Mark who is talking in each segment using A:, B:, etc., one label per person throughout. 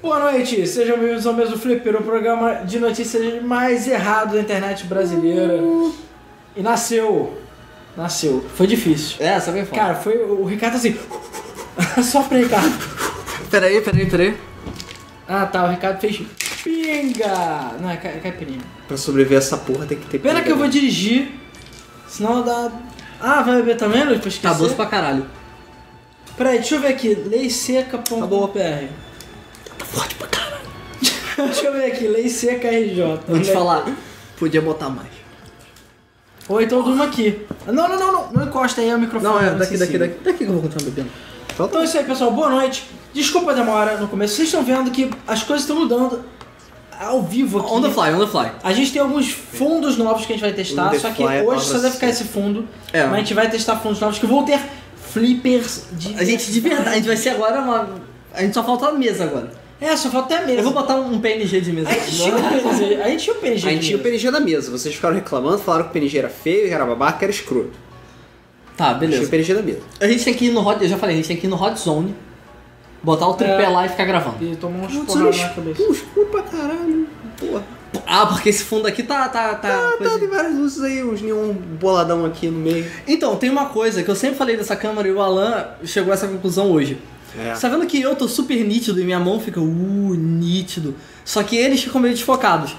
A: Boa noite, sejam bem-vindos ao mesmo Flipper, o programa de notícias mais errado da internet brasileira. E nasceu. Nasceu. Foi difícil.
B: É, essa bem foda.
A: Cara, foi o Ricardo assim. Só pra Ricardo.
B: peraí, peraí, peraí.
A: Ah tá, o Ricardo fez. Pinga! Não, é ca- é caipirinha.
B: Pra sobreviver essa porra tem que ter...
A: Pena que eu vou dirigir, senão dá. Ah, vai beber também, Luiz? Pra esquecer.
B: Tá doce pra caralho.
A: Peraí, deixa eu ver aqui. Leiseca.com.br.
B: Tá boa.
A: forte pra caralho. deixa eu ver aqui. Leiseca RJ.
B: Vou te falar, podia botar mais.
A: Ou então durma aqui. Não, não, não, não. Não encosta aí o microfone.
B: Não, é, daqui, daqui,
A: sensível.
B: daqui. Daqui que eu vou continuar bebendo. um
A: Então é isso aí, pessoal. Boa noite. Desculpa a demora no começo. Vocês estão vendo que as coisas estão mudando ao vivo aqui.
B: On the fly, on the fly.
A: A gente tem alguns fundos novos que a gente vai
B: On
A: testar,
B: the
A: só que
B: fly é
A: hoje
B: palavra
A: só deve ficar esse
B: certa.
A: fundo.
B: É.
A: Mas a gente vai testar fundos novos que vão ter flippers de.
B: A gente de verdade, a gente vai ser agora uma... A gente só falta a mesa agora.
A: É, só falta até
B: Eu
A: mesmo.
B: vou botar um PNG de mesa. né?
A: A gente tinha o PNG. A gente tinha o PNG.
C: A gente tinha
A: mesmo.
C: o PNG da mesa. Vocês ficaram reclamando, falaram que o PNG era feio, que era babaca, que era escroto.
B: Tá,
C: A gente Tinha o
B: beleza.
C: PNG da mesa.
B: A gente tem que ir no hot... Eu já falei, a gente tem que ir no hot zone, botar o tripé
A: É.
B: lá e ficar gravando.
A: E tomou uns
C: Putz,
A: porrada
C: olha,
A: na cabeça.
C: escuro, escuro pra caralho. Porra.
B: Ah, porque esse fundo aqui tá... tá, tá,
C: Ah,
B: coisa-
C: tá, tem várias luzes aí, uns neon boladão aqui no meio.
B: Então, tem uma coisa que eu sempre falei dessa câmera e o Alan chegou a essa conclusão hoje.
C: É.
B: Você tá vendo que eu tô super nítido e minha mão fica, uh, nítido. Só que eles ficam meio desfocados.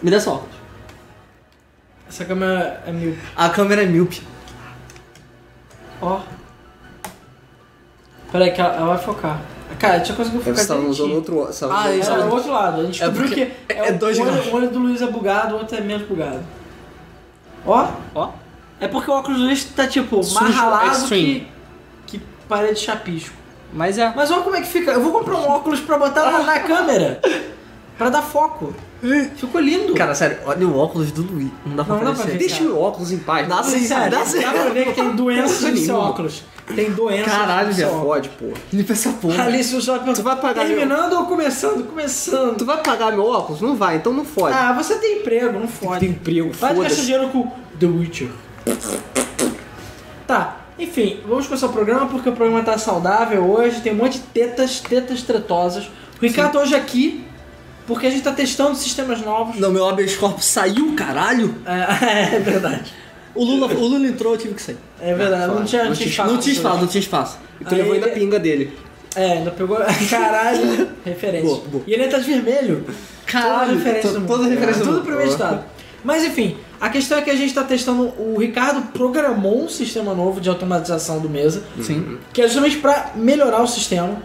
B: Me dá só.
A: Essa câmera é mil.
B: A câmera é míope.
A: Ó. Peraí, que ela, ela vai focar. Cara, tinha conseguido focar.
C: Eles
B: tá
C: estavam
A: direitinho.
C: usando outro... estavam
B: Ah,
C: usando
B: eles
A: Era
C: outro-
A: do outro lado. A gente
B: É
A: descobriu
B: porque
A: que
B: é- é dois
A: o, olho,
B: graus.
A: o olho do Luiz é bugado, o outro é menos bugado. Ó,
B: Ó.
A: é porque o óculos do Luiz tá tipo
B: Sujo
A: mais ralado que,
B: extreme.
A: que parede chapisco.
B: Mas é.
A: Mas olha como é que fica. Eu vou comprar um óculos pra botar na, na câmera. Pra dar foco. Ficou lindo.
B: Cara, sério, olha o óculos do Luiz. Não dá pra
A: Não dá pra
B: aparecer.
A: ver.
C: Deixa o óculos em paz.
B: Dá sim,
A: Sério,
B: dá sim.
A: dá pra ver que tem doença no seu
C: Nenhuma.
A: óculos. Tem doença
B: Caralho,
A: no seu
B: velho.
A: óculos.
C: Pode, porra.
B: Limpa essa porra.
A: Alice, o shopping.
C: Tu vai pagar
A: Terminando ou começando? Começando.
C: Tu vai pagar meu óculos? Não vai, então não fode.
A: Ah, você tem emprego, não
B: Ah.
A: fode.
C: Tem emprego,
A: Vai gastar
C: foda-se.
A: dinheiro com The Witcher. Tá, enfim, vamos começar o programa porque o programa tá saudável hoje, tem um monte de tetas, tetas tretosas. O Ricardo hoje aqui, porque a gente tá testando sistemas novos.
B: Não, meu habeas corpus saiu, caralho.
A: É, é verdade.
B: O Lula, o Lula entrou, eu tive que sair.
A: É verdade, não,
C: Não,
A: tinha,
C: não
A: tinha
C: tinha-
A: espaço.
B: Não tinha espaço, não tinha espaço.
C: E tu levou
A: aí
C: ainda a
A: ele-
C: pinga dele.
A: É, ainda pegou. Caralho, referência.
B: Boa, boa.
A: E ele tá de vermelho.
B: Caralho,
A: toda Ah, referência
B: to-
A: do mundo.
B: toda referência do
A: Tudo
B: mundo.
A: premeditado. Mas enfim, a questão é que a gente tá testando. O Ricardo programou um sistema novo de automatização do mesa,
B: Sim.
A: que é justamente pra melhorar o sistema.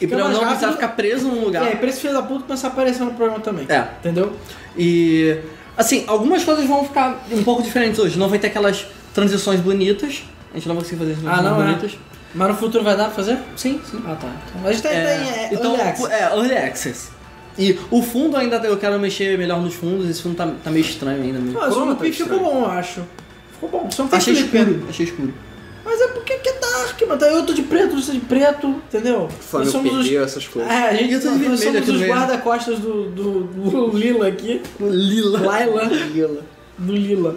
B: E pra
A: é
B: eu
A: mais
B: não precisar
A: rápido.
B: ficar preso num
A: E
B: lugar.
A: aí, pra esse filho da puta começar a aparecer no programa também.
B: É.
A: Entendeu?
B: E assim, algumas coisas vão ficar um pouco diferentes hoje. Não vai ter aquelas transições bonitas. A gente não vai conseguir fazer transições
A: Ah, não, é.
B: bonitas.
A: Mas no futuro vai dar pra fazer?
B: Sim, sim.
A: Ah, tá. Então, a gente tá ainda em
B: É,
A: é,
B: então,
A: early access.
B: é, early access. E o fundo ainda eu quero mexer melhor nos fundos, esse fundo tá, tá meio estranho ainda. Meio...
A: Mas o
C: Chroma tá
A: Lupi ficou
C: estranho.
A: bom, eu acho. Ficou bom. Só não tem
B: achei
A: Felipe.
B: escuro, achei escuro.
A: Mas é porque que é dark, mano. Tá, Eu tô de preto, você de preto, entendeu?
C: O
A: Nós
C: Flamengo
A: somos os...
C: perdeu essas coisas.
A: É, a gente
B: Eu tô de
A: nós
B: vermelho
A: somos
B: aqui no
A: os
B: meio.
A: guarda-costas do, do, do Lila aqui.
B: Lila.
A: Laila.
C: Lila.
A: Do Lila.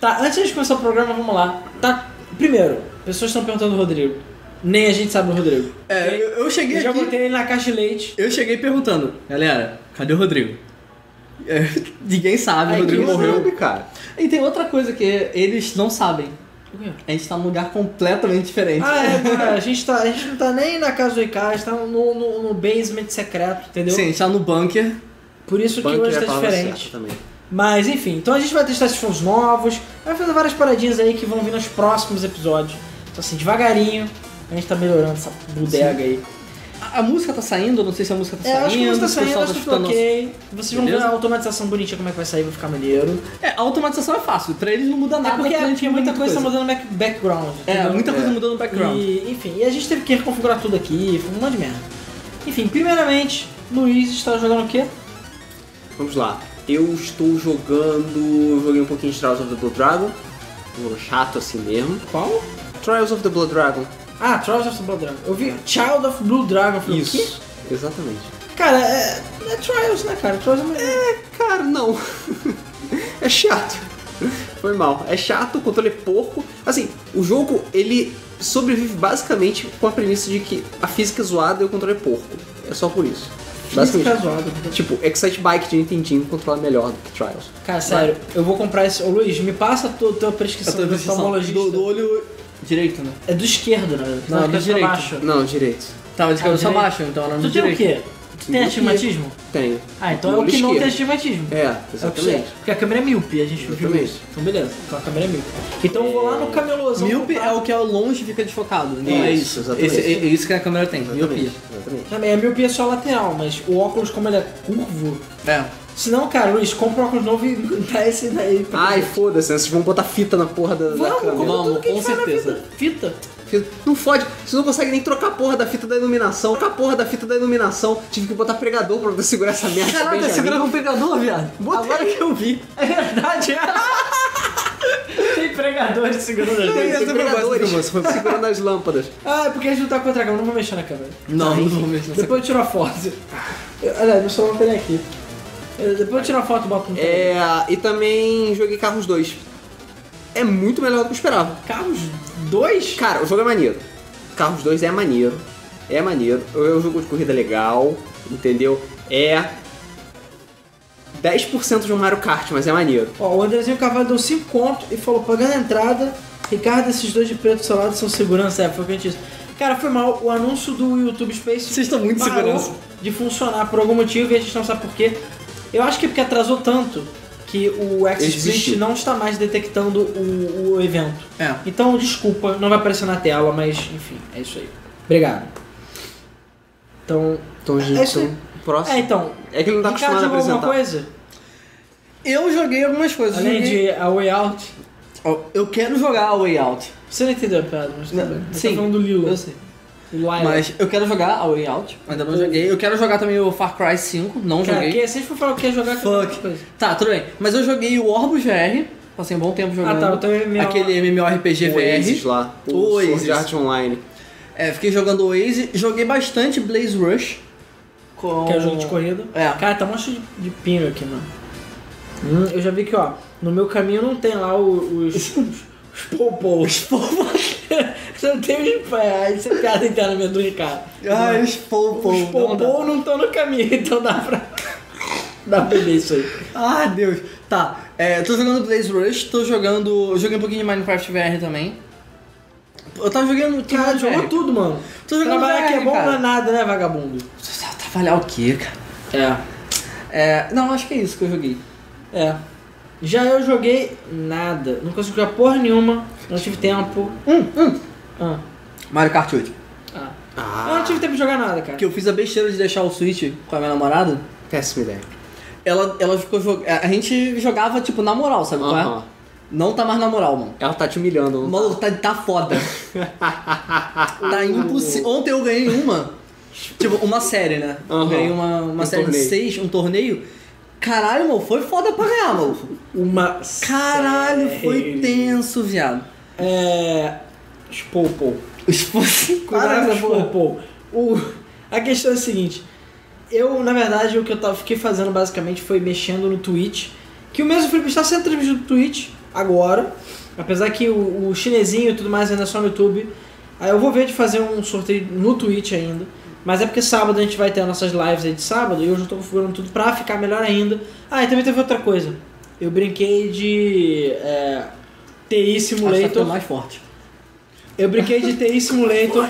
A: Tá, antes de começar o programa, vamos lá. Tá, primeiro, pessoas estão perguntando o Rodrigo. Nem a gente sabe o Rodrigo.
B: É, eu, eu cheguei
A: Eu já
B: aqui,
A: botei ele na caixa de leite.
B: eu cheguei perguntando, galera, cadê o Rodrigo? É, ninguém sabe,
A: Ai,
B: o Rodrigo
A: que
B: morreu.
C: Sabe, cara.
B: E tem outra coisa que eles não sabem. A gente tá num lugar completamente diferente.
A: Ah, é, cara, a gente, tá, a gente não tá nem na casa do Ricardo, a gente tá no, no, no basement secreto, entendeu?
B: Sim, a gente tá no bunker.
A: Por isso que
C: Bunker é
A: hoje
C: a
A: tá
C: palavra
A: diferente.
C: certa também.
A: Mas enfim, então a gente vai testar esses filmes novos, vai fazer várias paradinhas aí que vão vir nos próximos episódios. Então assim, devagarinho, a gente tá melhorando essa bodega aí.
B: A, a música tá saindo, não sei se a música tá
A: É,
B: saindo.
A: acho que você tá
B: o
A: saindo,
B: pessoal
A: acho que tá
B: escutando nosso-
A: ok. Vocês vão ver
B: Beleza?
A: a automatização bonitinha como é que vai sair, vai ficar maneiro.
B: É, a automatização é fácil, pra eles não muda
A: É
B: nada.
A: porque,
B: pra
A: é
B: gente
A: porque
B: muda
A: muita coisa tá mudando no back- background.
B: É,
A: entendeu?
B: muita coisa
C: É.
B: mudando no background.
A: E, enfim, e a gente teve que reconfigurar tudo aqui, foi um monte de merda. Enfim, primeiramente, Luiz está jogando o quê?
C: Vamos lá. Eu estou jogando. Joguei um pouquinho de Trials of the Blood Dragon. Um jogo chato assim mesmo.
A: Qual?
C: Trials of the Blood Dragon.
A: Ah, Trials of the Blood Dragon. Eu vi Child of Blue Dragon. eu Falei, O quê?
C: Exatamente.
A: Cara, é, é Trials, né, cara? Trials é uma...
C: É, cara, não. é chato. Foi mal. É chato, o controle é porco. Assim, o jogo ele sobrevive basicamente com a premissa de que a física é zoada e o controle é porco. É só por isso.
A: Isso tá
C: Basicamente.
A: zoado.
C: Tipo, Excite Bike de Nintendinho controla melhor do que Trials.
A: Cara, sério, eu vou comprar esse. Ô Luiz, me passa a tua, tua prescrição
B: Essa
A: do
B: posição
A: oftalmologista.
B: do, do olho direito, né?
A: É do esquerdo, né?
B: Não,
A: é
B: do direito.
A: baixo.
C: Não, direito.
B: Tava de
A: Ah,
B: cabeça
A: direito.
B: baixa, então era no
A: Tu tem o
B: direito.
A: quê? Tu tem
C: Miopia.
A: astigmatismo?
C: Tenho.
A: Ah, então é o
C: Olho
A: que não tem
C: esquerdo.
A: astigmatismo.
C: É,
A: É o que é.
C: exatamente.
A: Porque a câmera é míope, a gente viu
C: Exatamente.
A: isso. Então beleza, então a câmera é míope. Então eu vou lá no camelôzão.
B: É, Míope
A: comprar-
B: é o que é longe e fica desfocado. Então é
C: Isso,
B: isso.
C: exatamente.
B: Esse- é, é isso que a câmera tem,
C: Exatamente.
B: miopia.
C: Exatamente.
A: Também, a miopia é só lateral, mas o óculos, como ele é curvo...
B: É.
A: Se não, cara, Luiz, compra um óculos novo e dá esse daí. pra-
C: Ai, foda-se, né? vocês vão botar fita na porra da, da
A: Vamos,
C: câmera.
A: como
B: Vamos,
A: tudo que a gente
B: com
A: faz na
B: certeza.
A: Fita. fita.
C: Fita- Não fode, vocês não conseguem nem trocar a porra da fita da iluminação. Trocar a porra da fita da iluminação. Tive que botar pregador pra poder segurar essa merda.
B: Caraca,
C: Benjamin.
B: segurava um pegador, viado.
C: Botei.
B: Agora que eu vi.
A: É verdade, é. Tem pregador de segunda
B: Tem
C: Tem
B: essa
C: pregadores
B: proposta do moço.
C: segurando as lâmpadas.
A: é. Ah, é porque a gente não tá contra a câmera, não vou mexer na câmera.
B: Não, não vou mexer nessa
A: Depois eu tiro a foto. Eu, olha, meu celular não tem nem aqui. Eu- depois eu tiro a foto e boto no telefone.
C: É, e também joguei Carros 2. É muito melhor do que eu esperava.
A: Carros 2?
C: Cara, o jogo é maneiro. Carros 2 é maneiro. É maneiro. É um jogo de corrida legal, entendeu? É 10% de um Mario Kart, mas é maneiro.
A: Ó, o Andrezinho Carvalho deu 5 conto e falou, pagando a entrada, Ricardo, esses dois de preto do seu lado são segurança, é, foi o que a gente disse. Cara, foi mal, o anúncio do YouTube Space...
B: Vocês estão muito
A: parou
B: segurança.
A: de funcionar por algum motivo e a gente não sabe por quê. Eu acho que é porque atrasou tanto que o Xbox
C: Existe.
A: não está mais detectando o, o evento.
B: É.
A: Então, desculpa, não vai aparecer na tela, mas enfim, é isso aí. Obrigado. Então,
C: Então, gente,
A: É isso aí.
C: então, próximo.
A: é, então,
C: É que ele não tá
A: Ricardo
C: acostumado a
A: jogou alguma
C: apresentar.
A: coisa?
B: Eu joguei algumas coisas. eu
A: Além
B: joguei-
A: de A Way Out?
B: Ó, Eu quero jogar a Way Out.
A: Você não entendeu a piada, mas tudo
B: Não,
A: bem. Você
B: sim.
A: tá falando do Lilo.
B: Eu sei.
A: Lilo.
B: Mas eu quero jogar a Way Out. Ainda não joguei. Eu quero jogar também o Far Cry 5. Não
A: Cara,
B: joguei.
A: que, se a gente for falar o que é jogar, que é outra coisa.
B: Tá, tudo bem. Mas eu joguei o Orbus GR. Passei um bom tempo
A: Ah,
B: jogando.
A: tá, então é meu...
B: Aquele MMORPG
C: O Oasis
B: VR.
C: lá. O
B: O
C: Sword
B: Oasis.
C: Art Online.
B: É, fiquei jogando Oasis. Joguei bastante Blaze Rush. Com...
A: Que é jogo de corrida.
B: É.
A: Cara, tá um monte de, de pino aqui, mano. Hum, eu já vi que, ó, no meu caminho não tem lá o- os. Os, os popôs. Você não tem os. é, Aí você piada interna mesmo do Ricardo.
B: Ah, eles poupam.
A: os
B: não dá.
A: popôs não estão no caminho, então dá pra. dá pra beber isso aí.
B: Ah, Deus. Tá, é, tô jogando Blaze Rush, tô jogando. Eu joguei um pouquinho de Minecraft VR também. Eu tava jogando. tô
A: Cara,
B: jogando
A: jogou
B: VR.
A: tudo, mano.
B: Tô jogando
A: Trabalhar que é
B: VR,
A: bom
B: cara.
A: não é nada, né, vagabundo?
B: Trabalhar o quê, cara?
A: É.
B: É, não, acho que é isso que eu joguei.
A: É. Já eu joguei nada. Não consigo jogar porra nenhuma. Não tive tempo.
B: Hum, hum.
A: Ah.
B: Mario Kart 8.
A: Ah. Eu
C: Ah,
A: não tive tempo de jogar nada, cara.
B: Que eu fiz a besteira de deixar o Switch com a minha namorada.
C: péssima ideia.
B: Ela, ela ficou jogando. A gente jogava, tipo, na moral, sabe qual é?
C: Aham.
B: Não tá mais na moral, mano.
C: Ela tá te humilhando. não
B: Maluco, tá, tá foda. tá impossível. Ontem eu ganhei uma. Tipo, uma série, né? Eu
C: Aham.
B: Ganhei uma, uma
C: Um
B: série de
C: torneio.
B: seis, um torneio. Caralho, mano, foi foda pra ganhar, maluco.
A: Uma.
B: Caralho, foi
A: série.
B: tenso, viado.
A: É. Spopou.
B: Os fosse-
A: Cuidado com
B: Caraca, porra.
A: Spopou. O... A questão é a seguinte. Eu, na verdade, o que eu tava, fiquei fazendo basicamente foi mexendo no Twitch. Que o mesmo Felipe está sendo transmitido no Twitch agora. Apesar que o, o chinesinho e tudo mais ainda é só no YouTube. Aí eu vou ver de fazer um sorteio no Twitch ainda. Mas é porque sábado a gente vai ter as nossas lives aí de sábado e hoje eu tô configurando tudo pra ficar melhor ainda. Ah, e também teve outra coisa. Eu brinquei de. É, TI
B: Acho que tá ficando
A: Simulator.
B: mais forte.
A: Eu brinquei de TI Simulator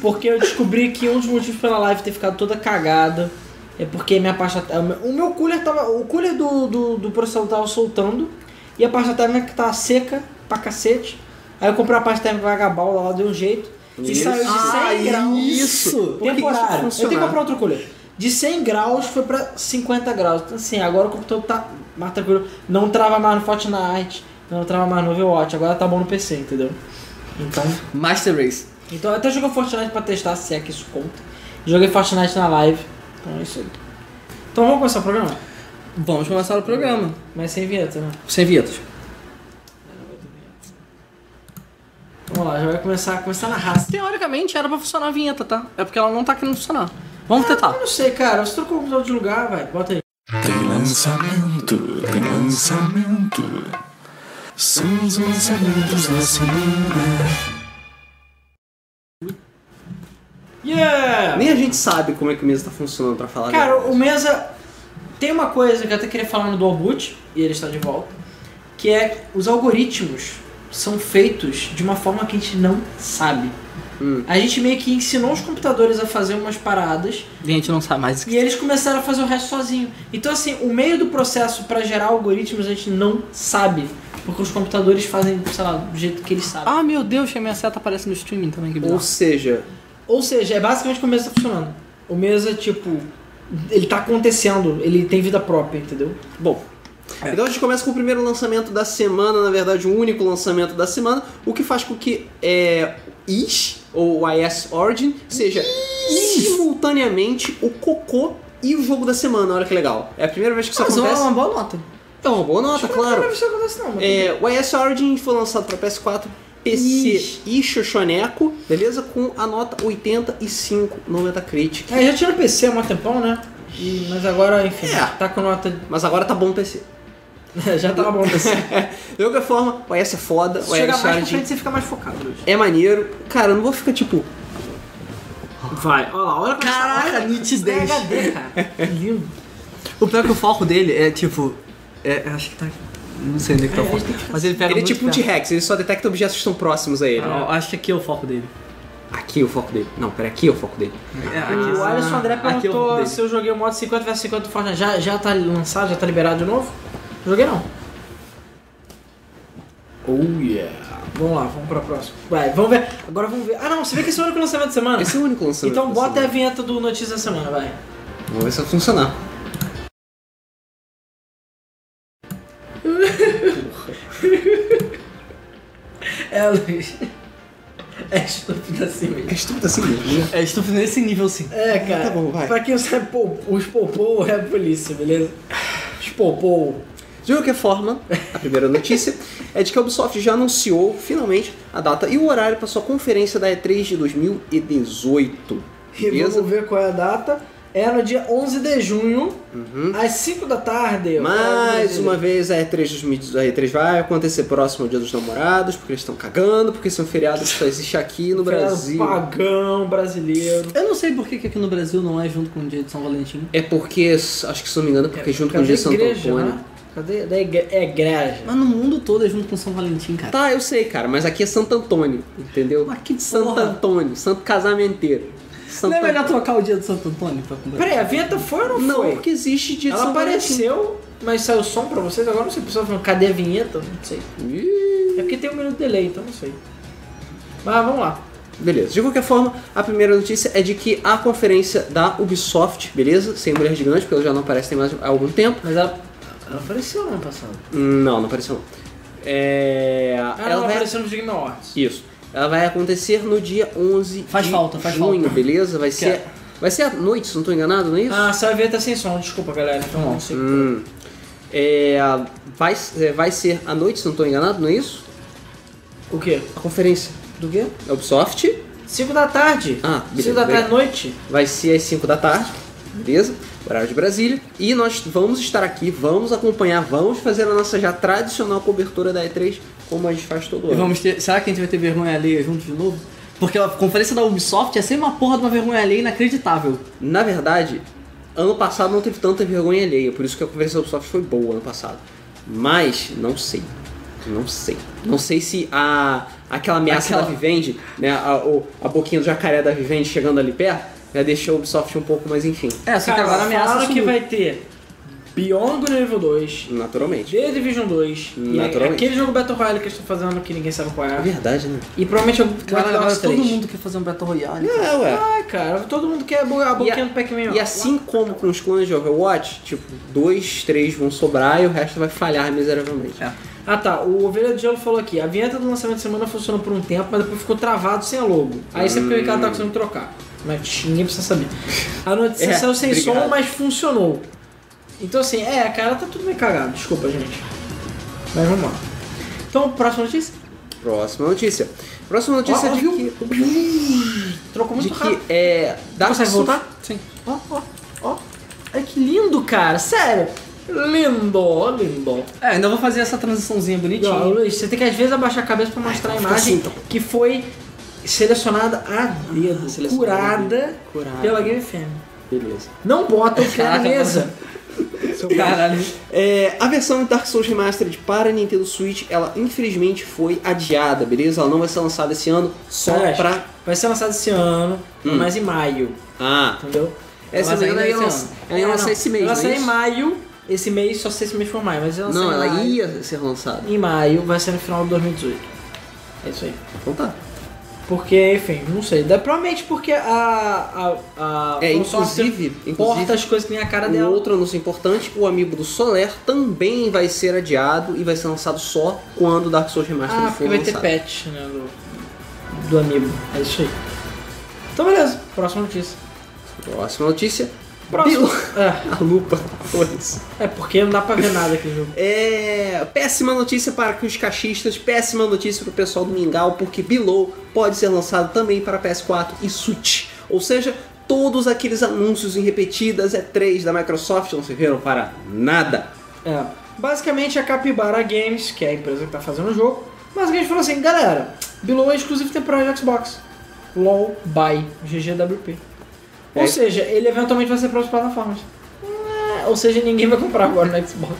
A: porque eu descobri que um dos motivos pela live ter ficado toda cagada é porque minha pasta térmica- O meu cooler tava. O cooler do, do, do processador tava soltando e a pasta térmica tava seca pra cacete. Aí eu comprei a pasta térmica vagabal lá, deu um jeito. E
C: Isso.
A: saiu de 100
B: Ah,
A: graus.
B: isso!
C: Por que
A: Temporário. eu
C: isso
A: tenho que
C: funcionar?
A: comprar outro cooler. De 100 graus foi pra 50 graus. Então assim, agora o computador tá mais tranquilo. Não trava mais no Fortnite, não trava mais no Overwatch. Agora tá bom no PC, entendeu? Então...
B: Master Race.
A: Então eu até joguei Fortnite pra testar se é que isso conta. Joguei Fortnite na live. Então é isso aí. Então vamos começar o programa?
B: Vamos começar o programa.
A: Mas sem vinheta, né?
B: Sem vietas.
A: Vamos lá, já vai começar, começar na raça.
B: Teoricamente era pra funcionar a vinheta, tá? É porque ela não tá querendo funcionar. Vamos tentar.
A: Eu não sei, cara. Você trocou o computador de lugar, vai. Bota aí.
D: Tem lançamento, tem lançamento. São os lançamentos da semana.
A: Yeah!
C: Nem a gente sabe como é que o Mesa tá funcionando, pra falar a
A: Cara,
C: verdade.
A: o Mesa tem uma coisa que eu até queria falar no Dual Boot, e ele está de volta, que é os algoritmos são feitos de uma forma que a gente não sabe.
C: Hum.
A: A gente meio que ensinou os computadores a fazer umas paradas
B: A gente não sabe mais o que.
A: e eles começaram a fazer o resto sozinho. Então assim, o meio do processo para gerar algoritmos a gente não sabe, porque os computadores fazem, sei lá, do jeito que eles sabem.
B: Ah, meu Deus, que a minha seta aparece no streaming também, que
C: Ou
B: bizarro.
C: seja,
A: Ou seja, é basicamente como o Mesa tá funcionando. O Mesa, tipo, ele tá acontecendo, ele tem vida própria, entendeu?
C: bom.
B: É.
C: Então a gente começa com o primeiro lançamento da semana, na verdade o único lançamento da semana, o que faz com que é, IS, ou IS Origin, seja simultaneamente o cocô e o jogo da semana, olha que legal. É a primeira vez que isso
B: Mas é
C: acontece.
B: uma boa nota.
C: É uma boa nota, claro.
A: Isso não acontece não, mas
C: É, o IS Origin foi lançado para PS4, PC
A: Ixi.
C: e Xoxoneco, beleza? Com a nota 85 no Metacritic.
A: É, já tirou o PC há um tempão, né? E- mas agora, enfim,
C: É.
A: tá com nota.
C: Mas agora tá bom o PC.
A: já tá bom o PC.
C: De qualquer forma, o IS é foda, o
A: Se chegar
C: IS
A: mais pra
C: Origin
A: frente, você fica mais focado, Luiz.
C: é maneiro. Cara, eu não vou ficar tipo.
A: Vai, olha lá, olha como
B: Caraca, nitidez.
A: HD, cara. Lindo.
B: O pior é que o foco dele é tipo. É, eu acho que tá. Não sei onde é que tá o foco. Mas ele pega
C: Ele é
B: muito
C: tipo um
B: perto.
C: T-Rex, ele só detecta objetos que estão próximos a ele.
B: Não,
A: Ah.
B: eu acho que aqui é o foco dele.
C: Aqui é o foco dele. Não, pera, aqui é o foco dele.
B: É,
A: o Alisson André
B: aqui é o foco
A: perguntou
B: dele.
A: se eu joguei o modo 50 vs 50 do Fortnite. Já, já tá lançado, já tá liberado de novo? Joguei não.
C: Oh yeah.
A: Vamos lá, vamos pra próxima. Vai, vamos ver. Agora vamos ver. Ah não, você vê que esse é o único lançamento da semana.
C: Esse é o único lançamento.
A: Então
C: da
A: bota a
C: semana.
A: vinheta do Notícias da Semana, vai.
C: Vamos ver se vai funcionar.
A: É, Luiz. É estúpido assim mesmo.
C: É estúpido assim mesmo.
B: É estúpido nesse nível sim.
A: É, cara.
C: Tá bom, vai.
A: Pra quem não sabe, pou- os Popou é a polícia, beleza? Os Popou.
C: De qualquer forma, a primeira notícia é de que a Ubisoft já anunciou finalmente a data e o horário para sua conferência da E3 de 2018.
A: E
C: Beleza?
A: vamos ver qual é a data. É no dia 11 de junho, às 5 da tarde.
C: Uhum. Mais uma vez, a E3, 2018 a E3 vai acontecer próximo ao Dia dos Namorados, porque eles estão cagando, porque são feriados que só existe aqui no Brasil.
A: é um Pagão brasileiro.
B: Eu não sei por que que aqui no Brasil não é junto com o dia de São Valentim.
C: É porque, acho que se não me engano, é porque junto com o Dia de Santo
A: igreja,
C: Antônio.
A: né? Cadê? Da igre- é igreja.
B: Mas no mundo todo é junto com São Valentim, cara.
C: Tá, eu sei, cara, mas aqui é Santo Antônio, entendeu?
B: Mas que
C: Santo
B: porra.
C: Antônio, Santo Casamenteiro. Santo
B: Não é melhor trocar o dia de Santo Antônio pra comprar?
A: Peraí, a vinheta foi ou não,
C: Não,
A: foi?
C: porque existe Dia de
A: Ela
C: São Valentim.
A: apareceu, mas saiu som pra vocês. Agora não sei, o pessoal tá falando, cadê a vinheta? Não sei.
C: Ih.
A: É porque tem um minuto de delay, então não sei. Mas vamos lá.
C: Beleza. De qualquer forma, a primeira notícia é de que a conferência da Ubisoft, beleza? Sem mulher gigante, porque ela já não aparece tem mais há algum tempo.
A: Mas ela, ela apareceu ano passado.
C: Não, não apareceu não. É...
A: Ah, ela
C: ela vai...
A: apareceu no Game Awards.
C: Isso. Ela vai acontecer no dia 11
B: Faz
C: de
B: falta, faz
C: junho,
B: falta.
C: beleza? Vai ser...
B: Quero.
C: Vai ser à noite, se não estou enganado, não é isso?
A: Ah, saiu a vinheta sem som, desculpa galera. Então não sei.
C: Hum. É... Vai... é, vai ser à noite, se não estou enganado, não é isso?
A: O quê?
C: A conferência
A: Do quê?
C: da Ubisoft
A: 5 da tarde.
C: Ah,
A: 5
C: beleza,
A: da tarde
C: beleza.
A: à noite.
C: Vai ser às 5 da tarde, beleza? Horário de Brasília. E nós vamos estar aqui, vamos acompanhar, vamos fazer a nossa já tradicional cobertura da E3, como a gente faz todo
B: E
C: ano.
B: vamos ter- Será que a gente vai ter vergonha alheia junto de novo? Porque a conferência da Ubisoft é sempre uma porra de uma vergonha alheia inacreditável.
C: Na verdade, ano passado não teve tanta vergonha alheia, por isso que a conferência do Ubisoft foi boa ano passado. Mas, não sei. Não sei. Não sei se a aquela ameaça
B: Aquela-
C: da Vivendi, né, a, o- a boquinha do jacaré da Vivendi chegando ali perto, já deixou a Ubisoft um pouco mais enfim,
B: É, só que
A: Cara,
B: agora a ameaça
A: falaram que
B: sumiu.
A: vai ter Beyond Good and Evil 2,
C: naturalmente.
A: The Division 2, e
C: Naturalmente.
A: aquele jogo Battle Royale que eles estão fazendo que ninguém sabe qual
C: É
A: é.
C: verdade, né?
A: E provavelmente é o Watch
B: Cara, agora
A: Dogs 3.
B: todo mundo quer fazer um Battle Royale. cara.
C: É, ué.
A: Ah, cara, todo mundo quer a bo- a boquinha
C: a-
A: do Pac-Man. ó.
C: E assim como com os clones de Overwatch, tipo, dois, três vão sobrar e o resto vai falhar miseravelmente.
B: É.
A: Ah tá, o Ovelha de Gelo falou aqui, a vinheta do lançamento de semana funcionou por um tempo, mas depois ficou travado sem a logo. Aí
C: Hum.
A: sempre que o Ricardo tá conseguindo trocar. Mas tch, ninguém precisa saber. A notícia
C: É,
A: saiu sem
C: obrigado.
A: som, mas funcionou. Então assim, é, cara, tá tudo meio cagado, desculpa, gente. Mas vamos lá. Então, próxima notícia?
C: Próxima notícia. Próxima notícia
A: Ó,
C: é de
A: viu?
C: que,
A: Trocou
C: de
A: muito rápido.
C: que é, Dark
A: Consegue
C: Souls.
A: voltar?
B: Sim.
A: Ó, ó, ó. Olha que lindo, cara, sério. Lindo, lindo.
B: É, ainda vou fazer essa transiçãozinha
A: E, ó,
B: bonitinha.
A: Luiz, você tem que às vezes abaixar a cabeça pra mostrar a
C: fica
A: imagem
C: assim, então.
A: que foi selecionada a dedo,
C: Ah, selecionada a
A: curada,
C: dedo. Curada.
A: pela Game FM.
C: Beleza.
A: Não bota o cara na
B: Caraca,
A: mesa.
C: um
B: Caralho.
C: É, a versão Dark Souls Remastered para Nintendo Switch, ela infelizmente foi adiada, beleza? Ela não vai ser lançada esse ano, só
A: Cara,
C: pra...
A: Vai ser lançado esse ano,
C: Hum.
A: mas em maio,
C: Ah,
A: entendeu?
C: essa
B: Mas
C: mas
B: ainda
C: ela ia
B: esse
C: lançar,
B: ano.
C: ela ia
A: É,
C: lançar
A: não.
C: esse mês,
A: Ela
C: não é
A: lançar em
C: isso?
A: maio, esse mês, só se esse mês for maio, mas ela
C: Não,
A: em
C: ela
A: maio.
C: ia ser lançada.
A: Em maio, vai ser no final de 2018. É isso aí.
C: Então tá.
A: Porque, enfim, não sei. Da- Provavelmente porque a. a, a
C: É,
A: consórcio
C: inclusive,
A: porta
C: inclusive
A: as coisas que nem a cara
C: um
A: dela.
C: outro anúncio importante, o amigo do Soler também vai ser adiado e vai ser lançado só quando Dark Souls Remastered
A: Ah,
C: for
A: porque vai ter
C: lançado.
A: patch, né? Do, do amigo. É isso aí. Então, beleza. Próxima notícia.
C: Próxima notícia.
A: Próximo.
C: Bilu-
A: É,
C: A lupa. Foda-se.
A: é porque não dá pra ver nada aqui no jogo.
C: É. Péssima notícia para os caixistas, péssima notícia para o pessoal do Mingau, porque Below pode ser lançado também para PS4 e Switch. Ou seja, todos aqueles anúncios em repetidas E3 da Microsoft não serviram para nada.
A: É. Basicamente a Capybara Games, que é a empresa que tá fazendo o jogo, basicamente falou assim, galera, Below é exclusivo temporário de Xbox. LOL by GGWP. Ou
C: É.
A: seja, ele eventualmente vai ser para as plataformas. É, Ou seja, ninguém vai comprar agora no Xbox.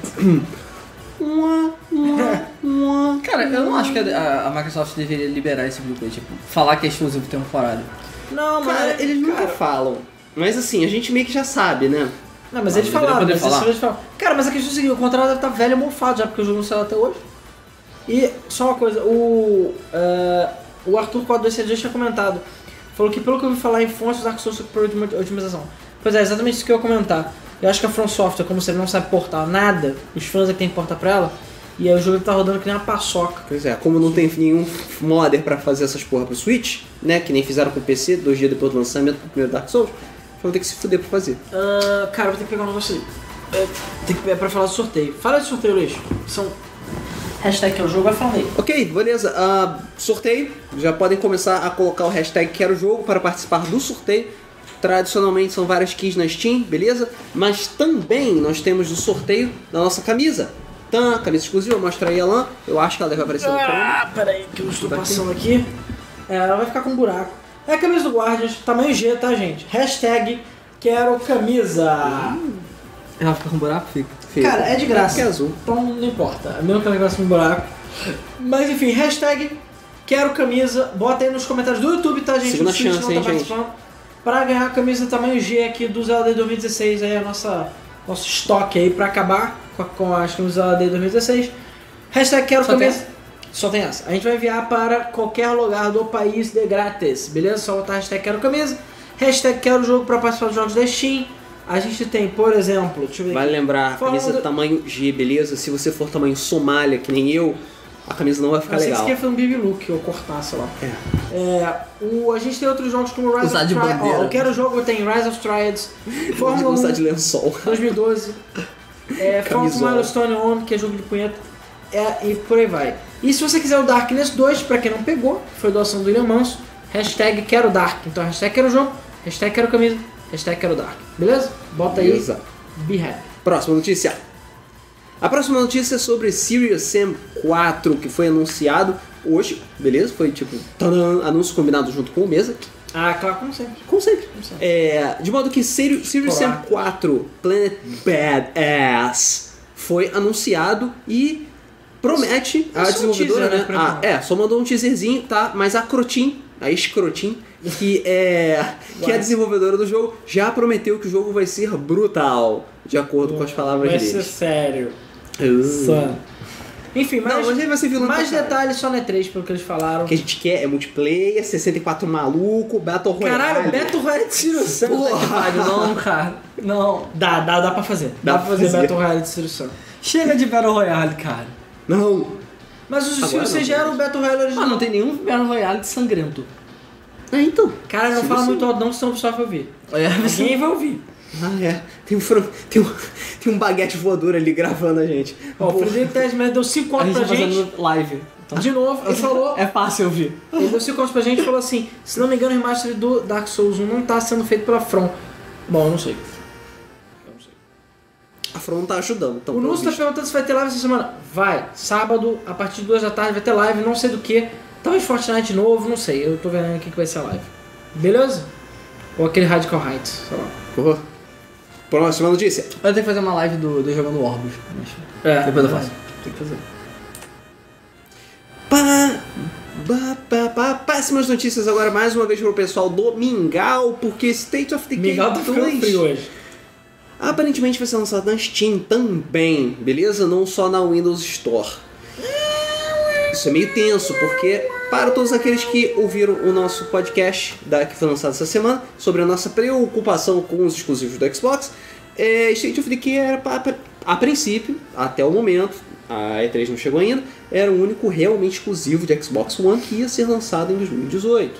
B: Cara, eu não acho que a, a Microsoft deveria liberar esse grupo aí, tipo, falar que é exclusivo temporário.
A: Não, mas.
C: Cara, eles nunca falam. Mas assim, a gente meio que já sabe, né?
A: Não, mas
B: Ah,
A: eles
B: mas deveria
A: falaram,
B: poder
A: mas isso
B: falar.
A: eles falam. Cara, mas a questão é a seguinte, o contrato deve estar velho e mofado já, porque o jogo não saiu até hoje. E só uma coisa, o. eh, o Arthur 426 tinha comentado. Falou que pelo que eu ouvi falar em fontes, o Dark Souls sofreu de uma otimização. Pois é, exatamente isso que eu ia comentar. Eu acho que a From Software, como você não sabe portar nada, os fãs é que tem que portar pra ela, e aí o jogo tá rodando que nem uma paçoca.
C: Pois é, como não tem nenhum modder pra fazer essas porra pro Switch, né? Que nem fizeram com o PC dois dias depois do lançamento do primeiro Dark Souls, vão ter que se fuder pra fazer.
A: Ah, cara, eu vou ter que pegar um negócio ali. É, tem que, é pra falar do sorteio. Fala de sorteio, Luiz. São. Hashtag que é o jogo, vai falar aí.
C: Ok, beleza. Ah, sorteio. Já podem começar a colocar o hashtag Quero Jogo para participar do sorteio. Tradicionalmente são várias keys na Steam, beleza? Mas também nós temos o sorteio da nossa camisa. Tan, camisa exclusiva, mostra aí a lã. Eu acho que ela deve aparecer no plano.
A: Ah, peraí, que eu estou
C: Tá
A: passando aqui. É, ela vai ficar com um buraco. É a camisa do Guardians, tamanho G, tá, gente? Hashtag quero camisa.
B: Ela fica com buraco? Fica.
A: Cara, é de graça.
C: Porque é azul.
A: Então não importa. É mesmo que ela ficasse com um buraco. Mas enfim, hashtag quero camisa. Bota aí nos comentários do YouTube, tá, gente?
C: Segunda
A: O Switch
C: chance,
A: não tá
C: hein, gente?
A: participando. Pra ganhar a camisa tamanho G aqui do Zelda Day 2016, aí a nossa nosso estoque aí pra acabar com, a- com as camisas Zelda Day 2016. Hashtag quero
B: Só
A: camisa.
B: tem
A: Só tem essa. A gente vai enviar para qualquer lugar do país de grátis, beleza? Só botar hashtag quero camisa, hashtag quero jogo pra participar dos jogos da Steam. A gente tem, por exemplo, deixa eu ver
C: Vale
A: aqui.
C: lembrar, a camisa
A: Falando-
C: tamanho G, beleza? Se você for tamanho Somália, que nem eu, a camisa não vai ficar
A: Eu sei que
C: legal.
A: você quer fazer um Baby Look ou cortar, sei lá. É. o, a gente tem outros jogos como Rise
B: Usar
A: of
B: de
A: Triads.
B: bandeira.
A: eu quero jogo, tem Rise of Triads,
C: Vamos
A: Fórmula 1
C: gostar de lençol.
A: 2012, é,
C: Camisola.
A: Fórmula Milestone On, que é jogo de punheta, é, e por aí vai. E se você quiser o Darkness 2, pra quem não pegou, foi doação do William Manso, hashtag quero Dark. Então hashtag quero jogo, hashtag quero camisa, hashtag quero Dark. Beleza? Bota aí,
C: Beleza.
A: be happy.
C: Próxima notícia. A próxima notícia é sobre Serious Sam 4, que foi anunciado hoje, beleza? Foi tipo, tadã, anúncio combinado junto com o Mesa,
A: Ah, claro, como sempre.
C: como sempre.
A: Como sempre.
C: É, de modo que Serious, Serious Sam 4 Planet Badass foi anunciado e promete
A: É
C: a
A: só um
C: desenvolvedora,
A: teaser, né,
C: né?
A: por
C: Ah,
A: enquanto.
C: é, só mandou um teaserzinho, tá? Mas a Crotin, a escrotin, que é que é a desenvolvedora do jogo, já prometeu que o jogo vai ser brutal, de acordo com as palavras
A: Vai
C: deles.
A: ser sério.
C: Uh.
A: Só. Enfim,
C: Não,
A: mais,
C: mas ele vai ser
B: é
C: vilão
A: mais
C: pra caralho.
A: detalhes só na E3, pelo que eles falaram.
C: O que a gente quer é multiplayer, 64 maluco, Battle Royale.
A: Caralho, Beto Royale de Ciro Santos.
B: Puta que pariu, não, cara. Não.
A: Dá, dá, dá pra fazer. Dá, pra fazer, Beto Royale de Ciro Santos.
B: Chega de Battle Royale, cara.
C: Não!
A: Mas o Ciro
C: Agora
A: Santos já
C: não,
A: era o Beto Royale
B: Ah,
A: original.
B: não tem nenhum Battle Royale de sangrento.
C: Ah,
A: É,
C: então.
A: Cara, não
C: Ciro
A: fala
C: Santos.
A: muito alto não, senão o pessoal vai ouvir.
B: É,
A: Ninguém vai ouvir.
C: Ah, é. Tem um, fran- tem um, tem um baguete voador ali gravando a gente.
A: Ó, o
C: Porra.
A: Frederico Teles Mendes deu 5
B: a
A: contos
B: gente tá
A: pra gente.
B: fazendo live. Então,
A: De novo, ele falou...
B: é fácil ouvir.
A: Ele deu 5 contos pra gente e falou assim, se não me engano, o remaster do Dark Souls 1 não tá sendo feito pela From. Bom, eu não sei.
C: A From não tá ajudando. Então,
A: O
C: pelo
A: Nusso tá
C: visto.
A: perguntando se vai ter live essa semana. Vai. Sábado, a partir de 2 da tarde, vai ter live, não sei do que. Talvez Fortnite novo, não sei. Eu tô vendo o que que vai ser a live. Beleza? Ou aquele Radical Heights, sei lá.
C: Porra. Próxima notícia.
B: Eu tenho que fazer uma live do, do jogando Orbus. mas
A: É,
B: Depois eu faço.
A: Tem que fazer.
C: Pá, pá, pá, pá. Péssimas notícias agora mais uma vez pro pessoal do Mingau, porque State of the
A: Miguel tá ficando frio hoje.
C: aparentemente vai ser lançado na Steam também, beleza? Não só na Windows Store. Isso é meio tenso, porque para todos aqueles que ouviram o nosso podcast da, que foi lançado essa semana sobre a nossa preocupação com os exclusivos do Xbox, é, State of Decay era, pa- pa- a princípio, até o momento, a E3 não chegou ainda, era o único realmente exclusivo de Xbox One que ia ser lançado em 2018.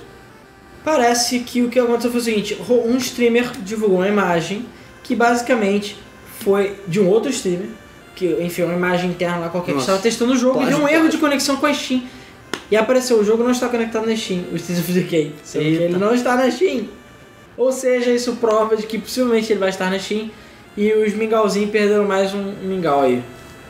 A: Parece que o que aconteceu foi o seguinte: ro- um streamer divulgou uma imagem que basicamente foi de um outro streamer, que enfim, uma imagem interna lá qualquer
C: Nossa.
A: que estava testando o jogo e deu um
C: Plágio,
A: erro de
C: plágio.
A: conexão com a Steam. E apareceu, o jogo não está conectado na Steam, o State of Decay. Sendo que ele não está na Steam. Ou seja, isso prova de que possivelmente ele vai estar na Steam e os mingauzinhos perderam mais um mingau aí.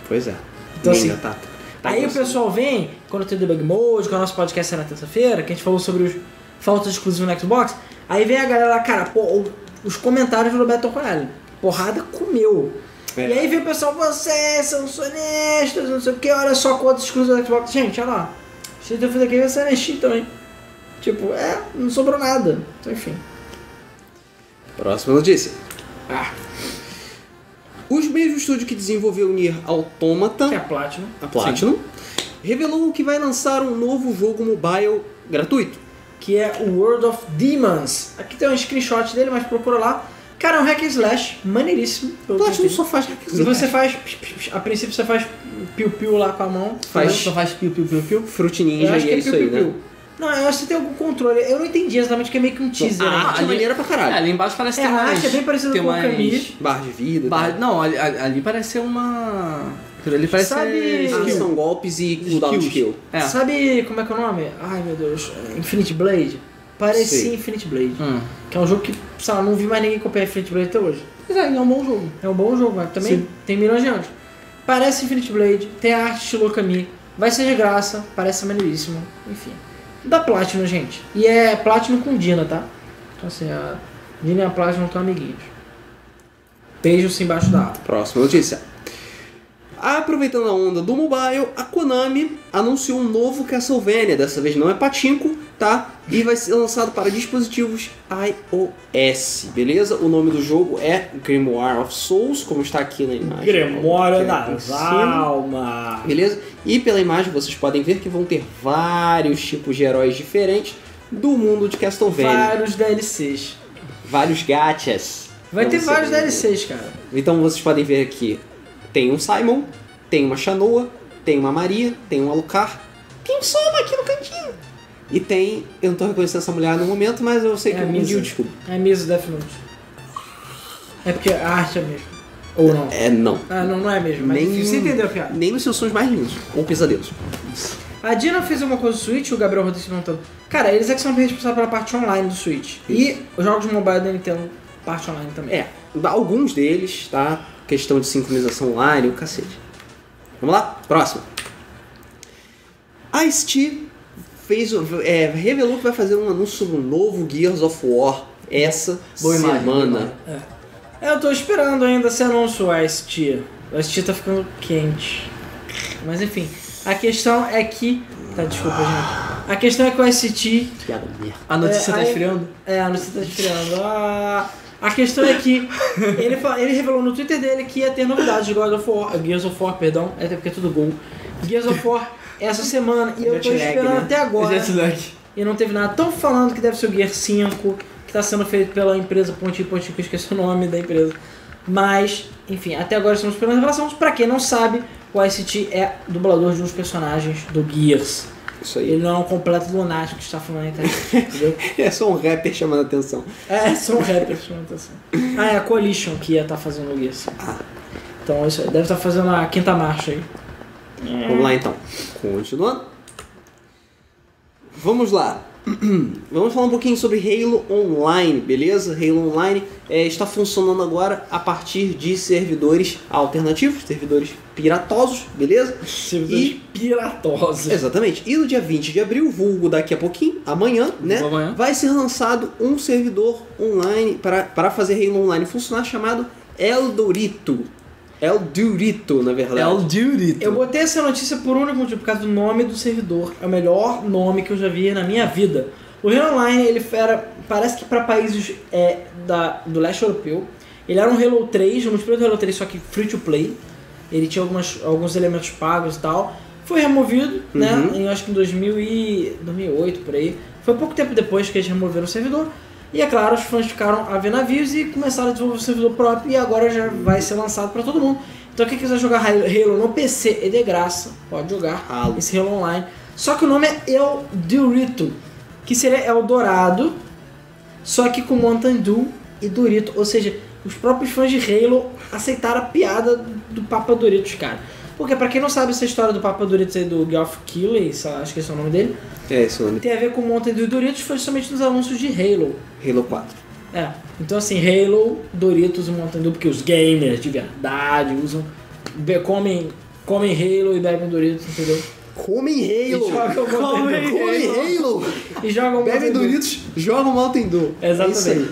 C: Pois é.
A: Então, assim,
C: Ainda tá- tá
A: Aí o
C: acontecendo.
A: pessoal vem, quando tem o Debug Mode, quando o nosso podcast é na terça-feira, que a gente falou sobre os faltas exclusivas no Xbox, aí vem a galera lá, cara, pô, o- os comentários do Battle Royale. Porrada comeu.
C: É.
A: E aí vem o pessoal, vocês são sonestas, não sei o que, olha só quantos exclusivos do Xbox. Gente, olha lá. Se eu fizer aqui, vai ser na Steam também. Tipo, é, não sobrou nada. Então, enfim.
C: Próxima notícia.
A: Ah,
C: Os mesmos estúdio que desenvolveu o Nier Automata,
A: que é Platinum.
C: a Platinum, revelou que vai lançar um novo jogo mobile gratuito.
A: que é o World of Demons. Aqui tem um screenshot dele, mas procura lá. Cara, é um hack and slash maneiríssimo. pelo que eu
C: Platinum
A: entendi.
C: só faz hack and
A: E
C: slash.
A: você faz, a princípio você faz piu-piu lá com a mão.
C: Faz-
B: Só faz piu, piu, piu, piu.
C: Fruit
A: Eu
C: Ninja
A: acho
C: e
A: que
C: é
A: é
C: isso aí,
A: piu-piu-piu.
C: né?
A: Não, eu acho que tem algum controle. Eu não entendi exatamente, que é meio que um teaser.
C: A
A: né?
C: arte é
B: ali-
C: maneira pra
B: É,
C: caralho.
B: ali embaixo parece
A: É,
B: ter
A: a
B: mais...
A: arte é bem parecida
B: tem
A: com o
B: mais-
A: Camille.
C: Barra de vida.
B: Barra-
C: tá?
B: Não, ali, ali- ali parece ser uma... Aquilo ali parece
A: Sabe-
B: ser
C: Ah,
B: skill.
C: são golpes e cooldown de
B: Skills.
C: skill.
B: É.
A: Sabe como é que é o nome? Ai meu Deus, Infinite Blade. Parecia
C: Sei.
A: Infinite Blade.
B: Hum.
A: Que é um jogo que, sei lá, não vi mais ninguém copiar Infinite Blade até hoje.
B: Mas é, é um bom jogo.
A: É um bom jogo, mas também
B: Sim.
A: tem milhões de anos. Parece Infinite Blade, tem a arte estilo Okami, vai ser de graça, parece maneiríssimo, enfim. Da Platinum, gente. E é Platinum com Dina, tá? Então assim, a Dina e a Platinum estão amiguinhos. Beijam-se embaixo da água.
C: Próxima notícia. Aproveitando a onda do mobile, a Konami anunciou um novo Castlevania. Dessa vez não é patinco, tá? E vai ser lançado para dispositivos iOS, beleza? O nome do jogo é Grimoire of Souls, como está aqui na imagem. Aqui em cima,
A: alma.
C: Beleza? E pela imagem vocês podem ver que vão ter vários tipos de heróis diferentes do mundo de Castlevania.
A: Vários DLCs.
C: Vários gachas.
A: Vai
C: Vão
A: ter
C: ser-
A: vários DLCs, cara.
C: então vocês podem ver aqui, tem um Simon, tem uma Chanoa, tem uma Maria, tem um Alucard, tem um Soma aqui no cantinho. E tem, eu não tô reconhecendo essa mulher no momento, mas eu sei
A: É
C: que
A: a
C: um
A: Misa.
C: dia eu descubro.
A: É mesmo Death Note. É porque a arte é mesmo. Ou não.
C: É, não.
A: Ah, não, não é mesmo. Mas
C: Nem-
A: enfim, você entendeu a piada.
C: Nem nos seus sonhos mais lindos, ou pesadelos.
A: A Dina fez uma coisa do Switch, o Gabriel Rodrigues perguntando. Cara, eles é que são responsáveis pela parte online do Switch. E os jogos mobile da Nintendo, parte online também.
C: É, alguns deles, tá? Questão de sincronização online, o cacete. Vamos lá? Próximo. A Steam fez, o- é, revelou que vai fazer um anúncio sobre um novo Gears of War essa
B: Boa imagem, boa
C: semana.
B: imagem.
A: É, Eu tô esperando ainda esse anúncio, a ST. A ST tá ficando quente. Mas enfim, a questão é que. Tá, desculpa, gente. A questão é que o ST.
C: Piada de merda.
B: A notícia
A: É,
B: tá
A: aí-
B: esfriando.
A: É, a notícia tá esfriando. Ah, a questão é que ele, fa- ele revelou no Twitter dele que ia ter novidades de God of War, Gears of War, perdão, é até porque é tudo gol. Gears of War essa semana e eu tô
C: Jet lag,
A: esperando
C: né?
A: até agora.
B: Jet lag.
A: E não teve nada. Tão falando que deve ser o Gear 5, que tá sendo feito pela empresa Pontinho Pontinho, que eu esqueci o nome da empresa. Mas, enfim, até agora estamos esperando a revelação. Pra quem não sabe, o ICT é dublador de um dos personagens do Gears.
C: Isso aí.
A: Ele não é um completo lunático que está falando na internet, entendeu?
C: É só um rapper chamando a atenção.
A: É, são rappers, assim. Ah, é a Coalition que ia estar fazendo isso. Então isso aí, deve estar fazendo a quinta marcha aí.
C: Vamos lá então. Continuando. Vamos lá. Vamos falar um pouquinho sobre Halo Online, beleza? Halo Online é, está funcionando agora a partir de servidores alternativos, servidores piratosos, beleza?
A: Uhum. Servidores
C: E-
A: piratosos.
C: Exatamente. E no dia 20 de abril, vulgo daqui a pouquinho, amanhã, né?
B: amanhã.
C: Vai ser lançado um servidor online para, para fazer Halo Online funcionar chamado Eldorito. Eldorito, na verdade.
B: É o Duty.
A: Eu botei essa notícia por um único motivo, por causa do nome do servidor. É o melhor nome que eu já vi na minha vida. O Halo Online, ele era, parece que para países é, da, do leste europeu. Ele era um Halo 3, um multiplayer do Halo 3, só que free to play. Ele tinha algumas, alguns elementos pagos e tal. Foi removido, né? Em, acho que em 2000 e- 2008, por aí. Foi pouco tempo depois que eles removeram o servidor. E é claro, os fãs ficaram a ver navios e começaram a desenvolver o servidor próprio. E agora já vai ser lançado para todo mundo. Então quem quiser jogar Halo Halo no PC é de graça, pode jogar
C: Halo.
A: esse Halo Online. Só que o nome é El Dorito, que seria Eldorado, só que com Mountain Dew e Dorito. Ou seja, os próprios fãs de Halo aceitaram a piada do Papa Doritos, cara. Porque pra quem não sabe essa história do Papa Doritos aí do Geoff Keighley, sei lá, acho que esse é o nome dele,
C: É esse o nome.
A: tem a ver com Mountain Dew e Doritos, foi somente nos anúncios de Halo.
C: Halo 4.
A: É, então assim, Halo, Doritos e Mountain Dew, porque os gamers de verdade usam, be- comem, comem Halo e bebem Doritos, entendeu?
C: Comem
A: E jogam Mountain Dew.
C: Comem Halo!
A: E jogam
C: Bebem
A: Mountain Dew.
C: Doritos, jogam Mountain Dew. É isso aí.
A: Exatamente.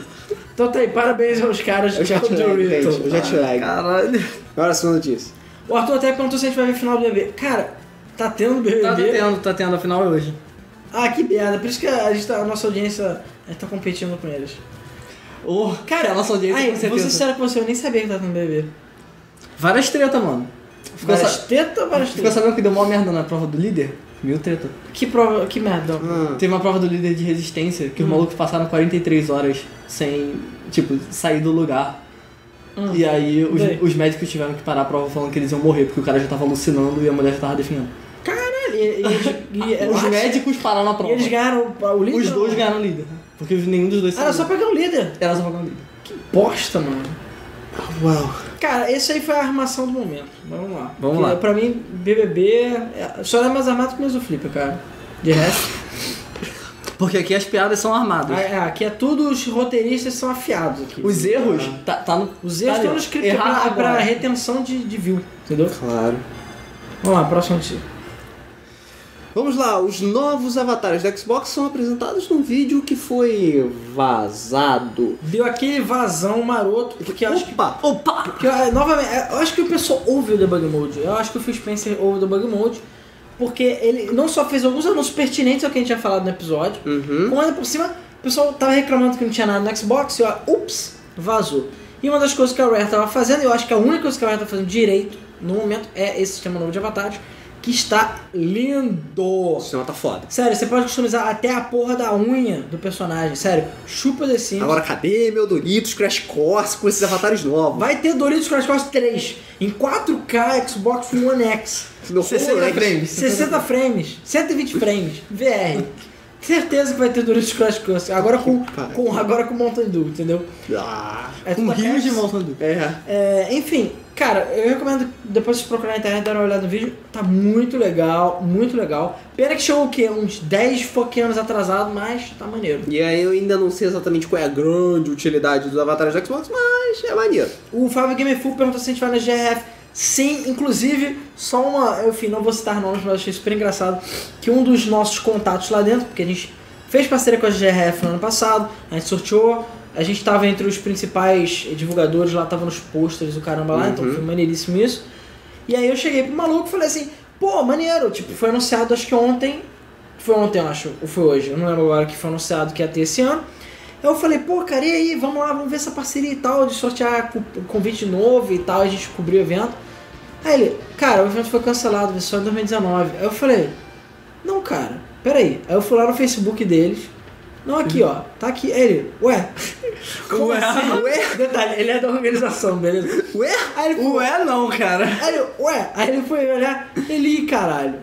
A: Então tá aí, parabéns aos caras
C: Eu já
A: do
C: te lag,
A: Doritos.
C: gente, eu já te lag.
B: Caralho.
C: Agora a segunda notícia.
A: O Arthur até perguntou se a gente vai ver final do BBB. Cara, tá tendo BBB?
B: Tá tendo, tá tendo, afinal é hoje.
A: Ah, que merda. Por isso que a, gente tá- a nossa audiência é, tá competindo com eles.
B: Oh, cara, a nossa audiência
A: Ai,
B: com
A: vou ser
B: certeza.
A: sincero com você, eu nem sabia que tá tendo BBB.
B: Várias tretas, mano. Ficou,
A: Várias
B: sa-
A: teta, várias
B: Ficou
A: teta.
B: sabendo que deu uma merda na prova do líder? Mil treta.
A: Que prova, que merda.
C: Ah. Tá.
B: Teve uma prova do líder de resistência que os malucos passaram 43 horas sem, tipo, sair do lugar.
A: Hum.
B: E aí os,
A: Bem.
B: os médicos tiveram que parar a prova falando que eles iam morrer, porque o cara já tava alucinando e a mulher já tava definhando.
A: Caralho, e, e eles, e- é,
B: os
A: what?
B: médicos pararam a
A: E
B: prova.
A: eles ganharam o- o líder?
B: os dois
A: não?
B: ganharam o líder. né? Porque nenhum dos dois
A: Ah, era só
B: saiu.
A: pra ganhar o líder.
B: Era só pra ganhar o líder.
A: Bosta, mano.
C: Uau.
A: Cara, esse aí foi a armação do momento. Mas Vamos lá.
B: Vamos
A: Porque,
B: lá.
A: Pra mim, BBB é- só não é mais armado que o Mesoflip, cara. De resto...
B: Porque aqui as piadas são armadas.
A: Ah, é, aqui é tudo, os roteiristas são afiados aqui. Ah.
B: Os erros tá, tá no.
A: Os erros
B: tá ali,
A: estão
B: ó.
A: no script
B: Errar
A: pra, pra
B: agora.
A: retenção de, de view, entendeu?
C: Claro.
A: Vamos lá, próximo notícia.
C: Vamos lá, os novos avatares da Xbox são apresentados num vídeo que foi vazado.
A: Deu aquele vazão maroto, porque eu acho que.
C: Opa!
B: Opa!
A: Porque, ah, novamente, eu acho que o pessoal ouve o debug mode. Eu acho que o Phil Spencer ouve o debug mode. Porque ele não só fez alguns anúncios pertinentes ao que a gente tinha falado no episódio,
C: Uhum.
A: como ainda por cima, o pessoal tava reclamando que não tinha nada no Xbox e ó, ups, vazou. E uma das coisas que a Rare tava fazendo, e eu acho que a única coisa que a Rare tá fazendo direito no momento é esse sistema novo de avatares, que está lindo.
C: O sistema tá foda.
A: Sério, você pode customizar até a porra da unha do personagem. Sério, chupa The Sims.
C: Agora cadê meu Doritos Crash Course com esses avatares novos?
A: Vai ter Doritos Crash Course 3 em 4K Xbox One X.
C: Meu
B: 60
C: Rolex.
B: frames.
A: 60 frames, 120 frames, VR. Certeza que vai ter Doritos Crash Course. Agora com,
C: pariu.
A: com, agora com Mountain Dew, entendeu?
C: Ah,
A: É
B: Um
A: tudo
B: rio
A: X.
B: de Mountain Dew.
C: é.
A: É, enfim, cara, eu recomendo depois vocês procurar na internet, dar uma olhada no vídeo. Tá muito legal, muito legal. Pena que chegou o quê? Uns 10 fucking anos atrasado, mas tá maneiro.
C: E aí eu ainda não sei exatamente qual é a grande utilidade dos avatares da Xbox, mas é maneiro.
A: O Fábio Gamerful perguntou se a gente vai na GRF. Sim, inclusive, só uma. Enfim, não vou citar nomes, mas achei super engraçado que um dos nossos contatos lá dentro, porque a gente fez parceria com a GRF no ano passado, a gente sorteou, a gente estava entre os principais divulgadores lá, tava nos posters, o caramba lá, então foi maneiríssimo isso. E aí eu cheguei pro maluco e falei assim, pô, maneiro, tipo, foi anunciado acho que ontem. Foi ontem, eu acho, ou foi hoje, eu não lembro agora que foi anunciado que ia ter esse ano. Eu falei, pô, cara, e aí, vamos lá, vamos ver essa parceria e tal, de sortear cu- convite novo e tal, a gente cobriu o evento. Aí ele, cara, o evento foi cancelado, só em 2019. Aí eu falei, não, cara, peraí. Aí eu fui lá no Facebook deles. Não, aqui, ó. Tá aqui. Aí ele, ué. Como
B: Ué?
A: assim? Ué? Detalhe, ele é da organização, beleza?
C: Ué?
A: Aí ele,
B: Ué, não, cara.
A: Aí ele, ué, aí ele foi olhar, ele, "Ih, caralho.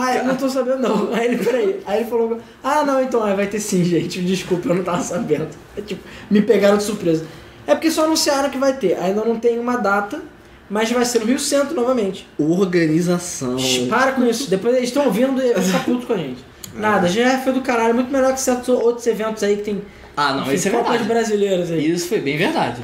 A: Aí não tô sabendo não. Aí ele, peraí. Aí ele falou, ah não, então aí vai ter sim, gente. Desculpa, eu não tava sabendo. É, tipo, me pegaram de surpresa. É porque só anunciaram que vai ter. Ainda não tem uma data, mas vai ser no Rio Centro novamente.
B: Organização.
A: Shh, Para com isso. Depois eles estão ouvindo e vão ficar puto com a gente.
B: É.
A: Nada, GR foi do caralho, muito melhor que certos outros eventos aí que tem
B: Ah, não,
A: enfim,
B: isso é
A: Copas
B: verdade.
A: brasileiras aí.
B: Isso foi bem verdade.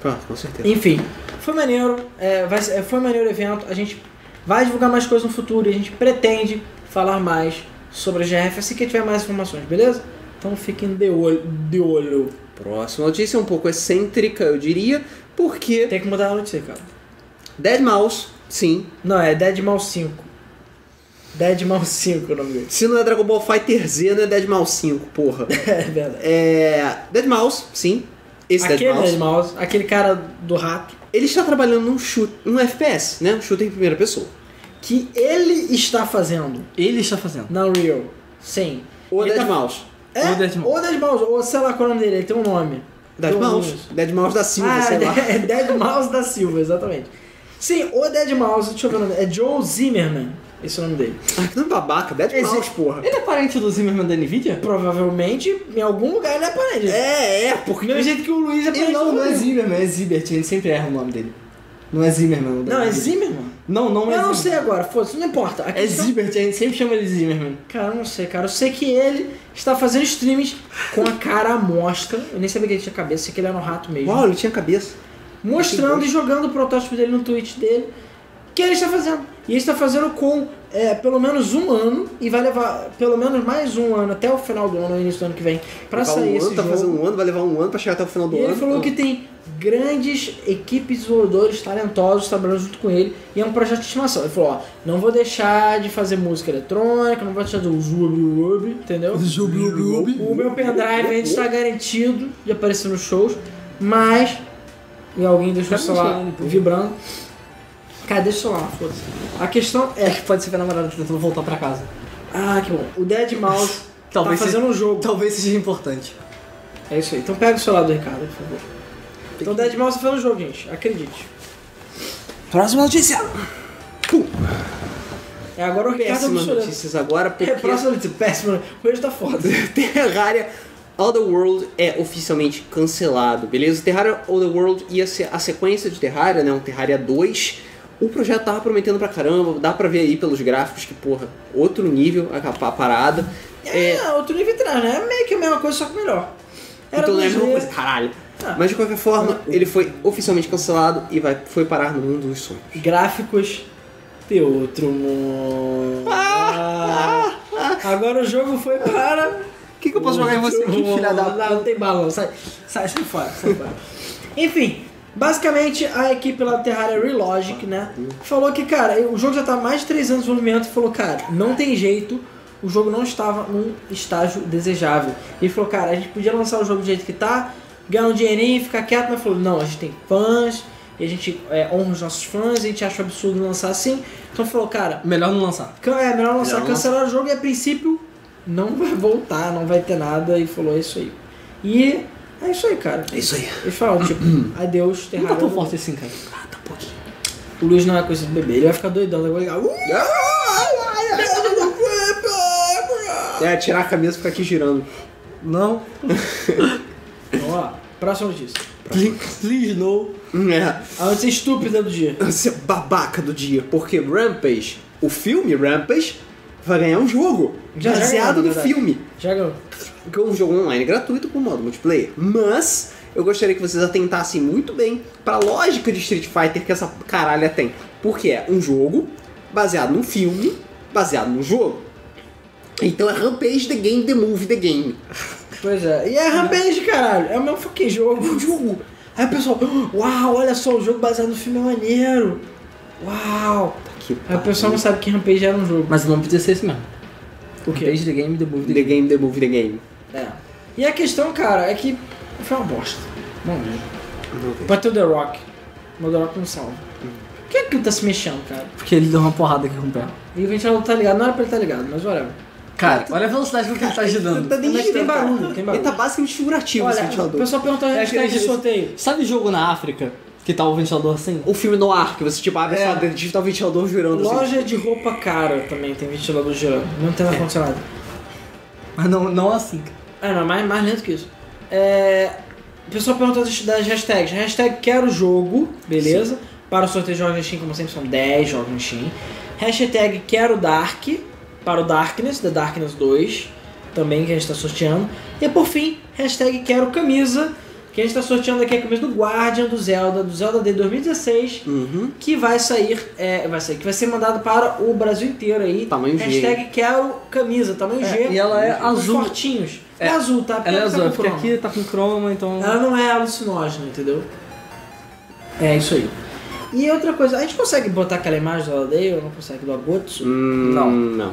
C: Pronto, com certeza.
A: Enfim, foi maneiro, é, vai ser- foi maneiro o evento, a gente vai divulgar mais coisas no futuro e a gente pretende falar mais sobre a GF assim que tiver mais informações, beleza? Então fiquem de olho. De olho.
C: Próxima notícia é um pouco excêntrica, eu diria, porque
A: Tem que mudar a notícia, cara.
C: Dead Mouse, sim,
A: Não, é Deadmau 5. Deadmau 5 o nome dele.
C: se não é Dragon Ball Fighter Z, não é Dead Mouse 5, porra.
A: É verdade.
C: É. Dead Mouse, sim. Esse Dead
A: aquele
C: Mouse.
A: Deadmau, aquele cara do rato,
C: Ele está trabalhando num chute, num FPS, né? Um chute em primeira pessoa.
A: que ele está fazendo
B: Ele está fazendo.
A: na Unreal. Sim.
C: Ou
A: Ele
C: Dead
A: tá-
C: Mouse.
A: É,
B: Ou Deadmau.
A: Ou Deadmau, ou sei lá qual é o nome dele, ele tem um nome.
C: Dead
A: Tem um
C: Mouse.
A: nome.
C: Dead Mouse da Silva,
A: ah,
C: sei lá.
A: é Dead Mouse da Silva, exatamente. Sim, o Dead Mouse, deixa eu ver o nome, é Joe Zimmerman, esse é o nome dele.
C: Ah, que nome babaca. Dead
A: Existe-
C: Mouse, porra.
B: Ele é parente do Zimmerman da Nvidia?
A: Provavelmente, em algum lugar ele é parente.
C: É, é,
A: do
C: porque.
A: mesmo jeito que o Luiz é
B: E
A: parente
B: não,
A: do
B: não é
A: Luiz.
B: Zimmerman, é Zibert, a gente sempre erra o nome dele. Não é Zimmerman. o da
A: Não, é
B: Nvidia.
A: Zimmerman?
B: Não, não é
A: Eu não
B: Zimmerman.
A: sei agora, foda-se, não importa. A
B: É
A: questão-
B: Zibert, a gente sempre chama ele de Zimmerman.
A: Cara, eu não sei, cara. Eu sei que ele está fazendo streams com a cara à mostra. Eu nem sabia que ele tinha cabeça, sei que ele era um rato mesmo.
C: Uau, ele tinha cabeça.
A: Mostrando e jogando o protótipo dele no Twitch dele. Que ele está fazendo. E ele está fazendo com é, pelo menos um ano. E vai levar pelo menos mais um ano até o final do ano, início do ano que vem. Pra
C: Levar
A: sair
C: um
A: esse
C: ano, tá
A: jogo.
C: fazendo um ano, vai levar um ano pra chegar até o final do
A: E
C: ano.
A: ele falou
C: Então,
A: que tem grandes equipes de desenvolvedores talentosos trabalhando junto com ele e é um projeto de estimação. Ele falou, ó, não vou deixar de fazer música eletrônica, não vou deixar do Zub entendeu? O meu pendrive a gente está garantido de aparecer nos shows, mas. E alguém deixou o
B: Cara,
A: celular
B: não sei, né?
A: vibrando. Cadê o celular? Foda-se. A questão
B: É
A: é.
B: que pode ser minha namorada tentando voltar pra casa.
A: Ah, que bom. O Dead Mouse tá
B: Talvez
A: fazendo um jogo.
B: Talvez seja importante.
A: É isso aí. Então pega o celular do Ricardo, por favor. Então Dead Mouse tá fazendo um jogo, gente. Acredite.
B: Próxima notícia!
A: É agora o Ricardo
C: Péssimas
A: Mussolino.
C: notícias agora, porque
A: É, próxima notícia. Péssima. O Ed tá foda.
C: Terraria Other World é oficialmente cancelado, beleza? Terraria Other World ia ser a sequência de Terraria, né? Um Terraria 2. O projeto tava prometendo pra caramba, dá pra ver aí pelos gráficos que, porra, outro nível a capa- a parada.
A: É, outro nível atrás, né? É meio que a mesma coisa, só que melhor. Era
C: então não é a
A: 2D.
C: mesma coisa, caralho.
A: Ah.
C: Mas de qualquer forma, ele foi oficialmente cancelado e vai, foi parar no mundo dos sonhos.
A: Gráficos de outro mundo. Ah, Agora o jogo foi para.
B: O que, que eu posso jogar em você aqui, filha da.
A: Não, não tem balão, sai, sai, sai fora, sai fora. Enfim, basicamente a equipe lá do Terraria Relogic, né? Falou que, cara, o jogo já tá há mais de 3 anos de desenvolvimento e falou, cara, não tem jeito, o jogo não estava num estágio desejável. E falou, cara, a gente podia lançar o jogo do jeito que tá, ganhar um dinheirinho, ficar quieto, mas falou, não, a gente tem fãs, e a gente é, honra os nossos fãs, a gente acha um absurdo lançar assim. Então falou, cara,
B: Melhor não lançar.
A: Can- É, melhor lançar,
C: Melhor
A: cancelar o jogo e a princípio não vai voltar, não vai ter nada. E falou, é isso aí. E é isso aí, cara.
C: É isso aí.
A: Eles falaram, tipo, adeus,
B: Não tá
A: Terraria.
B: tão forte assim, cara.
A: O Luiz não é coisa de bebê, ele vai ficar doidão, ele vai ligar. "Uh!"
C: É, tirar a camisa e ficar aqui girando.
B: Não.
A: Então, ó, próxima notícia.
B: Please, please no.
C: É.
A: A notícia estúpida do dia.
C: Você é babaca do dia, porque Rampage, o filme Rampage, vai ganhar um jogo
A: Já ganhou,
C: baseado
A: na
C: no
A: verdade.
C: filme,
A: Já ganhou.
C: que é um jogo online gratuito com modo multiplayer. Mas eu gostaria que vocês atentassem muito bem pra lógica de Street Fighter que essa caralha tem, porque é um jogo baseado num filme, baseado num jogo. Então é Rampage the Game, the Movie, the Game.
A: Pois é. E é Rampage, caralho. É o meu fucking jogo. O jogo. Aí o pessoal, uau, olha só, o jogo baseado no filme é maneiro. Uau.
C: Que
A: Aí o pessoal não sabe que Rampage era um jogo.
B: Mas o nome podia ser esse mesmo.
A: O quê?
B: Page the Game The Movie
C: The Game, the Movie, the Game.
A: É. E a questão, cara, é que foi uma bosta. Não mesmo. Bateu The Rock. Mas o The Rock não salva. Por que aquilo tá se mexendo, cara?
B: Porque ele deu uma porrada aqui com o pé.
A: E o ventilador tá ligado. Não era pra ele tá ligado, mas whatever.
B: Cara, olha a velocidade com que ele tá girando.
C: Tá nem
A: Mas tem
C: girando, cara.
A: barulho, tem barulho.
C: Ele tá basicamente figurativo esse
A: Olha, o
C: ventilador.
A: pessoal perguntou a
B: É
A: hashtag
B: aquele-
A: de sorteio.
B: Sabe jogo na África que tá o ventilador assim?
C: o filme no ar, que você tipo abre
B: É.
C: essa digital ventilador girando assim.
A: Loja de roupa cara também tem ventilador girando. Não tem ar-condicionado.
B: Mas não, não assim.
A: Ah, não, mais, mais lento que isso. É... O pessoal perguntou das, das hashtags. Hashtag quero jogo, beleza? Para o sorteio de jogos em Steam, como sempre, são 10 jogos em Steam. Hashtag quero Dark, para o Darkness, The Darkness 2, também que a gente está sorteando. E por fim, hashtag quero camisa, que a gente está sorteando aqui a camisa do Guardian, do Zelda, do Zelda D 2016,
C: Uhum.
A: que vai sair, é, vai sair, que vai ser mandado para o Brasil inteiro aí.
C: Tamanho G.
A: hashtag quero camisa, tamanho
B: É,
A: G.
B: e ela é
A: os
B: azul.
A: Fortinhos. É,
B: É,
A: azul, tá? Porque
B: Ela é
A: tá
B: azul,
A: com
B: porque
A: croma.
B: aqui tá com croma, então.
A: Ela não é alucinógena, entendeu? É isso aí. E outra coisa, a gente consegue botar aquela imagem do Aldeia ou não consegue do Agotsu?
C: Hum,
B: Não.
C: Não.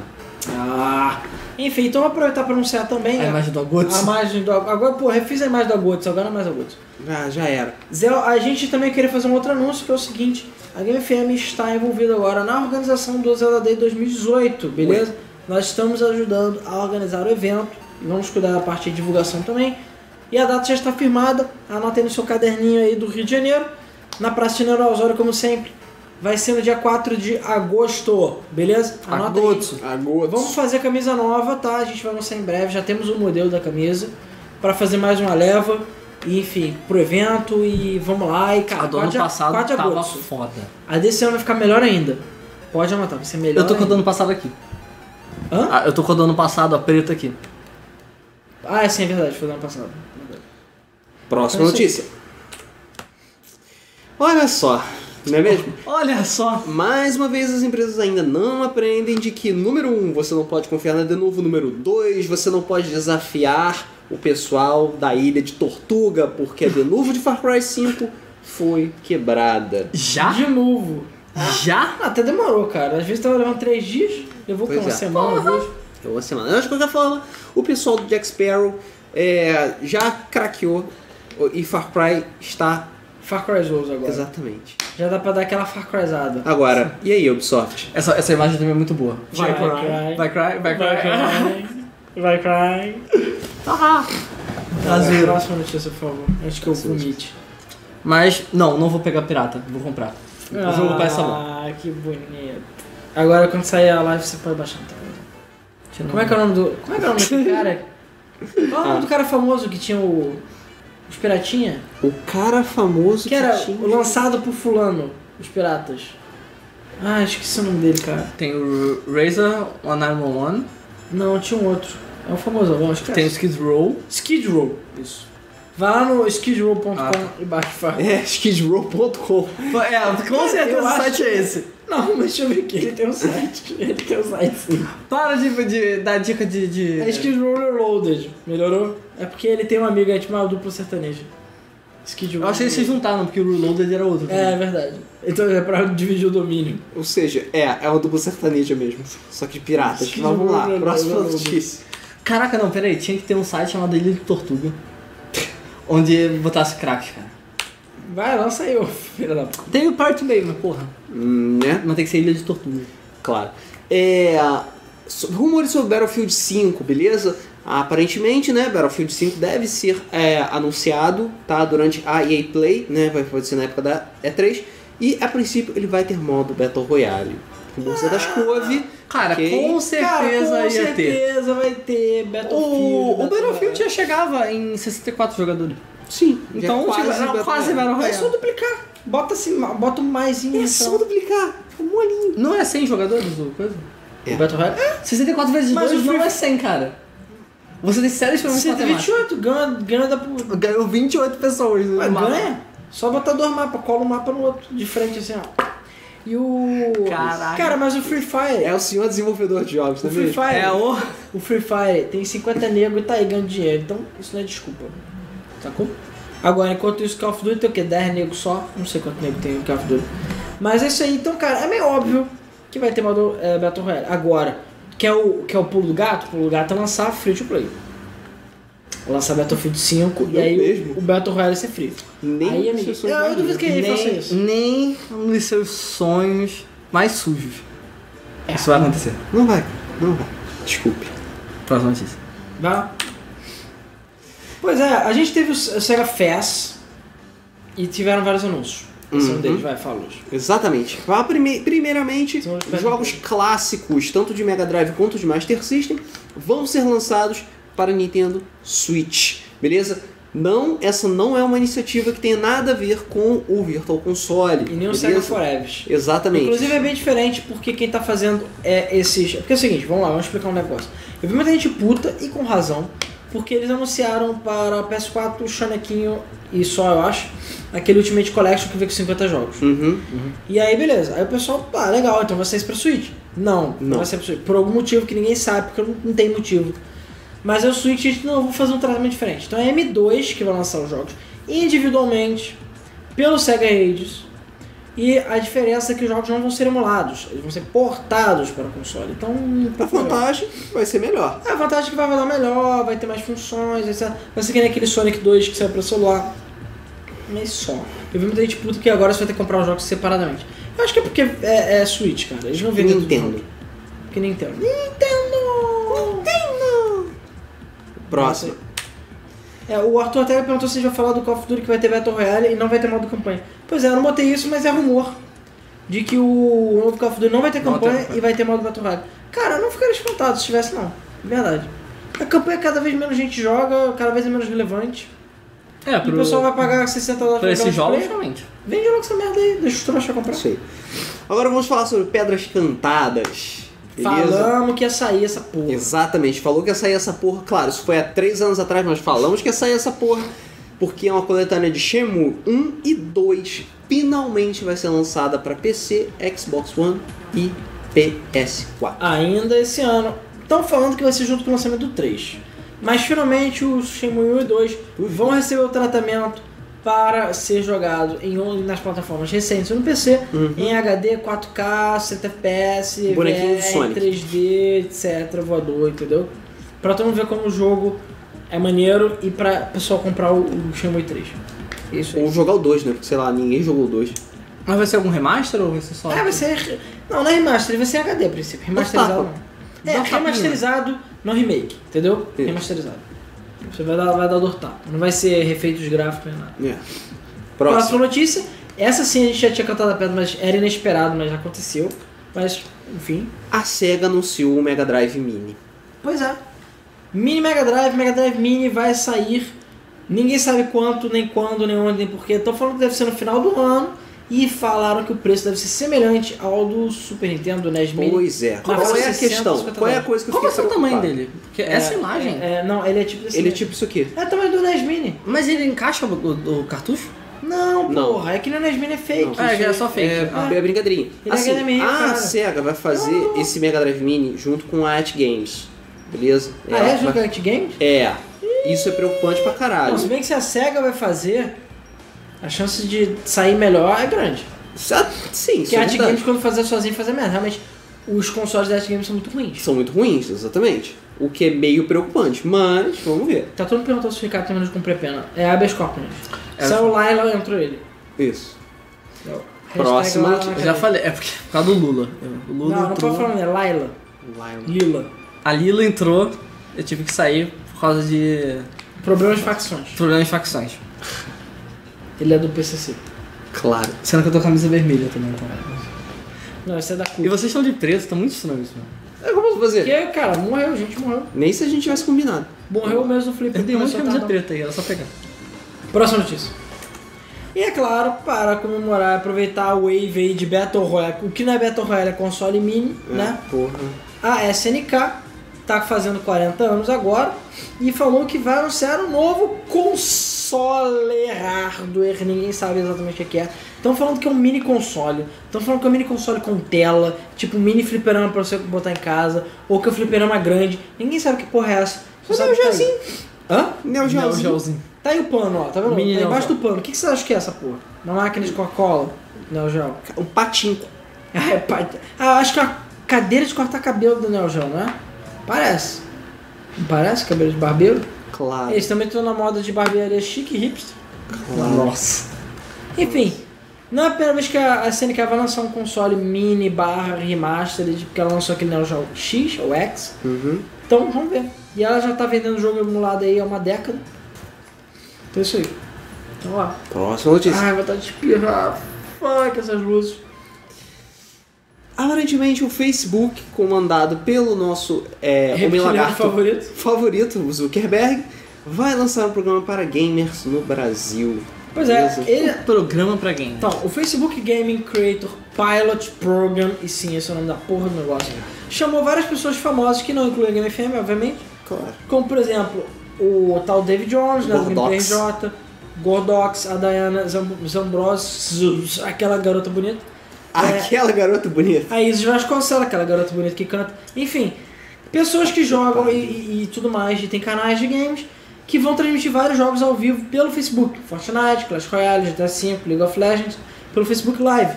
A: Ah! Enfim, então vou aproveitar para anunciar também
B: A imagem do Agotsu.
A: a imagem do Agora, porra, eu fiz a imagem do Agotsu, agora não é mais Agotsu.
C: Já, já era.
A: Zé, a gente também queria fazer um outro anúncio que é o seguinte: a Game FM está envolvida agora na organização do Zelda Day 2018, beleza? Nós estamos ajudando a organizar o evento e vamos cuidar da parte de divulgação também. E a data já está firmada, anota aí no seu caderninho aí do Rio de Janeiro, na Praça General Osório, como sempre. Vai ser no dia 4 de agosto, beleza? Anota aí.
C: Agosto.
A: Vamos fazer camisa nova, tá? A gente vai lançar em breve, já temos o modelo da camisa para fazer mais uma leva, e, enfim, pro evento e vamos lá e cara,
B: A do ano
A: 4 de-
B: passado
A: 4 de
B: tava
A: agosto.
B: foda.
A: A desse ano vai ficar melhor ainda. Pode anotar, vai ser melhor.
B: Eu tô com a do
A: ainda.
B: ano passado aqui.
A: Hã?
B: Ah, eu tô com a do ano passado, a preta aqui.
A: Ah, sim, é verdade, foi do ano passado.
C: Próxima
A: É isso aí.
C: notícia. Olha só, não é mesmo?
B: Olha só.
C: Mais uma vez, as empresas ainda não aprendem de que, número um, você não pode confiar na de novo, número dois, você não pode desafiar o pessoal da ilha de Tortuga, porque a de novo de Far Cry 5 foi quebrada.
B: Já?
A: De novo.
B: Já?
A: Ah, até demorou, cara. Às vezes tava levando 3 dias, levou com
C: Pois
A: uma
C: é.
A: semana, duas.
C: É uma semana. Mas, de qualquer forma, o pessoal do Jack Sparrow é, já craqueou e Far Cry está...
A: Far Cry Souls agora.
C: Exatamente.
A: Já dá pra dar aquela Far Cryzada.
C: Agora, e aí, Ubisoft?
B: Essa, essa imagem também é muito boa.
A: Vai
B: cry. Vai cry, vai cry.
A: Vai cry.
B: Ah. Azul.
A: Tá, Próxima notícia, por favor. Acho que eu vomite.
B: Mas, não, não vou pegar pirata. Vou comprar. O jogo parece tá bom.
A: Ah, que bonito. Agora quando sair a live você pode baixar então. Como é que é o nome do. Como é que é o nome do cara? Qual é o nome do cara famoso que tinha o. Os Piratinha?
C: O cara famoso
A: Que era
C: tinha-
A: lançado por Fulano, os Piratas. Ah, esqueci o nome dele, cara.
B: Tem o Razer 1911.
A: Não, tinha um outro. É um famoso, eu acho que
B: Tem um o
A: é.
B: Skid Row.
A: Skid Row. Isso. Vai lá no skidrow.com
B: Ah, tá.
A: e baixa o Far-
C: É, skidrow.com.
B: É, com certeza
A: Eu
B: o
A: acho
B: site é esse.
A: Não, mas deixa eu ver aqui. Ele tem um site. Ele tem um site sim.
B: Para de, de dar dica de... de...
A: É Skid Row Reloaded. Melhorou? É porque ele tem um amigo, é tipo uma dupla sertaneja. Skid Row.
B: Eu achei que vocês juntaram, porque o Reloaded era outro.
A: É, é verdade. Então é pra dividir o domínio.
C: Ou seja, é, é uma dupla sertaneja mesmo. Só que de piratas. Mas vamos lá, próxima notícia.
B: Caraca, não, peraí, tinha que ter um site chamado Ilha de Tortuga. onde botasse crack, cara.
A: Vai, lança aí, ô filha da puta.
B: Tem o Pirate Bay, mas porra.
C: Hum, né?
B: Mas tem que ser Ilha de Tortuga.
C: Claro. É, so- rumores sobre Battlefield 5, beleza? Aparentemente, né, Battlefield 5 deve ser é, anunciado, tá? Durante a EA Play, né? Vai acontecer na época da E3. E, a princípio, ele vai ter modo Battle Royale. Rumor das couve.
B: Cara,
C: ok?
B: com certeza
A: Cara, com
B: ia ter.
A: certeza vai ter
B: É O,
A: Battlefield.
B: o Battlefield
A: é...
B: já chegava em 64 jogadores.
C: Sim. já
B: Então, tipo, era quase Battle
A: É só
B: Royale.
A: duplicar. Bota, assim, bota então. mais em
C: É só duplicar. É molinho.
B: Não é 100 jogadores o coisa?
C: É.
A: O Battle Royale? É,
B: 64 vezes
A: Mas
B: 2
A: o
B: não
A: Free-
B: é 100, cara. Você tem sérios problemas com matemática.
A: 128. Ganha, ganha da...
B: Ganhou 28 pessoas no
A: Ué,
B: mapa.
A: ganha? Só botar dois mapas, cola um mapa no outro, de frente assim, ó. E o.
B: Caralho.
A: Cara, mas o Free Fire.
C: É o senhor desenvolvedor de jogos,
A: o
C: não é
A: Free
C: mesmo?
A: Fire.
B: É o...
A: O Free Fire tem 50 negros e tá aí ganhando dinheiro. Então isso não é desculpa. Sacou? Agora, enquanto isso, Call of Duty tem o quê? 10 negros só? Não sei quanto nego tem o Call of Duty. Mas é isso aí, então, cara, é meio óbvio que vai ter modo é, Battle Royale. Agora, que é o, que é o pulo do gato? O pulo do gato é lançar free to play. Lançar Battlefield 5 e
C: Não
A: aí
C: mesmo?
A: o, o Battle Royale ser free.
C: Nem
A: Aí, amigo,
C: pessoas
A: eu
C: imaginam.
A: duvido
B: um
A: que- Quem faça isso?
B: nem nos seus sonhos mais sujos. Isso vai acontecer.
C: Não vai, não vai. Desculpe.
B: Próxima notícia.
A: Vá. Pois é, a gente teve o Sega Fest e tiveram vários anúncios. Esse é um
C: Uhum.
A: deles, vai, fala hoje.
C: Exatamente. Vá prime- Primeiramente,
A: São os pés
C: jogos clássicos, tanto de Mega Drive quanto de Master System, vão ser lançados para Nintendo Switch. Beleza? Não, essa não é uma iniciativa que tenha nada a ver com o Virtual Console.
A: E nem o
C: beleza?
A: Sega Forever.
C: Exatamente.
A: Inclusive é bem diferente porque quem tá fazendo é esses. Porque é o seguinte, vamos lá, vamos explicar um negócio. Eu vi muita gente puta e com razão, porque eles anunciaram para PS4 o Chanequinho e só eu acho, aquele Ultimate Collection que veio com 50 jogos.
C: Uhum.
A: E aí beleza, aí o pessoal, pá, legal, então vai sair pra Switch. Não, não,
C: Não.
A: vai sair pra Switch. Por algum motivo que ninguém sabe, porque não, não tem motivo. Mas é o Switch, eles, não, eu vou fazer um tratamento diferente. Então é M2 que vai lançar os jogos individualmente, pelo Sega Ages. E a diferença é que os jogos não vão ser emulados, eles vão ser portados para o console. Então, um
C: A
A: pouco melhor.
C: vantagem vai ser melhor.
A: A vantagem é que vai rodar melhor, vai ter mais funções, etc. Vai ser que nem aquele Sonic 2 que saiu pra celular. Mas só. Eu vi muita gente puta que agora você vai ter que comprar os jogos separadamente. Eu acho que é porque é, é Switch, cara. Eles não vendem tudo
C: Nintendo.
A: junto. Porque Nintendo. Nintendo! Nintendo!
C: Próximo.
A: É, o Arthur até perguntou se a gente vai falar do Call of Duty que vai ter Battle Royale e não vai ter modo campanha. Pois é, eu não botei isso, mas é rumor. De que o novo Call of Duty não vai ter
B: Não
A: campanha
B: tem.
A: e vai ter modo Battle Royale. Cara, eu não ficaria espantado se tivesse, não. De Verdade. A campanha cada vez menos gente joga, cada vez é menos relevante.
B: É,
A: E o
B: pro,
A: pessoal vai pagar 60 dólares
B: pra
A: jogar
B: esses jogos,
A: multiplayer.
B: realmente.
A: Vende logo essa merda aí, deixa os trouxas comprar.
C: Isso aí. Agora vamos falar sobre Pedras Cantadas. Beleza?
A: Falamos que ia sair essa porra.
C: Exatamente, falou que ia sair essa porra. Claro, isso foi há três anos atrás, nós falamos que ia sair essa porra. Porque é uma coletânea de Shenmue 1 e 2. Finalmente vai ser lançada pra PC, Xbox One e PS4.
A: Ainda esse ano. Estão falando que vai ser junto com o lançamento do 3. Mas finalmente o Shenmue 1 e 2 vão receber o tratamento para ser jogado em on- nas plataformas recentes no PC,
C: Uhum.
A: em HD, 4K, 60 FPS,
C: Bonequinho do
A: VR,
C: Sonic.
A: 3D, etc, voador, entendeu? Pra todo mundo ver como o jogo é maneiro e pra pessoal comprar o, o Shenmue 3. Isso aí.
C: Ou jogar o 2, né? Porque sei lá, ninguém jogou o 2.
B: Mas vai ser algum remaster ou É, vai ser só?
A: Ah, vai ser... Não, não é remaster, vai ser HD a princípio. Remasterizado
C: Dá
A: não. É,
B: Dá um tapinha.
A: remasterizado, não remake, entendeu?
C: Isso.
A: Remasterizado. Você vai dar, vai dar dor tapa. Não vai ser refeitos gráficos nem nada.
C: É.
A: Próxima
C: Próximo.
A: notícia. Essa sim a gente já tinha cantado a pedra, mas era inesperado, mas já aconteceu. Mas, enfim.
C: A SEGA anunciou o Mega Drive Mini.
A: Pois é. Mini Mega Drive, Mega Drive Mini vai sair. Ninguém sabe quanto, nem quando, nem onde, nem porquê. Estão falando que deve ser no final do ano. E falaram que o preço deve ser semelhante ao do Super Nintendo, do NES Mini.
C: Pois é. Qual
A: Mas
C: é a
A: 60,
C: questão?
A: 50
C: Qual é a
A: dólares. tá
C: coisa que eu
B: Qual vai
C: fiquei
B: ser o tamanho
C: preocupado?
B: dele? Porque essa imagem.
A: É, é, não, ele é tipo desse.
C: Ele é tipo isso aqui.
A: É o tamanho do NES Mini.
B: Mas ele encaixa o, o- o cartucho?
A: Não,
C: Não.
A: porra, é que o NES Mini é fake.
B: Ah, é só fake.
C: É,
B: Ah.
C: é brincadeirinha.
A: Ele é
C: Assim,
A: HDMI,
C: a
A: cara.
C: SEGA vai fazer esse Mega Drive Mini junto com a At Games. Beleza?
A: Ah, é,
C: Ela vai-
A: Jogante Games?
C: É. Isso é preocupante pra
A: Não,
B: Ah,
C: caralho.
A: se bem que se a SEGA vai fazer, a chance de sair melhor é grande.
C: Isso é- Sim, isso
A: Porque
C: é
A: a At
C: verdade.
A: Games, quando fazer sozinho, fazer merda. Realmente, os consoles da At Games são muito ruins.
C: São muito ruins, exatamente. O que é meio preocupante, mas vamos ver.
A: Tá todo mundo perguntando se o Ricardo tem menos com pré-pena. É habeas corpus.
B: É,
A: Saiu lá e lá entrou ele.
C: Isso.
A: Hashtag Laila
C: Próxima
A: na
C: notícia.
B: Eu
A: cadeia.
B: já falei, é porque por causa do Lula. O Lula
A: Não, não
B: entrou.
A: pode falar, né? Laila. Lila.
B: A Lila entrou, eu tive que sair por causa de
A: Problemas de facções.
B: problemas de facções.
A: Ele é do PCC.
C: Claro.
B: Sendo que eu tô com a camisa vermelha também, então.
A: Não, esse é da CUT.
B: E vocês estão de preto, tá muito estranho isso, mano.
C: É, como eu posso fazer?
A: Porque, cara, morreu, gente, morreu.
C: Nem se a gente tivesse combinado.
A: Morreu mesmo o Felipe.
B: Eu tenho um monte de
A: começou a
B: camisa
A: tardar.
B: preta aí, era só pegar.
A: Próxima notícia. E é claro, para comemorar, aproveitar a wave aí de Battle Royale, o que não é Battle Royale é console mini, né?
C: É, porra.
A: A SNK tá fazendo 40 anos agora e falou que vai anunciar um novo console hardware, ninguém sabe exatamente o que é. Estão falando que é um mini console, estão falando que é um mini console com tela, tipo um mini fliperama pra você botar em casa, ou que é um fliperama grande, ninguém sabe que porra é essa. Só sabe que tá aí. Hã?
C: Neo Geo.
B: Não, Geozinho.
A: Tá aí o pano, ó, tá vendo?
B: Mini
A: tá
B: Neo
A: embaixo
B: Geo.
A: do pano. O que, que você acha que é essa porra? Uma máquina de Coca-Cola? Neo Geo.
C: Um patinco.
A: Ah, é pa- ah, acho que é uma cadeira de cortar cabelo do Neo Geo, não é? Parece. Não Parece cabelo de barbeiro.
C: Claro.
A: Eles também estão na moda de barbearia chique e hipster.
B: Nossa.
A: Enfim, não é a primeira vez que a a SNK vai lançar um console mini barra remastered, porque ela lançou aquele Neo Geo X ou X.
C: Uhum.
A: Então, vamos ver. E ela já tá vendendo o jogo emulado aí há uma década. Então é isso aí. Então, lá.
C: Próxima notícia.
A: Ai, vontade de espirrar. Fuck essas luzes.
C: Aparentemente o Facebook, comandado pelo nosso é, homem
A: Reptiliano
C: lagarto
A: favorito.
C: favorito, o Zuckerberg, vai lançar um programa para gamers no Brasil.
A: Pois é,
C: Beleza?
A: ele.
B: Programa pra game.
A: Então, o Facebook Gaming Creator Pilot Program, e sim, esse é o nome da porra do negócio, né? chamou várias pessoas famosas que não incluem a Game FM, obviamente,
C: Claro.
A: como por exemplo o tal David Jones, né, do
C: Gordox.
A: PRJ, Gordox, a Diana Zamb- Zambros, aquela garota bonita,
C: Aquela garota bonita.
A: a Isis Vasconcelos, aquela garota bonita que canta, enfim, pessoas que jogam e, e- e tudo mais, e tem canais de games que vão transmitir vários jogos ao vivo pelo Facebook, Fortnite, Clash Royale, GTA V, League of Legends, pelo Facebook Live.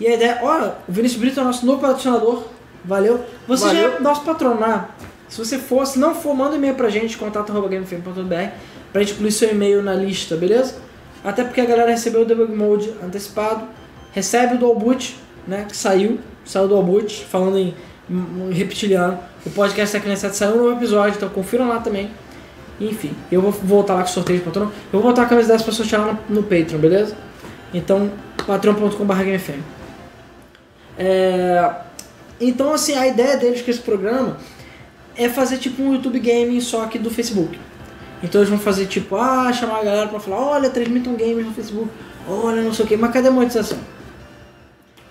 A: E a ideia, olha, o Vinícius Brito é nosso novo patrocinador, valeu. Você já é
C: Valeu.
A: nosso patronar. Se você for, se não for, manda um e-mail pra gente, contato.gamefm.br, pra gente incluir seu e-mail na lista, beleza? Até porque a galera recebeu o debug mode antecipado, recebe o dual boot, né, que saiu, saiu o dual boot, falando em, em reptiliano. O podcast da Criança saiu um novo episódio, então confiram lá também. Enfim, eu vou voltar lá com o sorteio de patrão. Eu vou botar a camisa dessa pra sortear lá no, no Patreon, beleza? Então, patreon.com.br GameFM. É... Então, assim, a ideia deles com esse programa é fazer tipo um YouTube Gaming só que do Facebook. Então eles vão fazer tipo, ah, chamar a galera pra falar, olha, transmitam games no Facebook, olha, não sei o que, mas cadê a monetização?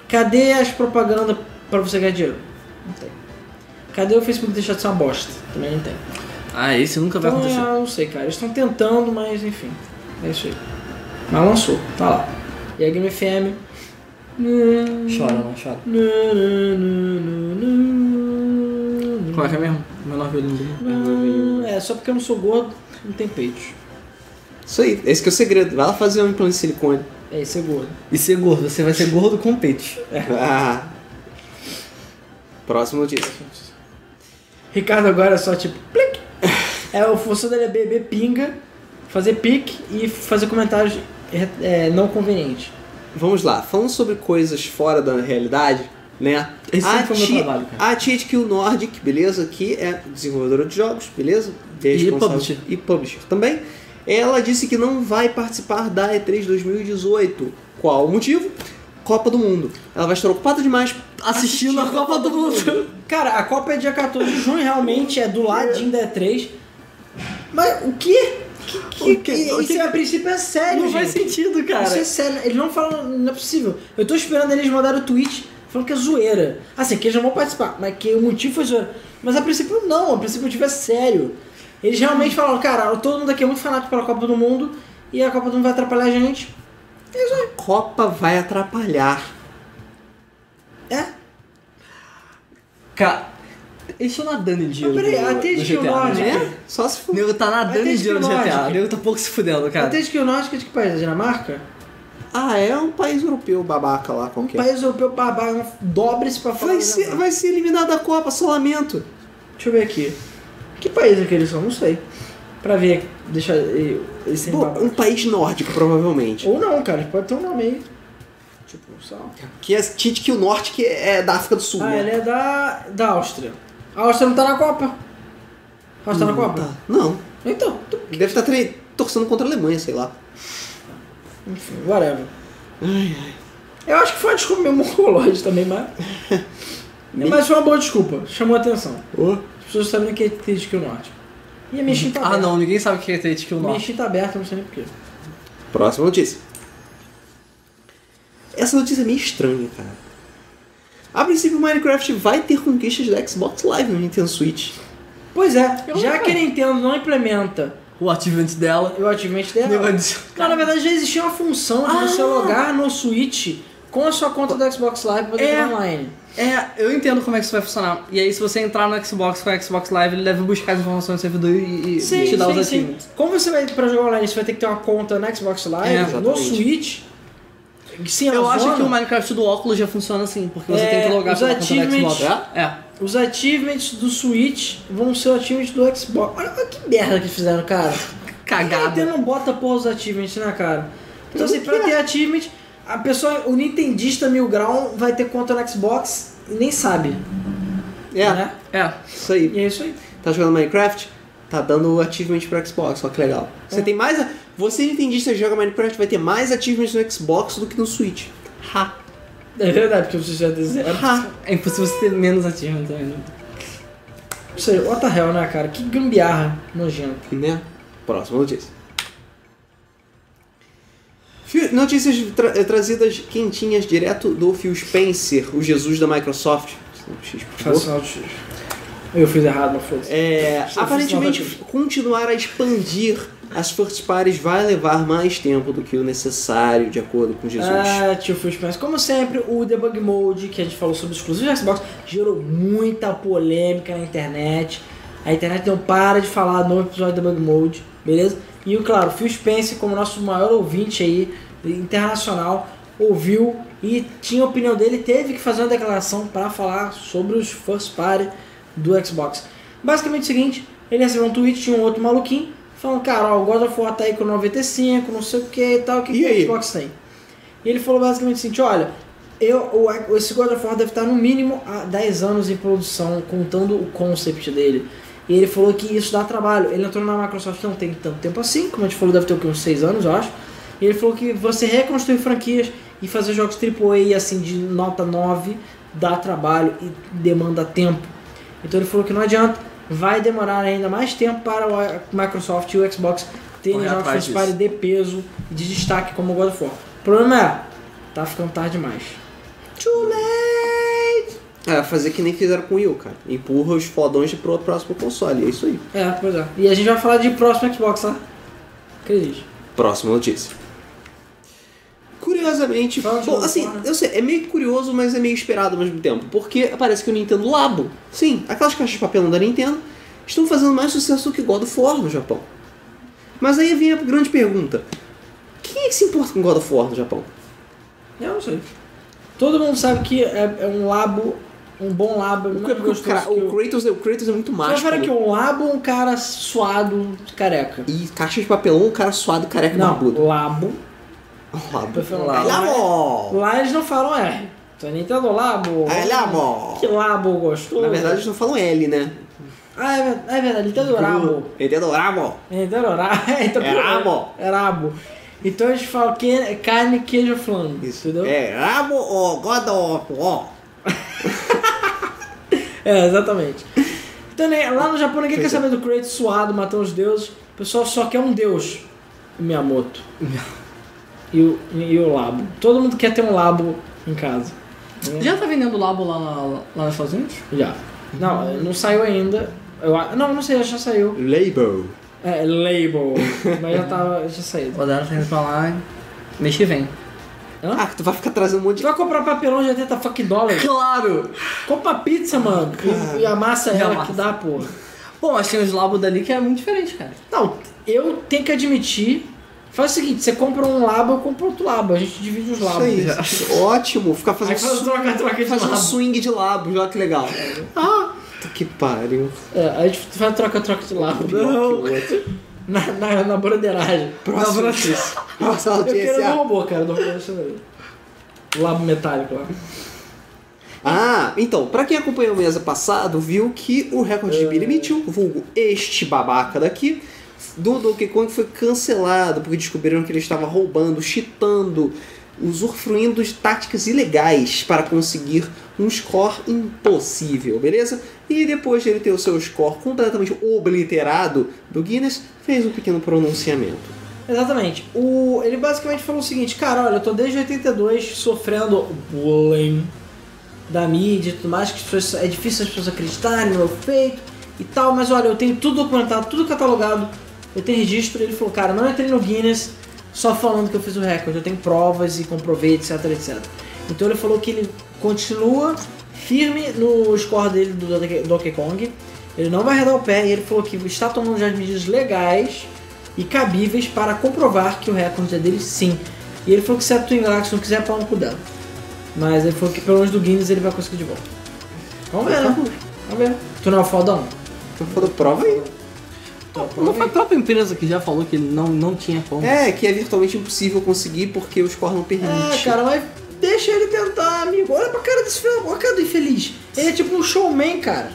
A: Cadê as propagandas pra você ganhar dinheiro? Não tem. Cadê o Facebook deixar de ser uma bosta? Também não tem.
B: Ah, esse nunca vai
A: Então,
B: acontecer.
A: eu não sei, cara. Eles estão tentando, mas enfim. É isso aí. Mas lançou, tá lá. E a Game hum, FM.
B: Chora, não chora. Qual é que é mesmo? Menor violino do mundo.
A: É, só porque eu não sou gordo, não tem peito.
C: Isso aí, esse que é o segredo. Vai lá fazer um implante de silicone.
A: É, isso é gordo.
B: E ser gordo, você vai ser gordo com peitos.
C: Ah. Próxima notícia.
A: Ricardo agora é só tipo. Plic. É, a função dele é beber pinga, fazer pique e fazer comentários é, não convenientes.
C: Vamos lá, falando sobre coisas fora da realidade, né?
B: Esse
C: a
B: sempre foi o meu
C: Ti-
B: trabalho, cara.
C: A THQ Nordic, beleza? Que é desenvolvedora de jogos, beleza? Responsável-
B: publisher.
C: E publisher também. Ela disse que não vai participar da E3 2018. Qual o motivo? Copa do Mundo. Ela vai estar ocupada demais
B: Assistindo a Copa do Mundo.
A: Cara, a Copa é dia 14 de junho, realmente, é do ladinho da E3. Mas o quê? Que, que,
B: O quê?
A: que-
B: O
A: isso
B: quê?
A: a princípio é sério,
B: Não faz
A: gente.
B: sentido, cara.
A: Isso é sério, eles não falam, não é possível. Eu tô esperando eles mandarem o tweet falando que é zoeira. Assim, que eles não vão participar, mas que o motivo foi zoeira. Mas a princípio não, a princípio o motivo é sério. Eles realmente falaram, cara, todo mundo aqui é muito fanático pela Copa do Mundo e a Copa do Mundo vai atrapalhar a gente.
C: Copa vai atrapalhar.
A: É,
B: Cara, eles estão nadando em dinheiro.
A: Mas peraí,
B: do-
A: a THQ
B: do GTA,
A: Nordic-
B: né?
C: Né? Só se
B: O
C: for.
B: nego tá nadando
A: Até
B: em dinheiro no
A: que
B: GTA.
A: lógico.
B: O nego tá pouco se fudendo, cara.
A: até que o Norte é de que país? Da Dinamarca?
C: Ah, é um país europeu babaca lá qualquer.
A: Um país europeu babá, dobre-se pra falar.
C: Vai
A: da
C: ser,
A: Dinamarca.
C: vai ser eliminado da Copa, só lamento.
A: Deixa eu ver aqui. Que país é que eles são? Não sei. Pra ver, deixa eu- eles sem
C: Pô,
A: babá.
C: um país nórdico, provavelmente.
A: Ou não, cara, pode ter um nome aí. Tipo, sei lá.
C: Que é Tite que o norte que é da África do Sul.
A: Ah,
C: né?
A: ele é da, da Áustria. A Áustria não tá na Copa. A Áustria tá na Copa?
C: Tá. Não.
A: Então, tu-
C: Ele deve estar tre- torcendo contra a Alemanha, sei lá.
A: enfim, whatever. Eu acho que foi uma desculpa meio mongoloide também, mas. mas foi uma boa desculpa, chamou a atenção. As pessoas sabem que é triste que o norte. E a Mexin tá
B: Ah,
A: aberta.
B: não, ninguém sabe o que é Tate Kill
A: A
B: Norte.
A: Mexin tá aberta, não sei nem porquê.
C: Próxima notícia. Essa notícia é meio estranha, cara. A princípio, Minecraft vai ter conquistas da Xbox Live no Nintendo Switch.
A: Pois é,
B: Eu
A: já
B: não
A: que a
B: sei.
A: Nintendo não implementa
B: O achievement dela.
A: o ativamente
B: O nego
A: dela.
B: vai dizer,
A: Não, na verdade já existia uma função de você logar no Switch com a sua conta do Xbox Live pra poder
B: É.
A: jogar online.
B: É, eu entendo como é que isso vai funcionar. E aí, se você entrar no Xbox com o Xbox Live, ele deve buscar as informações do servidor e, e
A: Sim,
B: te dar
A: sim,
B: os
A: sim.
B: achievements.
A: Como você vai pra jogar online, você vai ter que ter uma conta no Xbox
B: É,
A: Live, no
C: exatamente.
A: Switch. Sim,
B: Eu
A: a
B: acho
A: zona,
B: que o Minecraft do óculos já funciona assim, porque você
A: É,
B: tem que logar
A: os
B: pela conta do
A: achievements-
B: Xbox. É.
A: os achievements do Switch vão ser os achievements do Xbox. Olha, olha que merda que eles fizeram, cara. A
B: Cagada.
A: Nintendo não bota porra os achievements, né, cara? Então,
C: Por
A: assim, pra
C: quê?
A: ter achievement, a pessoa, o nintendista mil grau vai ter conta no Xbox e nem sabe,
C: É,
A: né?
B: É.
C: isso aí.
A: E é isso aí.
C: Tá jogando Minecraft? Tá dando achievement pro Xbox, olha que legal. Você tem mais. A... Você nintendista que joga Minecraft, vai ter mais achievements no Xbox do que no Switch. Ha!
A: É verdade, porque você já desenha.
C: Ha!
B: É impossível você ter menos achievements ainda.
A: né, Não sei, what the hell, né, cara? Que gambiarra nojenta.
C: Né? Próxima notícia. Fio- Notícias tra- eh, trazidas quentinhas direto do Phil Spencer, o Jesus da Microsoft. X, por favor.
A: Faça o X. Eu fiz errado, mas foda-se.
C: É,
A: Isso é
C: aparentemente,
A: funcional
C: continuar a expandir as first parties vai levar mais tempo do que o necessário, de acordo com Jesus.
A: Ah, tio Phil Spencer. Como sempre, o Debug Mode, que a gente falou sobre exclusivo de Xbox, gerou muita polêmica na internet. A internet não para de falar no episódio do Debug Mode, beleza? E, claro, o Phil Spencer, como nosso maior ouvinte aí, internacional, ouviu e tinha a opinião dele, teve que fazer uma declaração para falar sobre os first party do Xbox. Basicamente é o seguinte, ele recebeu um tweet de um outro maluquinho, falando, cara, ó, o God of War tá aí com 95, não sei o que e tal, o que,
C: E
A: que
C: aí?
A: o Xbox tem? E ele falou basicamente o seguinte, olha, eu, o, esse God of War deve estar no mínimo há 10 anos em produção, contando o concept dele. E ele falou que isso dá trabalho. Ele entrou na Microsoft não tem tanto tempo assim, como a gente falou, deve ter o quê, uns 6 anos, eu acho. E ele falou que você reconstruir franquias e fazer jogos AAA assim de nota 9 dá trabalho e demanda tempo. Então ele falou que não adianta, vai demorar ainda mais tempo para o Microsoft e o Xbox terem
B: Correr
A: jogos
B: atrás
A: first party de peso e de destaque como o God of War. O problema é, tá ficando tarde demais. Too late!
C: É, fazer que nem fizeram com o Wii, U, cara. Empurra os fodões pro próximo console, é isso aí.
A: É, pois é. E a gente vai falar de próximo Xbox, tá? Acredite.
C: Próxima notícia. Curiosamente,
A: Fala de
C: bom,
A: novo,
C: assim,
A: fala.
C: eu sei, é meio curioso, mas é meio esperado ao mesmo tempo. Porque parece que o Nintendo Labo, sim, aquelas caixas de papelão da Nintendo, estão fazendo mais sucesso do que God of War no Japão. Mas aí vem a grande pergunta: quem é que se importa com God of War no Japão?
A: Eu não sei. Todo mundo sabe que é, é um labo, um bom labo.
C: O,
A: não
C: é porque o,
A: gostoso
C: cara,
A: que
C: o, Kratos, é- o Kratos é muito
A: Você vai
C: macho.
A: falar que é um labo ou um cara suado, careca?
C: E caixa de papelão, o cara suado, careca
A: Não,
C: barbudo.
A: labo.
C: Labo.
A: Eu falo labo.
C: Labo!
A: Lá eles não falam R. Então Nintendo Labo.
C: Labo!
A: Que Labo gostoso.
C: é Na verdade, eles não falam L, né? é
A: Ah, é, ver- é verdade, Nintendo Labo.
C: Entendeu? Labo!
A: Nintendo Labo. então,
C: É Labo.
A: É Labo. Então eles falam que, carne, queijo, flan.
C: Isso.
A: Entendeu?
C: É, Rabo ou God of War.
A: É, exatamente. Então, né, lá no Japão ninguém
C: Pois
A: quer
C: é.
A: saber do Kratos suado, matando os deuses. O pessoal só quer um deus. O Miyamoto. e, o, e o Labo. Todo mundo quer ter um Labo em casa.
B: Já tá vendendo Labo lá, na, lá nos Estados Unidos?
A: Já. Não, não saiu ainda. Eu, a- não, não sei, já saiu.
C: Label.
A: É, label. Mas já tava. Já saído.
B: O Dara tá indo pra lá mês que vem.
C: Ah, tu vai ficar trazendo um monte
A: Tu
C: de...
A: vai comprar papelão de 80 fuck dólares?
B: Claro!
A: Compra pizza, mano. E, e amassa
B: E
A: ela
B: amassa.
A: que dá, porra.
B: Bom, mas tem uns Labo dali que é muito diferente, cara.
A: Não, eu tenho que admitir. Faz o seguinte, você compra um labo, eu compro outro labo. A gente divide os labos.
C: Isso
A: Aí
C: aí. Ótimo. Ficar fazendo,
A: faz
C: su-
A: troca, troca de
C: fazendo
A: labo.
C: swing de labos. Olha que legal. Ah, puta que pariu.
A: É, a gente faz troca, troca de labo.
C: Pior que o outro.
A: Na, na, na broderagem.
C: Próximo.
A: Na bro-
C: Nossa,
A: Eu quero do
C: audiência.
A: robô, cara. Do robô, deixa eu ver. Labo metálico lá.
C: Ah, então, pra quem acompanhou o mês passado, viu que o recorde de Billy Mitchell, vulgo este babaca daqui, do Donkey Kong foi cancelado porque descobriram que ele estava roubando, cheatando, usufruindo de táticas ilegais para conseguir um score impossível, beleza? E depois de ele ter o seu score completamente obliterado do Guinness, fez um pequeno pronunciamento.
A: Exatamente. O, ele basicamente falou o seguinte, cara, olha, eu tô desde 82 sofrendo bullying da mídia e tudo mais, que as pessoas- é difícil as pessoas acreditarem no meu feito e tal, mas olha, eu tenho tudo documentado, tudo catalogado, eu tenho registro, ele falou, cara, não entrei no Guinness só falando que eu fiz o recorde, eu tenho provas e comprovei, etc, etc. Então ele falou que ele continua firme no score dele do Donkey- Donkey Kong, ele não vai arredar o pé e ele falou que está tomando já as medidas legais e cabíveis para comprovar que o recorde é dele sim. E ele falou que se a Twin Galaxy não quiser, pau no cu dela. Mas ele falou que pelo menos do Guinness ele vai conseguir de volta. Vamos ver, né? Vamos ver. Tu não é o fodão?
C: Então, falou, prova aí.
A: Então,
B: Não
A: prova
B: foi a
A: aí.
B: própria empresa que já falou que não, não tinha como.
C: É, que é virtualmente impossível conseguir porque o score não permite.
A: É, cara, mas deixa ele tentar, amigo. Olha pra cara desse filho, olha a cara do infeliz. Ele é tipo um showman, cara.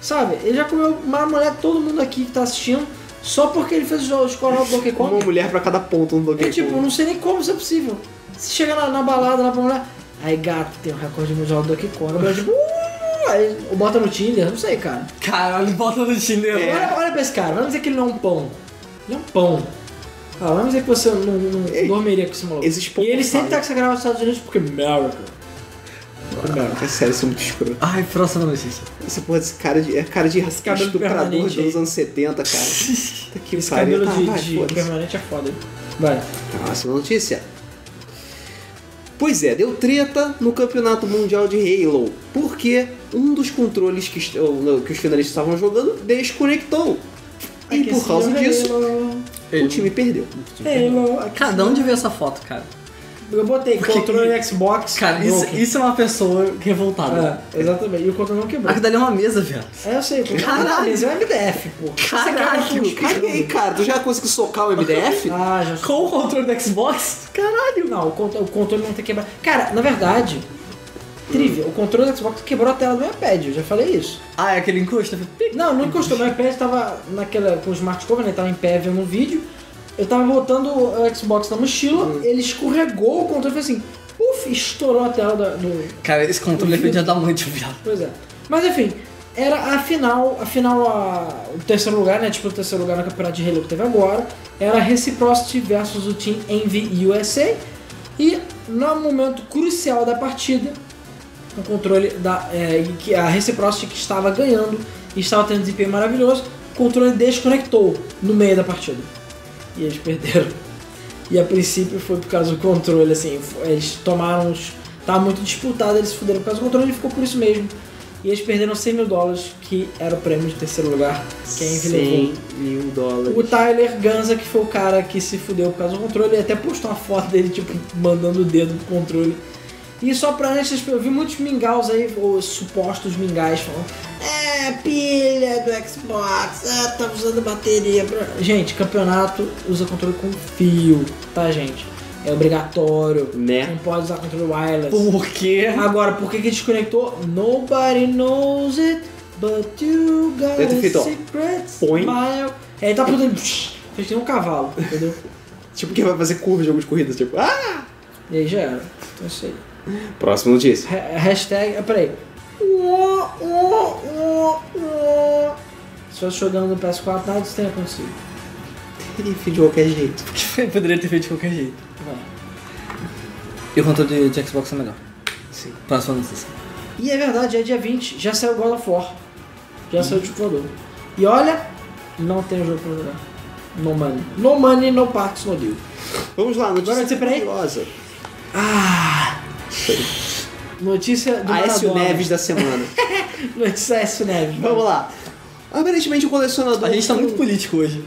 A: Sabe? Ele já comeu uma mulher, todo mundo aqui que tá assistindo, só porque ele fez o score do Donkey Kong.
C: Uma mulher pra cada ponto no Donkey
A: É tipo, eu
C: Kong.
A: não sei nem como isso é possível. Se chegar na, na balada lá pra mulher, aí gato, tem o recorde mundial do Donkey Kong. A mulher, tipo, "Uh", aí, ou bota no Tinder, não sei, cara.
B: Caralho, bota no Tinder.
C: É.
A: Olha, olha pra esse cara, vamos dizer que ele não é um pão. Ele é um pão. Ah, vamos dizer que você não, não dormiria com esse maluco.
C: Existe
A: e
C: pouco
A: ele
C: que
A: sempre
C: fala.
A: tá com essa gravata dos Estados Unidos porque America.
C: Cara, é sério, isso é muito escuro.
B: Ai, próxima notícia.
C: Essa porra desse cara de, é cara de
A: cabelo
C: estuprador
A: permanente aí.
C: dos anos 70, cara. Tá que
A: Esse
C: pariu.
A: cabelo
C: Tá,
A: de,
C: vai,
A: de
C: foda-se.
A: permanente é foda. Vai.
C: Próxima notícia. Pois é, deu treta no Campeonato Mundial de Halo, porque um dos controles que, est- ou, não, que os finalistas estavam jogando desconectou. E por
A: né,
C: causa disso, o time perdeu.
B: Cada um de ver essa foto, cara.
A: Eu botei controle Xbox.
B: Cara, isso,
A: broken.
B: isso é uma pessoa revoltada.
A: É, exatamente. E o controle não quebrou.
B: Aquilo dali é uma mesa, velho.
A: É, eu sei. o controle-
B: Caralho.
A: Mas é um MDF, pô.
B: Caralho!
C: Caguei, cara. Tu já conseguiu socar o MDF?
A: Ah, já
B: Com o controle do Xbox? Caralho!
A: Não, o, contro- o controle não tem quebrado. Cara, na verdade,
B: Hum.
A: trivia, o controle do Xbox quebrou a tela do meu iPad, eu já falei isso.
B: Ah, é aquele encosto?
A: Não, não encostou. Meu iPad tava naquela, com o Smart Cover, né? Tava em pé vendo um vídeo. Eu tava botando o Xbox na mochila,
B: Hum.
A: ele escorregou o controle e foi assim, puf, estourou a tela da- do.
B: Cara, esse controle é feito de adamante, viado.
A: Pois é. Mas enfim, era a final, a final, a- o terceiro lugar, né? Tipo, o terceiro lugar no campeonato de Halo que teve agora. Era Reciprocity versus o Team Envy USA. E no momento crucial da partida, o controle da. é, em que a Reciprocity que estava ganhando e estava tendo um desempenho maravilhoso, o controle desconectou no meio da partida. E eles perderam. E a princípio foi por causa do controle, assim, f- eles tomaram os. Tava muito disputado, eles se fuderam por causa do controle e ficou por isso mesmo. E eles perderam 100 mil dólares, que era o prêmio de terceiro lugar, que é a Envy levou.
C: 100 mil dólares.
A: O Tyler Ganza, que foi o cara que se fudeu por causa do controle, ele até postou uma foto dele, tipo, mandando o dedo pro controle. E só pra antes, eu vi muitos mingaus aí, ou supostos mingais, falando: É, pilha do Xbox, é, tá usando bateria. pra-" Gente, campeonato usa controle com fio, tá, gente? É obrigatório.
C: Né?
A: Não pode usar controle wireless.
B: Por quê?
A: Agora, por que que desconectou? Nobody knows it, but you got
C: Deve ter feito, ó,
A: a secret
C: põe.
A: smile. É, ele tá apontando, psh, fez que nem um cavalo, entendeu?
C: Tipo, quem vai fazer curva de jogo de corrida? Tipo, ah!
A: E aí já era. Então é isso aí.
C: Próxima notícia.
A: Ha- Hashtag, ah, peraí. Uó, uó, uó, uó. Se fosse jogando no PS4, nada disso teria acontecido.
B: é
C: Ele fez de qualquer jeito.
B: Poderia ter feito de qualquer jeito.
A: Vai.
B: E o controle de, de Xbox é melhor.
C: Sim.
B: Próxima notícia.
A: E é verdade, é dia 20, já saiu God of War. Já saiu o tipo voador. E olha, não tem jogo pra jogar. No money. No money, no parts, no deal.
C: Vamos lá, notícia
A: Agora você, peraí.
C: curiosa.
A: Ah! Notícia do
C: Aécio
A: Maradona.
C: Neves da semana.
A: Notícia Aécio Neves.
C: Vamos lá. Aparentemente o colecionador...
B: A gente tá muito político hoje.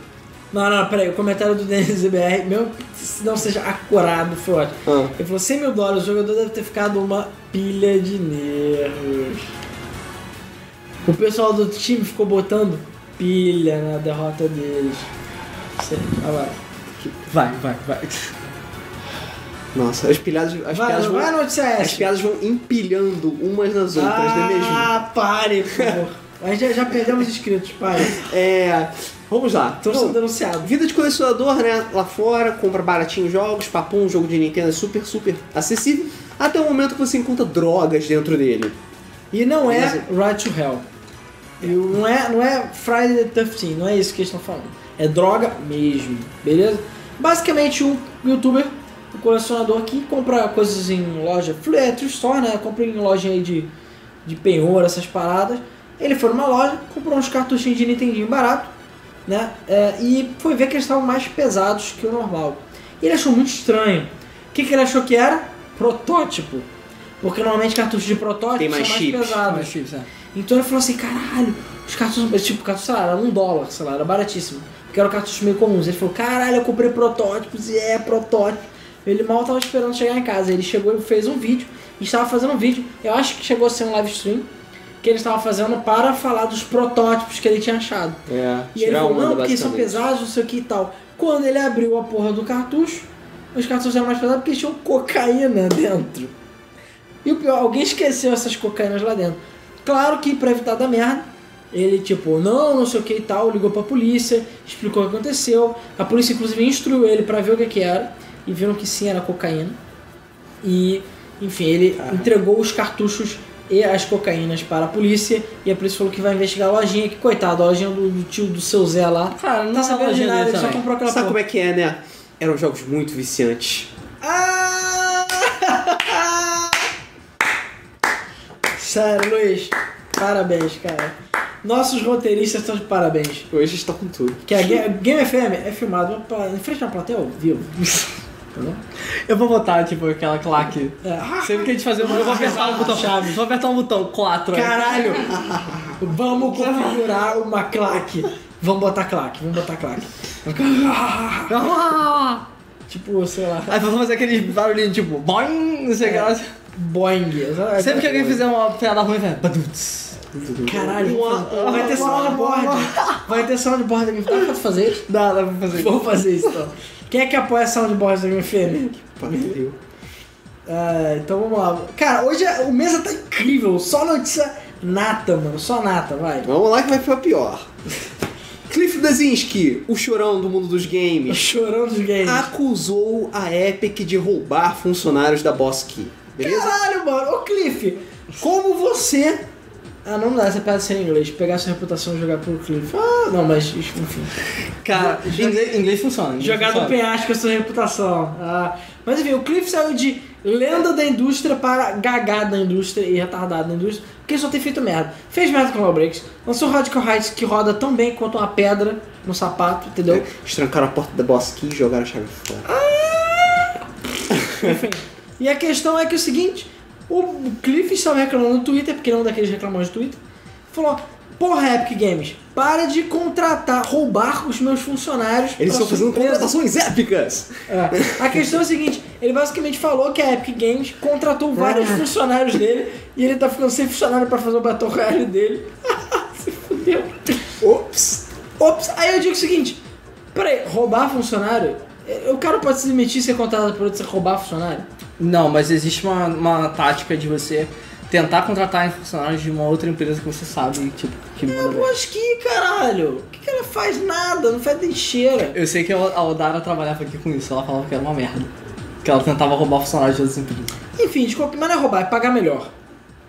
A: Não, não, peraí. O comentário do DNZBR, mesmo que se não seja acurado, foi ótimo.
C: Ah.
A: Ele falou, 100 mil dólares, o jogador deve ter ficado uma pilha de nervos. O pessoal do time ficou botando pilha na derrota deles. Sei, vai lá.
B: Vai, vai, vai.
C: Nossa, as pilhadas, as
A: Vai,
C: piadas vão,
A: vai notícia é
C: as
A: Aécio.
C: piadas vão empilhando umas nas outras, não é mesmo?
A: Ah, pare, pô. A gente já, já perdemos inscritos, pare.
C: É, vamos lá.
A: Tô sendo
C: Bom,
A: denunciado.
C: vida de colecionador, né? Lá fora, compra baratinho jogos, papo, um jogo de Nintendo é super, super acessível, até o momento que você encontra drogas dentro dele.
A: E não é
C: Mas-
A: Right to Hell. E o- não é, não é Friday the 13 não é isso que eles estão falando. É droga mesmo, beleza? Basicamente, um youtuber, um colecionador que compra coisas em loja, fl- é, thrift store, né? Compra em loja aí de, de penhor, essas paradas. Ele foi numa loja, comprou uns cartuchinhos de Nintendinho barato, né? É, e foi ver que eles estavam mais pesados que o normal. E ele achou muito estranho. O que, que ele achou que era? Protótipo. Porque normalmente cartuchos de protótipo
C: Tem mais
A: são
C: chips.
A: mais pesados.
B: Vai, Chips, é.
A: Então ele falou assim, caralho, os cartuchos, tipo, cartucho, sei lá, era um dólar, sei lá, era baratíssimo. Porque eram cartuchos meio comuns. Ele falou, caralho, eu comprei protótipos e é protótipo. Ele mal tava esperando chegar em casa. Ele chegou e fez um vídeo, e estava fazendo um vídeo, eu acho que chegou a ser um live stream, que ele estava fazendo para falar dos protótipos que ele tinha achado.
C: É,
A: E ele falou, não, porque eles são pesados, não sei o que e tal. Quando ele abriu a porra do cartucho, os cartuchos eram mais pesados porque tinham cocaína dentro. E o pior, alguém esqueceu essas cocaínas lá dentro. Claro que pra evitar da merda, ele tipo, não, não sei o que e tal, ligou pra polícia, explicou o que aconteceu. A polícia inclusive instruiu ele pra ver o que que era
C: Ah.
A: e viram que sim era cocaína. E, enfim, ele entregou os cartuchos e as cocaínas para a polícia. E a polícia falou que vai investigar a lojinha, que coitado, a lojinha do, do tio do seu Zé lá.
B: Cara, não
A: tá
B: é
A: sabendo de
B: lojinha
A: nada,
B: dele
A: ele só
B: também.
A: comprou aquela
C: Sabe
A: porra.
C: como é que é, né? Eram jogos muito viciantes.
A: Ah!
C: é?
A: Sério, Luiz, parabéns, cara. Nossos roteiristas estão de parabéns.
C: Hoje está com tudo.
A: Que a Ga- Game FM é filmado pra- em frente à plateia ao vivo. Entendeu?
B: Eu vou botar, tipo, aquela claque.
A: É.
B: Sempre que a gente fazer uma. Eu vou apertar um botão.
A: Chaves.
B: Vou apertar um botão. Quatro.
A: Caralho! Vamos configurar uma claque. Vamos botar claque, vamos botar claque.
B: Ah!
A: Tipo, sei lá,
B: Aí vamos fazer aquele barulhinho tipo boing, não sei o que lá.
A: boing. sabe?
B: Sempre que alguém fizer uma piada ruim, velho, badutz.
A: Caralho, vai ter soundboard. Vai ter soundboard da Game FM. Dá pra fazer isso?
B: Dá, dá pra fazer isso.
A: Vamos fazer isso então. Quem é que apoia soundboard da Game FM?
C: Pariu.
A: Ah, então vamos lá. Cara, hoje é- o mesa tá incrível. Só notícia nata, mano. Só nata, vai.
C: Vamos lá que vai ficar pior. Cliff Blazinski, o chorão do mundo dos games,
A: Chorando os games.
C: Ah, acusou a Epic de roubar funcionários da Boss Key. Beleza?
A: Caralho, mano. Ô, Cliff, como você... Ah, não dá essa piada ser em inglês. Pegar sua reputação e jogar pro Cliff. Ah, não, mas enfim.
B: Cara, inglês, inglês funciona. Inglês
A: Jogar no
B: funciona.
A: penhasco a sua reputação. Ah, mas enfim, o Cliff saiu de lenda da indústria para gagá da indústria e retardado da indústria, porque ele só tem feito merda. Fez merda com o Breaks, lançou Radical Heights que roda tão bem quanto uma pedra no sapato, entendeu?
C: Eles trancaram a porta da Boss Key e jogaram a chave fora.
A: Enfim. E a questão é que é o seguinte: o Cliff estava reclamando no Twitter, porque ele é um daqueles reclamões do Twitter, falou: Porra, Epic Games, para de contratar, roubar os meus funcionários.
C: Eles
A: pra
C: estão
A: sua
C: fazendo
A: empresa."
C: contratações épicas!
A: É. A questão é a seguinte, ele basicamente falou que a Epic Games contratou vários
C: É.
A: funcionários dele e ele tá ficando sem funcionário pra fazer o Battle Royale dele. Se fudeu.
C: Ops!
A: Ops, aí eu digo o seguinte, peraí, roubar funcionário? É, O cara pode se demitir e ser contratado por outro ser roubar funcionário?
B: Não, mas existe uma, uma tática de você tentar contratar funcionários de uma outra empresa que você sabe, tipo, que manda bem.
C: É.
A: Eu acho que, caralho, o que, que ela faz nada, não faz nem cheira.
B: Eu sei que a a Odara trabalhava aqui com isso, ela falava que era uma merda. Que ela tentava roubar funcionários de outras empresas.
A: Enfim, de qualquer maneira é roubar, é pagar melhor.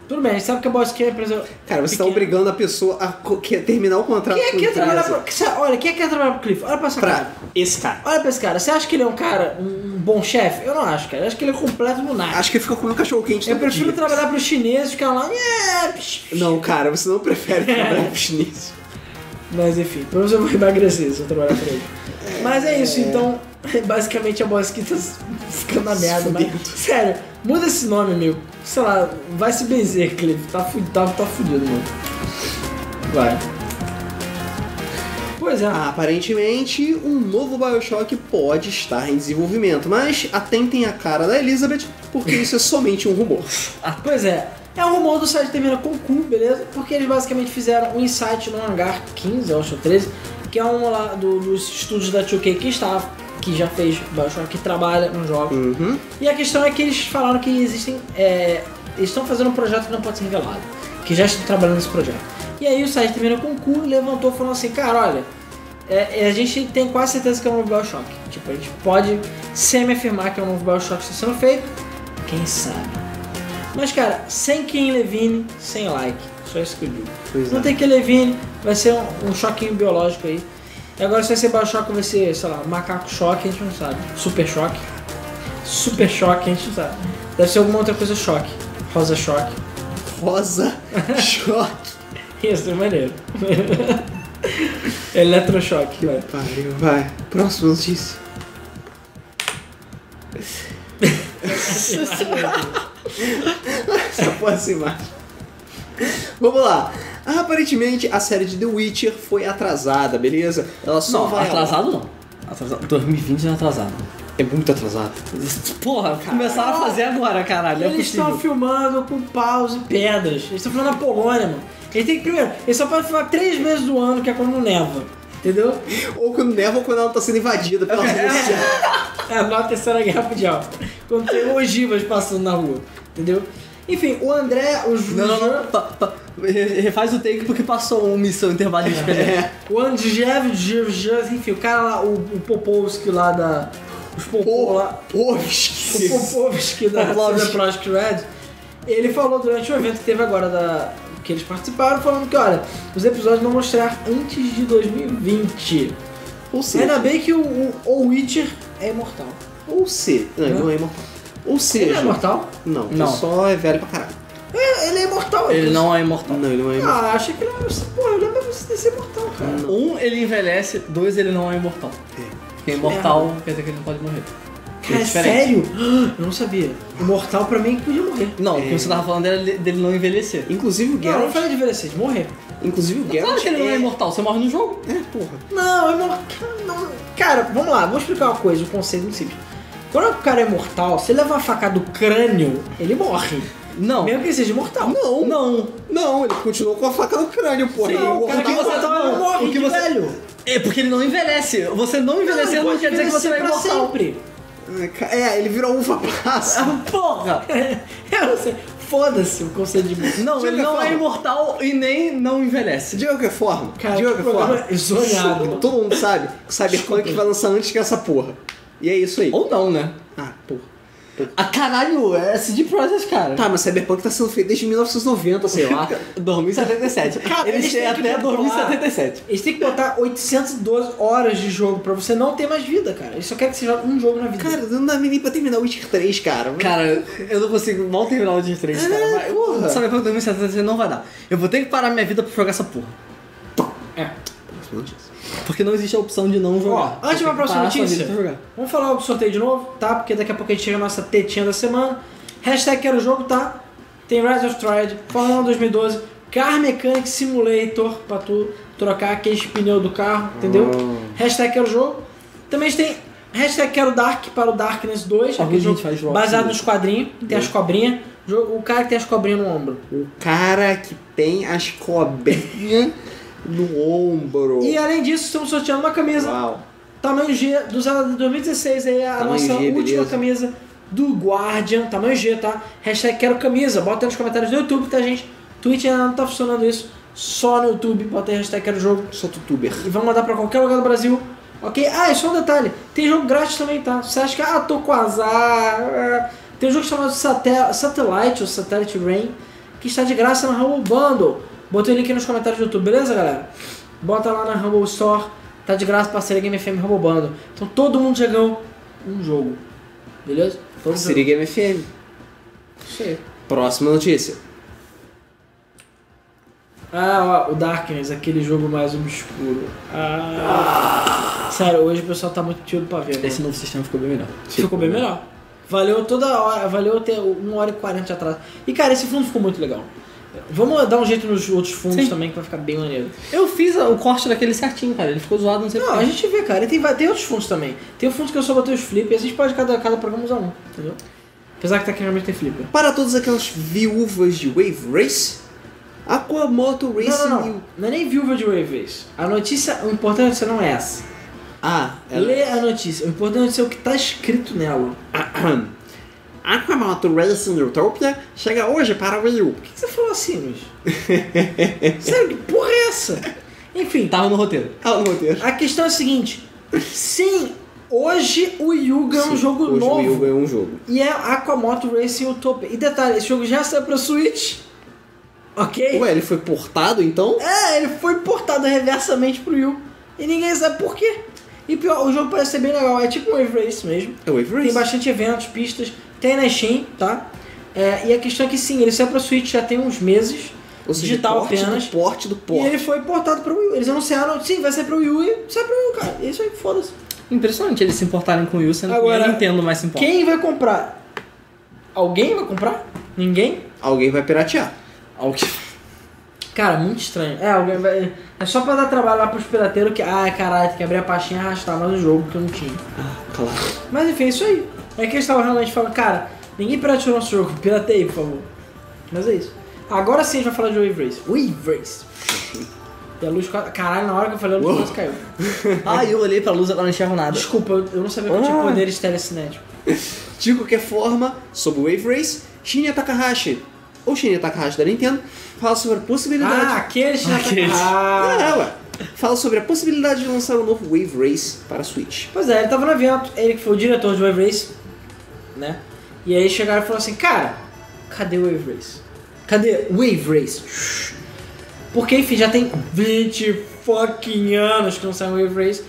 A: Tudo bem, a gente sabe que a Boss Key é uma empresa...
C: Cara, você tá
A: pequena.
C: obrigando a pessoa a co- que- terminar o contrato
A: Quem é que
C: com a
A: quer trabalhar
C: empresa
A: pro... que- Olha, quem é que quer trabalhar pro Cliff? Olha pra essa cara.
C: pra esse cara.
A: Olha pra esse cara, você acha que ele é um cara, um um bom chefe? Eu não acho, cara. Eu acho que ele é completo lunático.
C: Acho que fica comendo cachorro quente
A: Eu
C: todo
A: prefiro
C: dia.
A: trabalhar pros chineses, ficar lá. "É, psh, psh".
C: Não, cara, você não prefere trabalhar pro chinês.
A: Mas enfim, pelo menos eu vou emagrecer se eu trabalhar pra ele. Mas é isso, então. Basicamente a Boss Kid tá ficando na merda, mas. Sério, muda esse nome, amigo. Sei lá, vai se benzer, Cliff. Tá fudido, tá, tá fudido, mano. Vai. Pois é.
C: Aparentemente, um novo Bioshock pode estar em desenvolvimento, mas atentem à cara da Elizabeth, porque isso é somente um rumor.
A: Pois é. É um rumor do site termina com cu, beleza? Porque eles basicamente fizeram um insight no hangar 15, eu acho, 13, que é um lá do- dos estúdios da 2K que está, que já fez Bioshock, que trabalha nos jogos.
C: Uhum.
A: E a questão é que eles falaram que existem. é, eles estão fazendo um projeto que não pode ser revelado. Que já estão trabalhando nesse projeto. E aí o site terminou com o cu e levantou falando assim, cara, olha, é, é, a gente tem quase certeza que é um novo Bioshock. Tipo, a gente pode semi-afirmar que é um novo Bioshock que está sendo feito. Quem sabe? Mas cara, sem Ken Levine, sem like. Só isso que eu digo.
C: Pois
A: não
C: é.
A: tem Ken Levine, vai ser um, um choquinho biológico aí. E agora se vai ser Bioshock, vai ser, sei lá, macaco choque, a gente não sabe. Super choque. Super choque, a gente não sabe. Deve ser alguma outra coisa choque. Rosa choque.
C: Rosa, choque.
A: Isso, é maneiro. Eletrochoque, vai.
C: Pariu, vai. Próxima notícia. Essa porra sem imagem. Vamos lá. Aparentemente, a série de The Witcher foi atrasada, beleza? Ela só
B: Não,
C: vai...
B: atrasado não. Atrasado. 2020 não é atrasado.
C: É muito atrasada.
B: Porra, começaram a fazer agora, caralho. é
A: Eles
B: possível.
A: estão filmando com paus e pedras. Eles estão filmando na Polônia, mano. Eles têm que, primeiro, eles só podem filmar três meses do ano, que é quando neva. Entendeu?
C: Ou quando neva ou quando ela tá sendo invadida pela Rússia.
A: É, na Terceira Guerra Mundial. Quando tem ogivas passando na rua. Entendeu? Enfim, o André, o Ju-
B: Não, não, não. Pa, pa, re- refaz o take porque passou um missão intervalo de espera.
A: O Andjev, enfim, o cara lá, o, o Popovski lá da. Os Popov lá.
C: Pô,
A: O
C: esqueci.
A: Popovski da
B: Popovski.
A: da Project Red. Ele falou durante o evento que teve agora da que eles participaram, falando que, olha, os episódios vão mostrar antes de 2020.
C: Ou
A: Ainda
C: seja,
A: bem que o, o, o Witcher é imortal.
C: ou seja, não, ele não é imortal. Ou
A: Ele não é
C: seja,
A: imortal?
C: não, ele
B: Não.
C: só é velho pra caralho.
A: Ele é imortal.
B: Ele não é imortal.
C: Não, ele não é imortal.
A: Ah, achei que ele era... Porra, eu lembro desse desse imortal, cara.
B: Um, ele envelhece. Dois, ele não é imortal.
A: Ah.
B: É. Porque imortal quer dizer que ele não pode morrer.
A: Cara,
B: É diferente.
A: sério? Eu não sabia. Imortal pra mim podia morrer.
B: Não, o que você tava falando era de- dele não envelhecer.
C: Inclusive o
A: Não, eu não
C: Geralt.
A: falei um de envelhecer, de morrer.
C: Inclusive o Geralt.
B: Claro que ele não é imortal, você morre no jogo.
C: É, porra.
A: Não, eu não, não. Cara, vamos lá, vou explicar uma coisa, o conceito é simples. Quando o cara é mortal, se ele levar a facada do crânio, ele morre.
B: Não.
A: Mesmo que ele seja mortal.
C: Não.
B: Não.
C: Não, ele continuou com a faca no crânio, porra.
B: Sim,
C: Ele
A: Não, o cara
C: morreu.
A: que é
B: Porque você- tá
A: mortal ele
B: não,
A: morre
B: porque
A: de
B: você-
A: velho.
B: É porque ele não envelhece. Você não envelhecer não,
A: Ele
B: quer dizer que você
A: vai
B: vai
A: pra
B: imortal.
A: sempre.
C: É, ca- É, ele virou uva
A: É
C: passa.
A: um-
B: Ah, Porra!
A: Eu não sei. Foda-se o conceito de mortal.
B: Não,
C: De
B: ele não
C: qualquer
B: é
C: forma.
B: imortal e nem não envelhece.
C: De qualquer forma,
A: Cara,
C: de
A: que
C: qualquer
A: programa é
C: forma,
A: zoneado.
C: todo mundo sabe que Cyberpunk vai lançar antes que essa porra. E é isso aí.
B: Ou não, né?
C: Ah, porra.
B: Ah, caralho, é CD Projekt, cara.
C: Tá, mas Cyberpunk tá sendo feito desde 1990, sei lá.
B: 2077.
A: Cara,
B: Eles
A: eles
B: têm
A: têm que
B: até
A: controlar. É
B: 2077.
A: Eles têm que botar 812 horas de jogo pra você não ter mais vida, cara. Eles só querem que você jogue um jogo na vida.
C: Cara, não dá nem pra terminar o Witcher 3, cara.
B: Cara, eu não consigo mal terminar o dia
A: É,
B: 3, cara. Mas,
C: porra.
B: Sabe quando 2077 não vai dar. Eu vou ter que parar minha vida pra jogar essa porra.
A: é.
B: Porque não existe a opção de não jogar.
A: Ó, antes
B: Você
A: da
B: tem
A: próxima
B: que parar sua
A: notícia,
B: vida pra jogar.
A: vamos falar do sorteio de novo, tá? Porque daqui a pouco a gente chega na nossa tetinha da semana. Hashtag quero o jogo, tá? Tem Rise of Triad, Fórmula 1 2012, Car Mechanic Simulator pra tu trocar aqueles pneus do carro, entendeu?
B: Oh.
A: Hashtag quero o jogo. Também a gente tem hashtag quero Dark para o Darkness 2,
B: Algum
A: aquele
B: dia a
A: jogo
B: gente faz jogo
A: baseado
B: assim.
A: nos quadrinhos, tem as cobrinhas. O cara que tem as cobrinhas no ombro.
C: O cara que tem as cobrinhas no ombro.
A: E além disso, estamos sorteando uma camisa
C: Uau.
A: Tamanho G do Zelda de 2016 aí, é a
C: Tamanho
A: nossa
C: G,
A: última
C: beleza.
A: camisa do Guardian, tamanho G, tá? Hashtag quero camisa, bota aí nos comentários do YouTube, tá, gente? Twitch ainda não tá funcionando isso, só no YouTube, bota aí hashtag quero jogo
C: Sou tutuber.
A: e vamos mandar pra qualquer lugar do Brasil, ok? Ah, e só um detalhe, tem jogo grátis também, tá? Você acha que, ah, tô com azar, ah, tem um jogo chamado Satel- Satellite ou Satellite Rain, que está de graça na Humble Bundle. Botei o link aí nos comentários do YouTube, beleza, galera? Bota lá na Humble Store, tá de graça, parceria Game FM Humble Bundle. Então todo mundo já ganhou um jogo, beleza? Todo mundo
C: Seria Game FM.
A: ganhou. Isso aí.
C: Próxima notícia.
A: Ah, ó, o Darkness, aquele jogo mais obscuro. Ah. Sério, hoje o pessoal tá muito tiro pra ver, né?
B: Esse novo sistema ficou bem melhor.
A: Ficou bem melhor. né? Valeu toda hora, valeu até 1 hora e 40 de atraso. E cara, esse fundo ficou muito legal. Vamos dar um jeito nos outros fundos
B: Sim.
A: também, que vai ficar bem maneiro.
B: Eu fiz o corte daquele certinho, cara. Ele ficou zoado, não sei
A: Não, a gente vê, cara, e tem, vai- tem outros fundos também. Tem o fundo que eu só botei os flippers, a gente pode cada, cada programa usar um, entendeu? Apesar que tá tecnicamente tem flipper.
C: Para todas aquelas viúvas de Wave Race, Aquamoto Racing
A: Não, não,
C: e
A: não.
C: o-
A: Não é nem viúva de Waves. A notícia, o importante é ser não é essa.
C: Ah, ela...
A: Lê a notícia. O importante é ser o que tá escrito nela.
C: Aquamoto Racing Utopia chega hoje para Wii U.
A: Por que você falou assim, Luiz? Sério, que porra é essa? Enfim.
B: Tava no roteiro.
C: Ah, meu Deus.
A: A questão é a seguinte: sim, hoje o Yuga é um jogo
C: hoje
A: novo.
C: o Wii U ganhou um jogo.
A: E é Aquamoto Racing Utopia. E detalhe, esse jogo já saiu pra Switch. Ok?
C: Ué, ele foi portado então?
A: É, ele foi portado reversamente pro Yuga. E ninguém sabe por quê. E pior, o jogo parece ser bem legal. É tipo um Wave Race mesmo.
C: É Wave Race.
A: Tem bastante eventos, pistas. Tem na Steam, tá? É, e a questão é que sim, ele saiu pra Switch já tem uns meses.
C: Ou seja,
A: digital
C: porte
A: apenas.
C: do porte do
A: E é.
C: porte.
A: ele foi portado pra Wii U. Eles anunciaram, sim, vai sair pra Wii U e sai pra Wii U, cara. Isso aí, foda-se.
B: Impressionante eles se importarem com o Will, sendo
A: Agora,
B: que nem a Nintendo mais se importa.
A: Tá. Quem vai comprar? Alguém vai comprar? Ninguém?
C: Alguém vai piratear.
B: Ao que-
A: Cara, muito estranho. É, alguém vai. É só pra dar trabalho lá pros pirateiros que. Ai, caralho, tem que abrir a pastinha e arrastar mais um jogo que eu não tinha.
C: Claro.
A: Mas enfim, é isso aí. É que eles estavam realmente falando, cara, ninguém pirateou nosso jogo, pirateia, por favor. Mas é isso. Agora sim a gente vai falar de Wave Race. Wave Race. E a luz. quase- Caralho, na hora que eu falei, a luz quase caiu.
B: Ah, eu olhei pra luz e agora não enxergo nada.
A: Desculpa, eu eu não sabia que eu tinha
C: Ah.
A: poderes telecinéticos.
C: De qualquer é forma, sobre o Wave Race, Shinya Takahashi, ou Shinya Takahashi da Nintendo, fala sobre a possibilidade...
A: Ah, aquele
B: Aquele.
A: Ah,
C: É, ué. Fala sobre a possibilidade de lançar um novo Wave Race para a Switch.
A: Pois é, ele tava no evento, ele que foi o diretor de Wave Race, né? E aí chegaram e falaram assim, cara, cadê o Wave Race? Cadê Wave Race? Porque, enfim, já tem 20 fucking anos que não sai um Wave Race.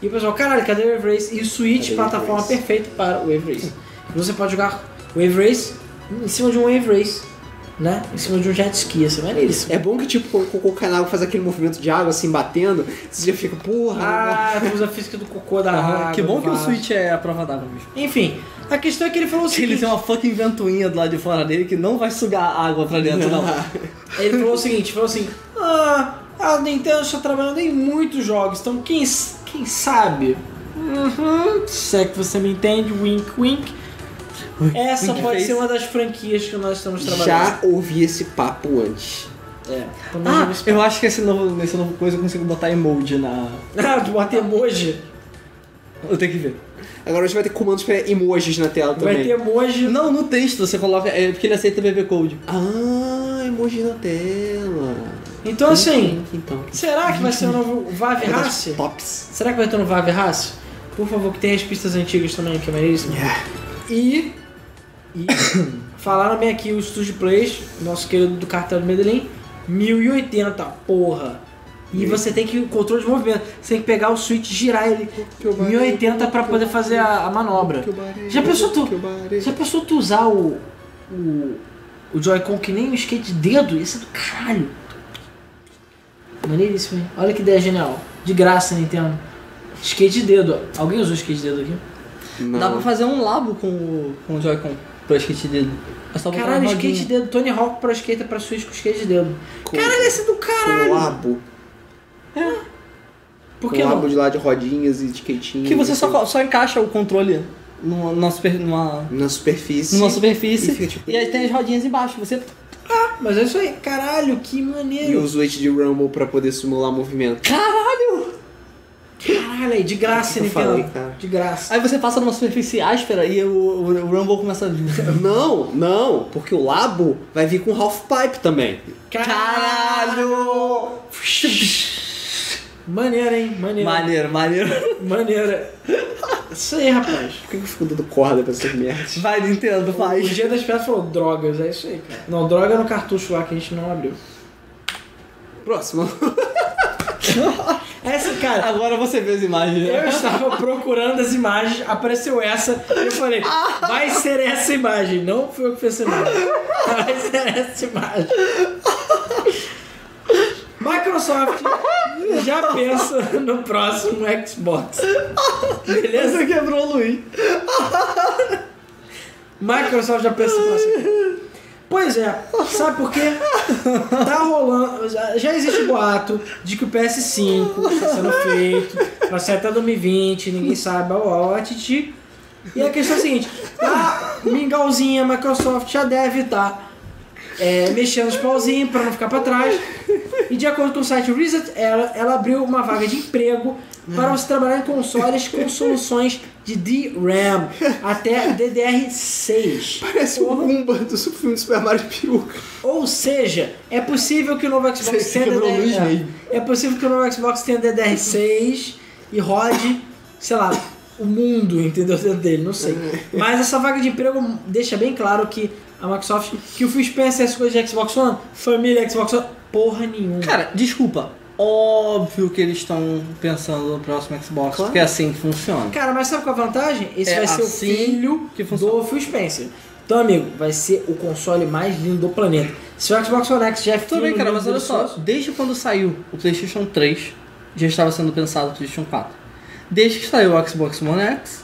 A: E o pessoal, caralho, cadê o Wave Race? E o Switch,
C: Cadê o Wave
A: plataforma
C: Race?
A: perfeita para o Wave Race. Você pode jogar Wave Race em cima de um Wave Race, né? Em cima de um jet ski, isso é maneiríssimo.
C: É bom que, tipo, quando o cocô água faz aquele movimento de água, assim, batendo, você já fica, porra,
A: Ah, tu usa a física do cocô da água.
B: que bom
A: do
B: que o
A: vaso.
B: Switch é a prova d'água, bicho.
A: Enfim, a questão é que ele falou o seguinte.
B: Ele tem uma fucking ventoinha do lado de fora dele que não vai sugar água pra dentro, não.
C: Ah,
A: Ah, Ele falou o seguinte, falou assim, ah, a Nintendo está trabalhando em muitos jogos, então quem, s- quem sabe? Uhum, se é que você me entende, wink wink. Essa
B: wink
A: pode
B: face.
A: ser uma das franquias que nós estamos trabalhando.
C: já ouvi esse papo antes.
A: É. pelo menos
B: Ah,
A: isso.
B: eu acho que esse novo, nesse novo coisa eu consigo botar emoji na.
A: Ah, tu bota emoji.
B: Eu tenho que ver.
C: Agora a gente vai ter comandos pra emojis na tela
A: Vai
C: também.
A: ter emoji.
B: Não, no texto você coloca. É porque ele aceita BB Code.
C: Ah, emoji na tela.
A: Então assim,
C: Link, então.
A: será que vai ser o novo Vav
C: É das
A: Race?
C: Tops.
A: Será que vai ter um Vav Race? Por favor, que tem as pistas antigas também, que é maneiríssimo. E, e falaram bem aqui o Studio Plays, nosso querido do cartel de Medellín, 1080, porra. E você tem que o controle de movimento, você tem que pegar o switch e girar ele 1080 pra poder fazer a, a manobra. Já pensou tu? Já pensou tu usar o o, o Joy-Con que nem um skate de dedo? Isso é do caralho. Maneiríssimo, hein? Olha que ideia genial. De graça, Nintendo. Skate de dedo. ó. Alguém usou skate de dedo aqui?
C: Não.
B: Dá pra fazer um labo com o, com o Joy-Con pro skate dele. É só botar
A: Caralho,
B: uma
A: skate de
B: rodinha.
A: dedo, Tony Hawk pra skate pra Switch com skate de dedo.
C: Com-
A: Caralho, esse é do caralho!
C: Colabo.
A: Por que
C: Colabo
A: não?
C: de lá de rodinhas e de skatinho.
B: Que você só,
C: assim,
B: co- só encaixa o controle numa, numa, super- numa,
C: Na superfície.
B: numa
C: E
B: superfície
C: fica
B: e,
C: tipo-
B: aí tem as rodinhas embaixo. Você.
A: Mas é isso aí, caralho, que
C: E
A: maneiro!
C: usa o HD Rumble pra poder simular movimento.
A: Caralho, aí, de graça,
C: Eu
A: Nintendo.
C: falei, cara.
A: De graça.
B: Aí você passa numa superfície áspera e o, o, o Rumble começa a.
C: Não, não, porque o Labo vai vir com Half Pipe também.
B: Caralho!
A: Maneiro, hein? Maneiro.
B: Maneiro, maneiro.
A: Maneira. Isso aí, rapaz.
C: Por que eu fico dando corda pra essas merdas?
B: Vai, Nintendo,
A: O
B: faz.
A: dia das pedras falou drogas, é isso aí, cara. Não, droga é no cartucho lá que a gente não abriu.
C: Próximo.
A: Essa, cara,
B: Agora você vê as imagens. né?
A: Eu estava procurando as imagens, apareceu essa, e eu falei, vai ser essa imagem. Não foi eu que fiz essa imagem. Vai ser essa imagem. Microsoft já pensa no próximo Xbox. Beleza?
B: Você quebrou o Luiz.
A: Microsoft já pensa no próximo. Pois é, sabe por quê? Tá rolando. Já, já existe boato de que o PS5 está tá sendo feito, vai ser até 2020, ninguém sabe, ó, ó, titi. E a questão é a seguinte: a mingauzinha Microsoft já deve estar mexendo os pauzinhos para não ficar para trás. E de acordo com o site Reset, ela, ela abriu uma vaga de emprego para você trabalhar em consoles com soluções de DRAM até DDR6.
C: Parece o Goomba do filme do Super Mario de peruca.
A: Ou seja, é possível que o novo Xbox
B: Você
A: tenha
B: quebrou o Luiz
A: DDR6.
B: meio.
A: É, é possível que o novo Xbox tenha DDR6 e rode, sei lá, o mundo, entendeu? Dentro dele, não sei.
B: É.
A: Mas essa vaga de emprego deixa bem claro que a Microsoft, que o Phil Spencer é essa coisa de Xbox One, família Xbox One, porra nenhuma.
B: Cara, desculpa. Óbvio que eles estão pensando no próximo Xbox, porque é assim que funciona.
A: Cara, mas sabe qual é a vantagem? Esse
B: É
A: vai ser
B: assim
A: o filho
B: que funciona.
A: do Phil Spencer. Então, amigo, vai ser o console mais lindo do planeta. Se o Xbox One X já é
B: Tudo
A: fino,
B: bem, cara,
A: lindo,
B: mas olha só.
A: delicioso,
B: Desde quando saiu o PlayStation 3, já estava sendo pensado o PlayStation 4. Desde que saiu o Xbox One X,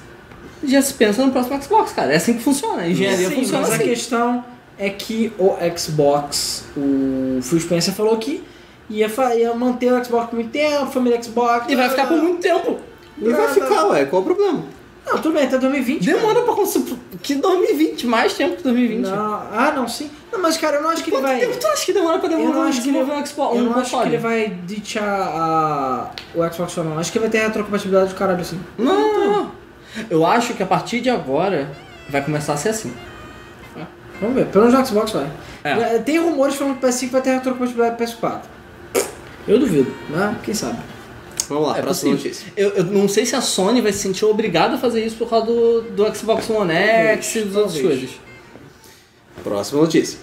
B: já se pensa no próximo Xbox, cara. É assim que funciona. A engenharia
A: Sim,
B: funciona
A: mas a
B: assim.
A: questão é que o Xbox, o Phil Spencer falou que ia, fa- ia manter o Xbox por muito tempo, a família Xbox.
B: E vai ficar por muito tempo.
C: E vai ficar, ué. Qual o problema?
A: Não, tudo bem, até 2020.
B: Demora pra conseguir. Que 2020, mais tempo que 2020.
A: Não, ah, não, sim. Não, mas cara, eu não acho que ele
B: Quanto
A: vai.
B: tempo tu acha que demora pra
A: Eu não
B: demorar um
A: acho que ele-
B: desenvolver um Xbox?
A: Eu
B: Um
A: não acho que ele
B: console?
A: vai ditchar a- o Xbox One, não. Acho que vai ter retrocompatibilidade do caralho assim.
B: Não, não, não. Eu acho que a partir de agora vai começar a ser assim.
A: Vamos ver, pelo menos no Xbox vai.
B: É.
A: Já- Tem rumores falando que o PS5 vai ter retrocompatibilidade do PS4. Eu duvido, né? Quem sabe?
C: Vamos lá,
B: É
C: próxima
B: possível.
C: notícia.
B: Eu, eu não sei se a Sony vai se sentir obrigada a fazer isso por causa do, do Xbox One X e das outras
A: talvez.
B: coisas.
C: Próxima notícia.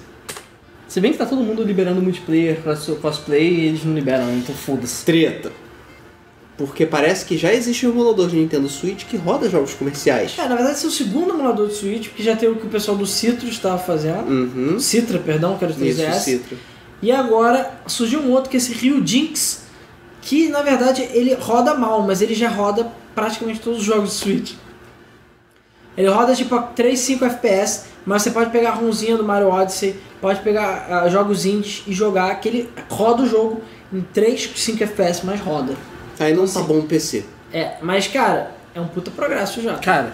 B: Se bem que tá todo mundo liberando multiplayer pra seu cosplay e eles não liberam, então foda-se.
C: Treta. Porque parece que já existe um emulador de Nintendo Switch que roda jogos comerciais.
A: É, na verdade, esse é o segundo emulador de Switch, porque já tem o que o pessoal do Citrus estava fazendo.
C: Uhum. é.
A: Citra, perdão, que era o
C: Isso,
A: 3DS.
C: Citra.
A: E agora surgiu um outro que é esse Rio Jinx, que na verdade ele roda mal, mas ele já roda praticamente todos os jogos do Switch. Ele roda tipo a 3, 5 FPS, mas você pode pegar a ROMzinha do Mario Odyssey, pode pegar ah, jogos indies e jogar, que ele roda o jogo em 3, 5 FPS, mas roda.
C: Aí não tá bom o PC.
A: É, mas cara, é um puta progresso já.
B: Cara,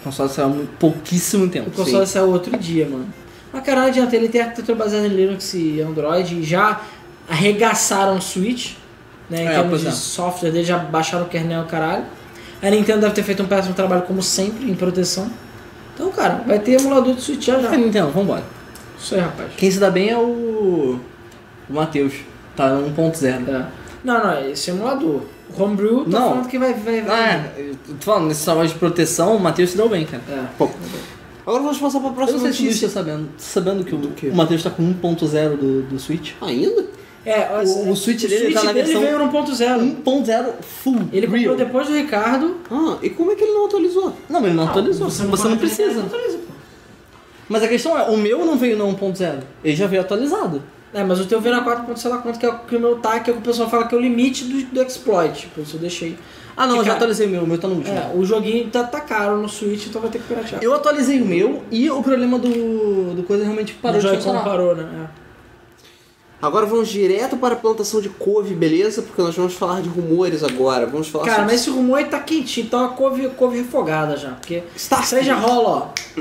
B: o console saiu há mu- pouquíssimo tempo.
A: O console saiu outro dia, mano. Mas cara, não adianta, ele tem arquitetura baseada em Linux e Android e já arregaçaram o Switch, né? Em
B: É,
A: termos
B: pois
A: de
B: é.
A: software dele, já baixaram o kernel, caralho. A Nintendo deve ter feito um péssimo trabalho, como sempre, em proteção. Então, cara, vai ter emulador de Switch já já.
B: É, Nintendo, vambora.
A: Isso aí, rapaz.
B: Quem se dá bem é o. O Matheus. Tá 1.0.
A: É. Não, não, esse é emulador. O Homebrew, tô
B: Não.
A: falando que vai... vai,
B: Ah,
A: vai.
B: é. eu Tô falando, nesse trabalho de proteção, o Matheus se deu bem, cara.
A: É.
C: Bom, agora vamos passar pra
B: Eu
C: próxima
B: não sei se o Luiz
C: notícia.
B: tá sabendo. Tá sabendo que
C: Do quê?
B: o, o Matheus tá com 1.0 do, do Switch?
C: Ainda?
A: É, olha,
B: O- o Switch dele tá na versão
A: veio no ponto zero.
B: 1.0 full.
A: Ele comprou
B: real.
A: depois do Ricardo.
C: Ah, e como é que ele não atualizou?
B: Não, mas ele não atualizou.
A: Você
B: Você
A: não
B: não,
A: pode atualizar,
B: precisa.
A: não atualiza, pô.
B: Mas a questão é, o meu não veio no 1.0. Ele já veio atualizado.
A: É, mas o teu vira 4 ponto, sei lá quanto, que é o que o meu tá, que é o que o pessoal fala que é o limite do, do exploit. Tipo, isso eu deixei.
B: Ah não,
A: Que
B: eu já
A: cara-
B: atualizei o meu, o meu tá no último.
A: É, o joguinho tá, tá caro no Switch, então vai ter que piratear.
B: Eu atualizei o meu e o problema do, do coisa realmente parou
A: o
B: de
A: Joy-Con
B: funcionar.
A: parou, né?
C: Agora vamos direto para a plantação de couve, beleza? Porque nós vamos falar de rumores agora. Vamos
A: É.
C: falar
A: Cara,
C: sobre...
A: mas esse rumor aí tá quentinho, então a couve, couve refogada já. Porque
C: Starfield.
A: isso aí já rola, ó.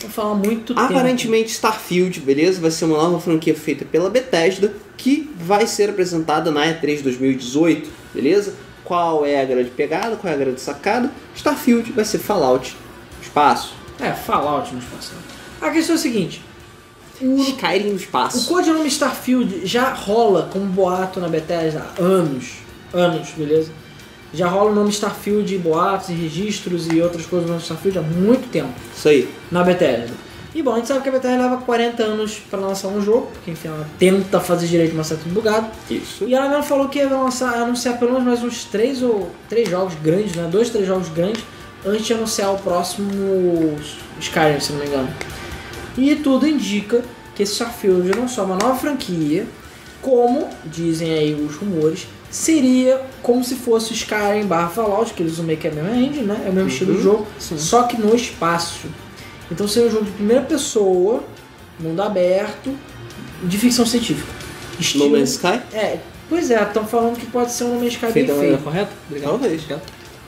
A: Vou falar muito tempo.
C: Aparentemente Starfield, beleza? Vai ser uma nova franquia feita pela Bethesda que vai ser apresentada na E3 2018, beleza? Qual é a grande pegada? Qual é a grande sacada? Starfield vai ser Fallout espaço.
A: É, Fallout no espaço. A questão é a seguinte. O,
C: Skyrim no
A: o
C: espaço.
A: codinome Starfield já rola como boato na Bethesda há anos. Anos, beleza? Já rola o nome Starfield em boatos, e registros e outras coisas do nome Starfield há muito tempo
C: Isso aí.
A: na Bethesda. E bom, a gente sabe que a Bethesda leva 40 anos pra lançar um jogo, porque enfim, ela tenta fazer direito, mas tá tudo bugado.
C: Isso.
A: E ela mesmo falou que ia lançar, anunciar pelo menos mais uns 3 ou 3 jogos grandes, né? Dois, três jogos grandes, antes de anunciar o próximo Skyrim, se não me engano. E tudo indica que esse Starfield é não só uma nova franquia, como dizem aí os rumores, seria como se fosse o Skyrim barra Fallout, que eles usam meio que a mesma engine, né? É o mesmo
C: Uhum.
A: estilo de jogo, só que no espaço. Então seria um jogo de primeira pessoa, mundo aberto, de ficção científica.
C: No
A: Estilo-
C: Man's Sky?
A: é, pois é, estão falando que pode ser um No Man's Sky bem
B: Feito da maneira
A: feito.
B: correta? Obrigado.
C: Talvez.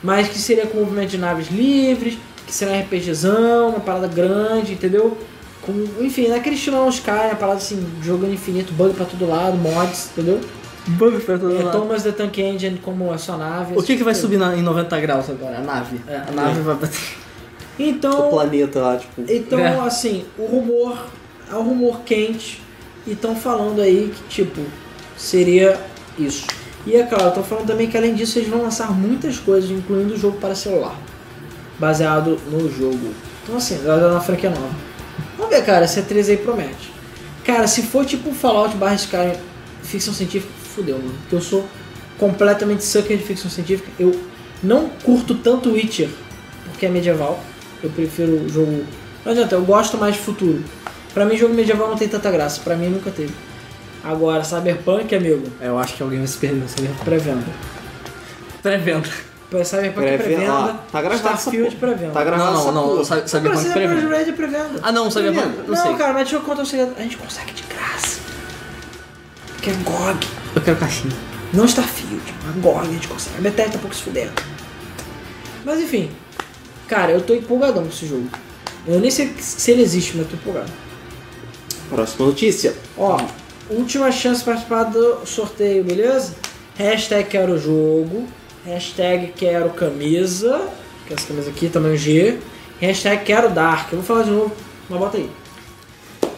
A: Mas que seria com movimento de naves livres, que será um RPGzão, uma parada grande, entendeu? Com, enfim, é naquele estilão Sky, uma parada assim, jogando infinito, bug pra todo lado, mods, entendeu?
B: Bug pra todo
A: É
B: lado.
A: Thomas the Tank Engine como a sua nave.
B: O que, que vai
A: assim,
B: subir na- em 90 graus agora? A nave.
A: É.
B: A nave vai bater.
A: Então,
C: O planeta lá, tipo.
A: Então,
B: É.
A: assim, o rumor é um rumor quente e estão falando aí que, tipo, seria isso. E é claro, estão falando também que além disso eles vão lançar muitas coisas, incluindo o jogo para celular, baseado no jogo. Então, assim, vai dar uma franquia nova. Vamos ver, cara, se a 3 aí promete. Cara, se for tipo Fallout barra Skyrim, ficção científica, fudeu, mano. Porque eu sou completamente sucker de ficção científica. Eu não curto tanto Witcher, porque é medieval. Eu prefiro o jogo. Não adianta, eu gosto mais de futuro. Pra mim, jogo medieval não tem tanta graça. Pra mim, nunca teve. Agora, Cyberpunk, amigo,
B: É, Eu acho que alguém vai se perder. sabe?
A: pré-venda.
B: Pré-venda.
A: Pra Cyberpunk é
C: Pré-venda,
A: pré-venda.
C: ó, tá gravado essa
A: Starfield é
C: porra.
A: pré-venda.
C: Tá gravado essa
B: Não, não,
C: porra.
B: não. Sabe, sabe
A: Pra
B: quanto
A: Cyberpunk
B: pré-venda?
A: Red é pré-venda.
B: Ah, não, sabe
C: Pré-venda.
B: quanto? Não
A: Não,
B: sei.
A: cara, mas deixa eu contar um segredo. A gente consegue de graça. Porque é GOG.
B: Eu quero caixinha.
A: Não Starfield, mas GOG a gente consegue. A Bethesda tá pouco se fudendo. Mas enfim, cara, eu tô empolgadão com esse jogo. Eu nem sei se ele existe, mas eu tô empolgado.
C: Próxima notícia.
A: Ó, última chance para participar do sorteio, beleza? Hashtag quero jogo. Hashtag quero camisa. Que é essa camisa aqui, tamanho G. Hashtag quero Dark. Eu vou falar de novo, mas bota aí.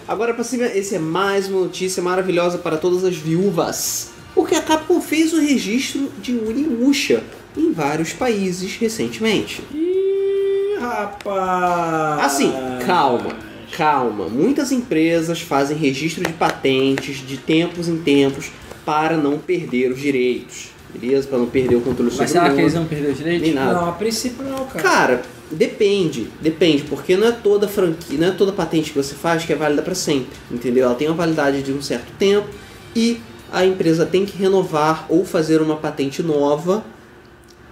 C: Agora pra cima, esse é mais uma notícia maravilhosa para todas as viúvas. Porque a Capcom fez o registro de Unimusha em vários países recentemente.
A: Ih, rapaz.
C: Assim, calma. calma. Muitas empresas fazem registro de patentes de tempos em tempos para não perder os direitos, beleza? Para não perder o controle sobre
B: Mas será
C: o
B: que eles
C: mundo,
B: não perderam o
C: nem
B: direito?
C: nada.
A: Não, a princípio não, cara.
C: Cara, depende, depende, porque não é toda franquia, não é toda patente que você faz que é válida para sempre, entendeu? Ela tem uma validade de um certo tempo e a empresa tem que renovar ou fazer uma patente nova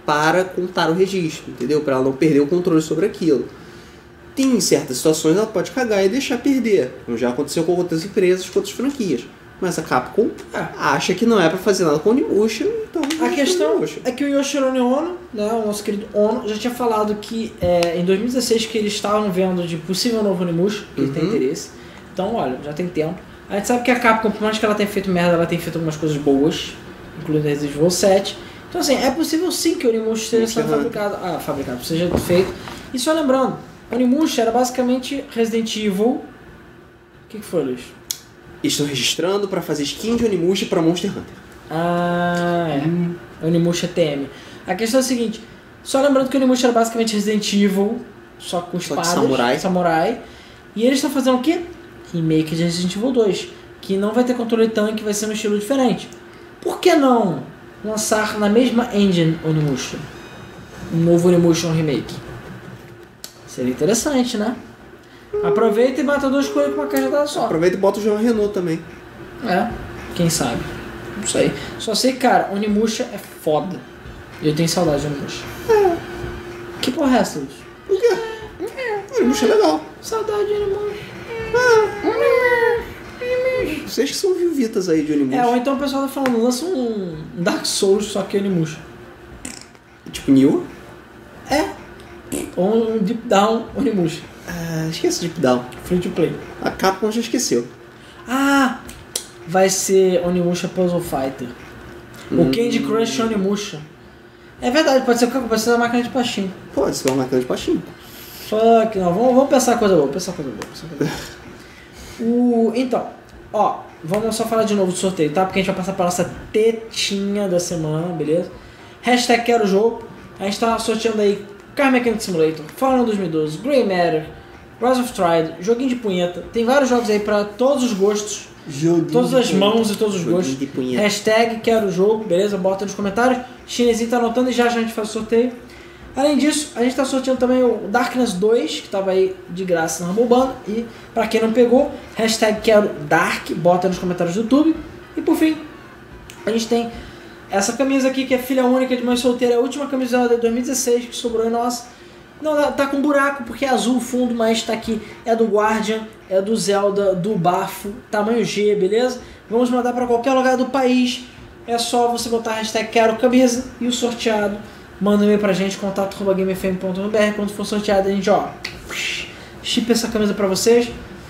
C: para contar o registro, entendeu? Para ela não perder o controle sobre aquilo. Tem em certas situações ela pode cagar e deixar perder, como já aconteceu com outras empresas, com outras franquias. Mas a Capcom acha que não é para fazer nada com o Onimusha, então
A: A
C: deixa o
A: questão
C: Onimusha.
A: é que o Yoshirone Ono, né, o nosso querido Ono, já tinha falado que é, em 2016 que eles estavam vendo de possível novo Onimusha, que ele tem interesse. Então, olha, já tem tempo. A gente sabe que a Capcom, por mais que ela tenha feito merda, ela tem feito algumas coisas boas, incluindo Resident Evil 7. Então, assim, é possível sim que o Onimusha esteja
C: Onimusha
A: sendo fabricado, ah, fabricado, seja feito. E só lembrando, Onimusha era basicamente Resident Evil... O que, que foi, Luiz?
C: Estão registrando para fazer skin de Onimusha para Monster Hunter.
A: Ah, é. Onimusha TM. A questão é a seguinte: só lembrando que o Onimusha era basicamente Resident Evil, só com
C: Só que
A: espadas,
C: samurai.
A: samurai. E eles estão fazendo o quê? Remake de Resident Evil 2, que não vai ter controle tanque, vai ser um estilo diferente. Por que não lançar na mesma engine Onimusha? Um novo Onimusha um remake. Seria interessante, né? Aproveita e mata dois coelhos com uma cajadada só.
C: Aproveita e bota o João Renault também.
A: É, quem sabe? Não sei. Só sei, cara, Onimusha é foda. E eu tenho saudade de Onimusha. É. Que porra é essa, Luz?
C: Por quê? Onimusha é legal.
A: Saudade de Onimusha.
C: Vocês que são viuvitas aí de Onimusha.
A: É, ou então o pessoal tá falando, lança um Dark Souls só que Onimusha.
C: Tipo New.
A: Ou um Deep Down Onimusha.
C: Ah, esquece de Deep Down.
A: Free to play.
C: A Capcom já esqueceu.
A: Ah! Vai ser Onimusha Puzzle Fighter. O Candy Crush Onimusha. É verdade, pode ser o que pode ser da máquina de pastinho.
C: Pode ser é uma máquina de pastinho.
A: Fuck, não, vamos, vamos pensar coisa boa, pensar coisa boa, pensar coisa boa. o, então, ó, vamos só falar de novo do sorteio, tá? Porque a gente vai passar pra nossa tetinha da semana, beleza? Hashtag quero jogo. A gente tá sorteando aí Car Mechanic Simulator, um Fallout 2012, Grey Matter, Rise of Tried, joguinho de punheta. Tem vários jogos aí pra todos os gostos.
C: Joguinho
A: Todas as mãos e todos os
C: Joguinho
A: gostos.
C: de punheta.
A: Hashtag quero o jogo, beleza? Bota nos comentários. Chinesinho tá anotando e já já a gente faz o sorteio. Além disso, a gente tá sorteando também o Darkness 2, que tava aí de graça na Rambobana. E pra quem não pegou, hashtag quero Dark, bota nos comentários do YouTube. E por fim, a gente tem essa camisa aqui que é filha única de mãe solteira, é a última camisa de 2016 que sobrou em nós. Não, ela tá com um buraco porque é azul o fundo, mas tá aqui. É do Guardian, é do Zelda, do Bafo, tamanho G, beleza? Vamos mandar pra qualquer lugar do país. É só você botar a hashtag quero camisa e o sorteado. Manda um e-mail pra gente, contato.gamefm.br. Quando for sorteado, a gente, ó, chipa essa camisa pra vocês.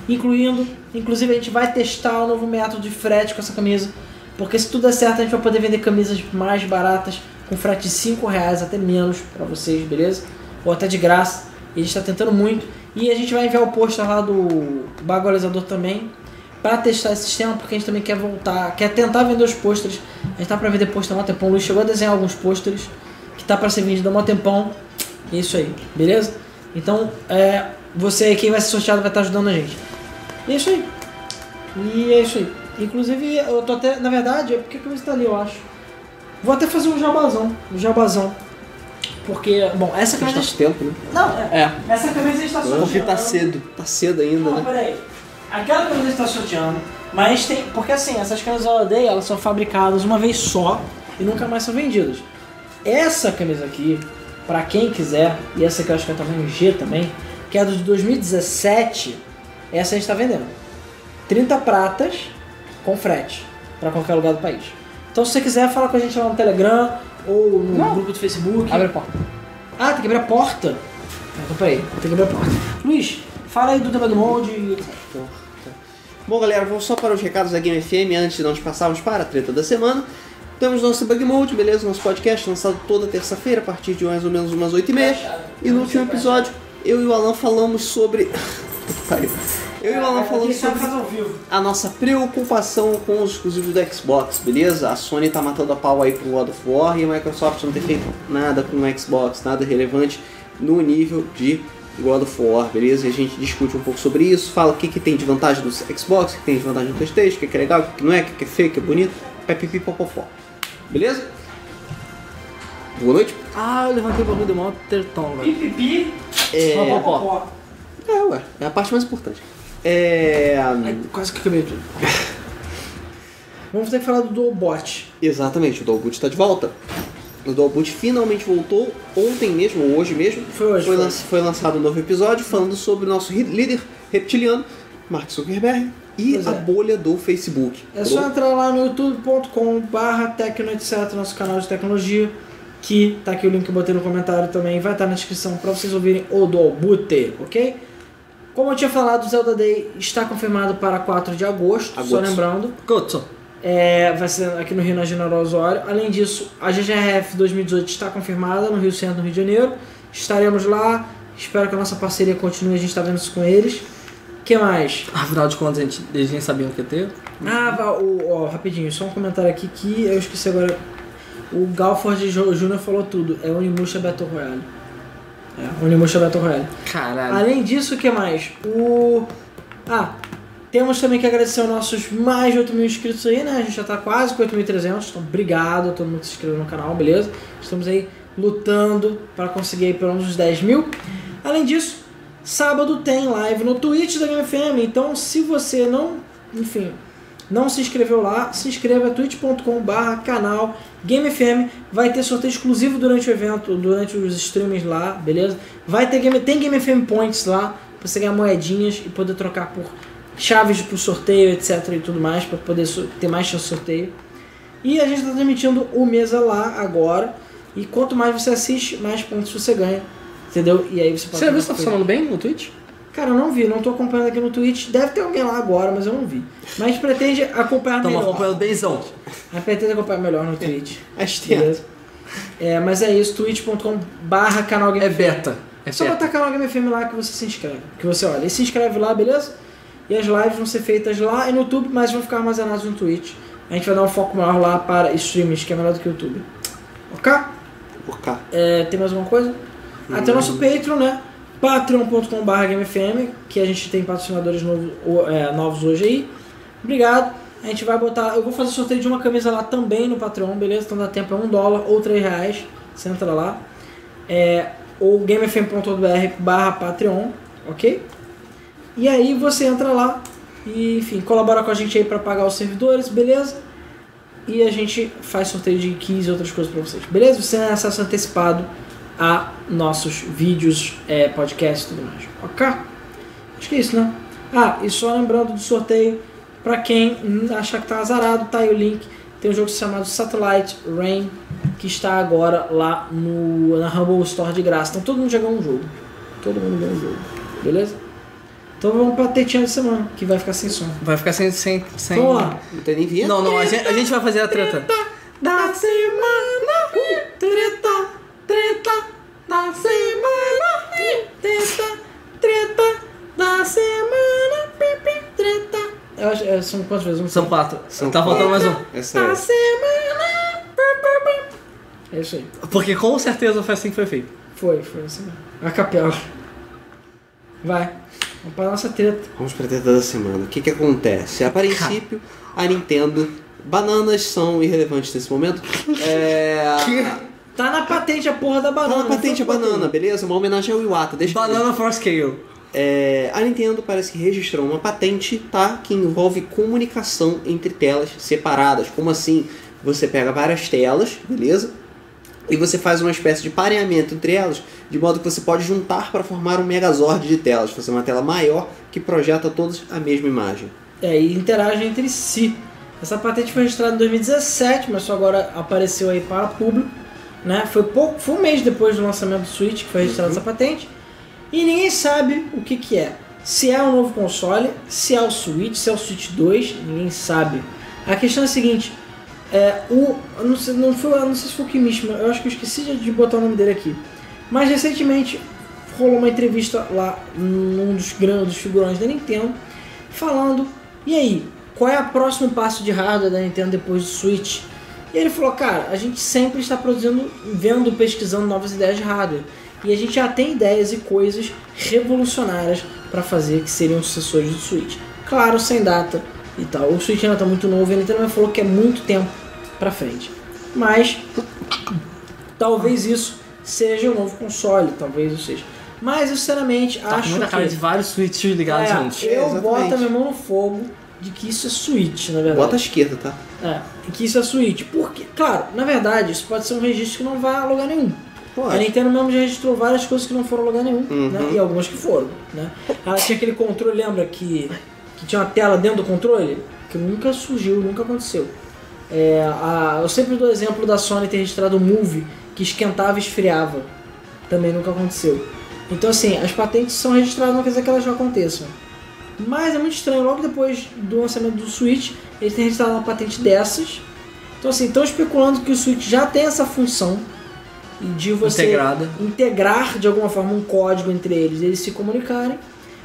A: Incluindo, inclusive a gente vai testar o novo método de frete com essa camisa. Porque se tudo der certo, a gente vai poder vender camisas mais baratas, com frete de 5 reais até menos pra vocês, beleza? Ou até de graça. E a gente tá tentando muito. E a gente vai enviar o pôster lá do bagulhizador também. Pra testar esse sistema, porque a gente também quer voltar, quer tentar vender os pôsteres. A gente tá pra vender pôster há um tempão. O Luiz chegou a desenhar alguns pôsteres que tá pra ser vendido há um tempão. E é isso aí, beleza? Então, é, você aí, quem vai ser sorteado, vai estar ajudando a gente. E é isso aí. E é isso aí. Inclusive, eu tô até. Na verdade, é porque que eu instalei, eu acho. Vou até fazer um jabazão. Um jabazão. Porque, bom, essa
C: Mas tá
A: camisa.
C: com tempo, né?
A: Não, é.
B: É,
A: Essa camisa está sorteando.
C: Porque tá cedo. Tá cedo ainda,
A: Não,
C: né?
A: peraí. Aquela camisa está sorteando, mas tem. Porque assim, essas camisas da Odeia, elas são fabricadas uma vez só e nunca mais são vendidas. Essa camisa aqui, pra quem quiser, e essa que eu acho que é tamanho G também, que é a do de 2017, essa a gente tá vendendo. 30 pratas com frete pra qualquer lugar do país. Então se você quiser, fala com a gente lá no Telegram ou no
B: Não.
A: grupo do Facebook.
B: abre a porta.
A: Ah, tem que abrir a porta? Ah, Então peraí, tem que abrir a porta. Luiz, fala aí do tema do molde e etc.
C: Bom, galera, vamos só para os recados da Game FM antes de nós passarmos para a treta da semana. Temos nosso Bug Mode, beleza? Nosso podcast lançado toda terça-feira, a partir de mais ou menos umas 8h30. E no último episódio, eu e o Alan falamos sobre. Puta que pariu. eu e o Alan falamos sobre
A: ao vivo.
C: a nossa preocupação com os exclusivos do Xbox, beleza? A Sony tá matando a pau aí com God of War e a Microsoft não tem feito nada com o Xbox, nada relevante no nível de God of War, beleza? E a gente discute um pouco sobre isso, fala o que, que tem de vantagem do Xbox, o que tem de vantagem do PlayStation, o que, que é legal, o que, que não é, o que, que é feio, o que é bonito, pipipipopopó. Beleza? Boa noite.
B: Ah, eu levantei o bagulho do mal tertão, velho.
A: Pipipi.
C: É,
A: Popopó.
C: é, ué, é a parte mais importante. É.
A: Ai, quase que acabei tudo. Vamos ter que falar do Dualbot.
C: Exatamente, o Dolboot está de volta. O Dolboot finalmente voltou ontem mesmo, ou hoje mesmo.
A: Foi hoje,
C: Foi,
A: foi.
C: lan- foi lançado um novo episódio falando sobre o nosso ri- líder reptiliano, Mark Zuckerberg, e
A: Pois é.
C: a bolha do Facebook.
A: É só entrar lá no youtube.com barra tecno etc, nosso canal de tecnologia, que tá aqui o link que eu botei no comentário também, vai estar na descrição pra vocês ouvirem o do Albute, ok? Como eu tinha falado, o Zelda Day está confirmado para 4 de agosto,
C: Agosto.
A: só lembrando.
B: Goto.
A: É, vai ser aqui no Rio na General Osório. Além disso, a GGRF 2018 está confirmada no Rio Centro, no Rio de Janeiro. Estaremos lá. Espero que a nossa parceria continue, a gente está vendo isso com eles. que mais?
B: Afinal de contas, a gente, eles nem sabiam o que ia ter.
A: Ah, va- o, ó, rapidinho, só um comentário aqui que eu esqueci agora. O Galford Ju- Jr. falou tudo. É Onimusha Battle Royale. É, Onimusha Battle Royale.
B: Caralho.
A: Além disso, o que mais? O. Ah, temos também que agradecer aos nossos mais de 8 mil inscritos aí, né? A gente já tá quase com 8.300, então obrigado a todo mundo que se inscreveu no canal, beleza? Estamos aí lutando para conseguir aí pelo menos os 10 mil. Além disso, sábado tem live no Twitch da GameFM, então se você não, enfim, não se inscreveu lá, se inscreva twitch.com.br canal GameFM. Vai ter sorteio exclusivo durante o evento, durante os streams lá, beleza? Vai ter game, tem GameFM Points lá, pra você ganhar moedinhas e poder trocar por chaves pro sorteio, etc e tudo mais, pra poder so- ter mais chance de sorteio. E a gente tá transmitindo o Mesa lá agora. E quanto mais você assiste, mais pontos você ganha. Entendeu? E aí você pode.
B: Você viu se tá
A: ganhar
B: funcionando bem no Twitch?
A: Cara, eu não vi, não tô acompanhando aqui no Twitch. Deve ter alguém lá agora, mas eu não vi. Mas pretende acompanhar
B: Tamo
A: melhor.
B: acompanhando benzão.
A: Mas pretende acompanhar melhor no Twitch.
C: As tetas.
A: Beleza? É, mas é isso, twitch.com barra canal Game
B: É beta. É
A: Só
B: beta.
A: botar canal Game FM lá que você se inscreve. Que você olha. E se inscreve lá, beleza? E as lives vão ser feitas lá e no YouTube, mas vão ficar armazenadas no Twitch. A gente vai dar um foco maior lá para streams, que é melhor do que o YouTube. Ok?
C: Por cá.
A: É, tem mais alguma coisa? Até o nosso Patreon, né? patreon.com.br GameFM, que a gente tem patrocinadores novo- o- é, novos hoje aí. Obrigado. A gente vai botar. Eu vou fazer sorteio de uma camisa lá também no Patreon, beleza? Então dá tempo é um dólar ou três reais. Você entra lá. É, ou gamefm.br barra Patreon, ok? E aí você entra lá e, enfim, colabora com a gente aí pra pagar os servidores, beleza? E a gente faz sorteio de keys e outras coisas pra vocês, beleza? Você tem acesso antecipado a nossos vídeos, é, podcasts e tudo mais, ok? Acho que é isso, né? Ah, e só lembrando do sorteio, pra quem hum, achar que tá azarado, tá aí o link. Tem um jogo chamado Satellite Rain, que está agora lá no, na Humble Store de graça. Então todo mundo já ganhou um jogo. Todo mundo ganhou um jogo, beleza? Então vamos pra tetinha da semana, que vai ficar sem som. Então,
B: Vai ficar sem. sem, sem...
A: Vamos lá.
C: Não tem nem vinheta?
B: Não, não, a gente, a gente vai fazer a treta.
A: da semana. Treta, treta da semana. Treta, treta da semana. Pipi, Treta. Eu acho, é, são quantas vezes? Um
B: São quatro.
C: São
B: tá faltando mais
C: quatro.
B: um.
C: Essa é.
A: da semana. Pi, pi, pi. É isso aí.
B: Porque com certeza foi assim que foi feito.
A: Foi, foi assim mesmo. A capela. Vai. Vamos pra nossa treta.
C: Vamos pra treta da semana. O que que acontece? A princípio, a Nintendo... Bananas são irrelevantes nesse momento. É...
A: Tá na patente a porra da banana.
C: Tá na patente a
A: Então,
C: banana, beleza? Uma homenagem ao Iwata. Deixa eu-
B: Banana for Scale.
C: É, a Nintendo parece que registrou uma patente tá, que envolve comunicação entre telas separadas. Como assim? Você pega várias telas, beleza? E você faz uma espécie de pareamento entre elas, de modo que você pode juntar para formar um megazord de telas, fazer uma tela maior que projeta todas a mesma imagem.
A: É, e interagem entre si. Essa patente foi registrada em 2017, mas só agora apareceu aí para público. Né? Foi, pouco, foi um mês depois do lançamento do Switch que foi registrada essa patente. E ninguém sabe o que, que é. Se é um novo console, se é o Switch, se é o Switch 2, ninguém sabe. A questão é a seguinte: é, o, eu não, sei, não, foi, eu não sei se foi o Kimishima, eu acho que eu esqueci de- de botar o nome dele aqui. Mas recentemente rolou uma entrevista lá num dos grandes figurões da Nintendo falando: e aí, qual é o próximo passo de hardware da Nintendo depois do Switch? E ele falou: cara, a gente sempre está produzindo, vendo, pesquisando novas ideias de hardware. E a gente já tem ideias e coisas revolucionárias pra fazer que seriam sucessores do Switch. Claro, sem data e tal. O Switch ainda tá muito novo, e a Nintendo falou que é muito tempo pra frente. Mas talvez isso seja o novo console, talvez isso seja. Mas eu sinceramente
B: Tá com
A: acho
B: muita cara
A: que
B: de vários switches ligados
A: é,
B: juntos.
A: Eu
C: É, exatamente.
A: boto a minha mão no fogo de que isso é Switch, na verdade.
C: Bota a esquerda, tá?
A: É, que isso é Switch. Porque, claro, na verdade, isso pode ser um registro que não vai a lugar nenhum. A
C: Pode.
A: Nintendo mesmo já registrou várias coisas que não foram a lugar nenhum,
C: Uhum.
A: né? E algumas que foram, né? Ela tinha aquele controle, lembra que, que tinha uma tela dentro do controle? Que nunca surgiu, nunca aconteceu. É, a- eu sempre dou o exemplo da Sony ter registrado o Move, que esquentava e esfriava. Também nunca aconteceu. Então, assim, as patentes são registradas, não quer dizer que elas não aconteçam. Mas é muito estranho, logo depois do lançamento do Switch, eles têm registrado uma patente dessas. Então, assim, estão especulando que o Switch já tem essa função de você
B: Integrada.
A: integrar de alguma forma um código entre eles, eles se comunicarem,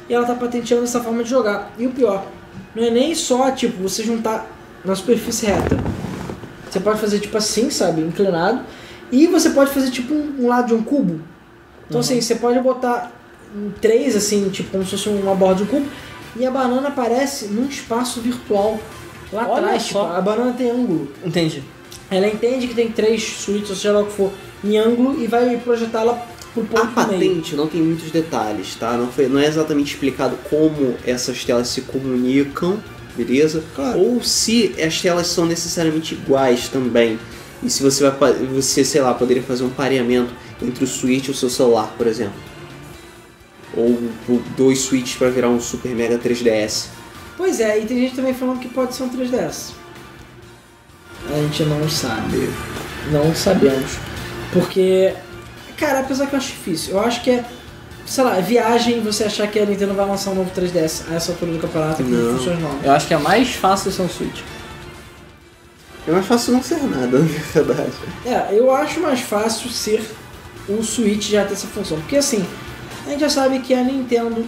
A: e ela tá patenteando essa forma de jogar. E o pior, não é nem só tipo você juntar na superfície reta. Você pode fazer tipo assim, sabe, inclinado, e você pode fazer tipo um um lado de um cubo.
B: Uhum.
A: Então assim, você pode botar em três assim, tipo como se fosse uma borda de um cubo, e a banana aparece num espaço virtual lá
B: Olha
A: atrás,
B: só.
A: tipo, a banana tem ângulo.
B: Entendi.
A: Ela entende que tem três suítes, ou seja lá o que for, em ângulo e vai projetá-la pro ponto
C: A
A: do meio.
C: patente não Ah, tem muitos detalhes, tá? Não, foi, não é exatamente explicado como essas telas se comunicam, beleza?
A: Claro.
C: Ou se as telas são necessariamente iguais também. E se você vai, pa- você, sei lá, poderia fazer um pareamento entre o Switch e o seu celular, por exemplo. Ou, ou dois Switches pra virar um Super Mega 3DS.
A: Pois é, e tem gente também falando que pode ser um 3DS. A gente não sabe. Não sabemos. Porque, cara, apesar que eu acho difícil, eu acho que é, sei lá, é viagem você achar que a Nintendo vai lançar um novo 3DS a essa altura do campeonato que não
C: Não.
A: funciona não.
B: Eu acho que é mais fácil ser um switch.
C: É mais fácil não ser nada, na verdade.
A: É, eu acho mais fácil ser o Switch já ter essa função. Porque assim, a gente já sabe que a Nintendo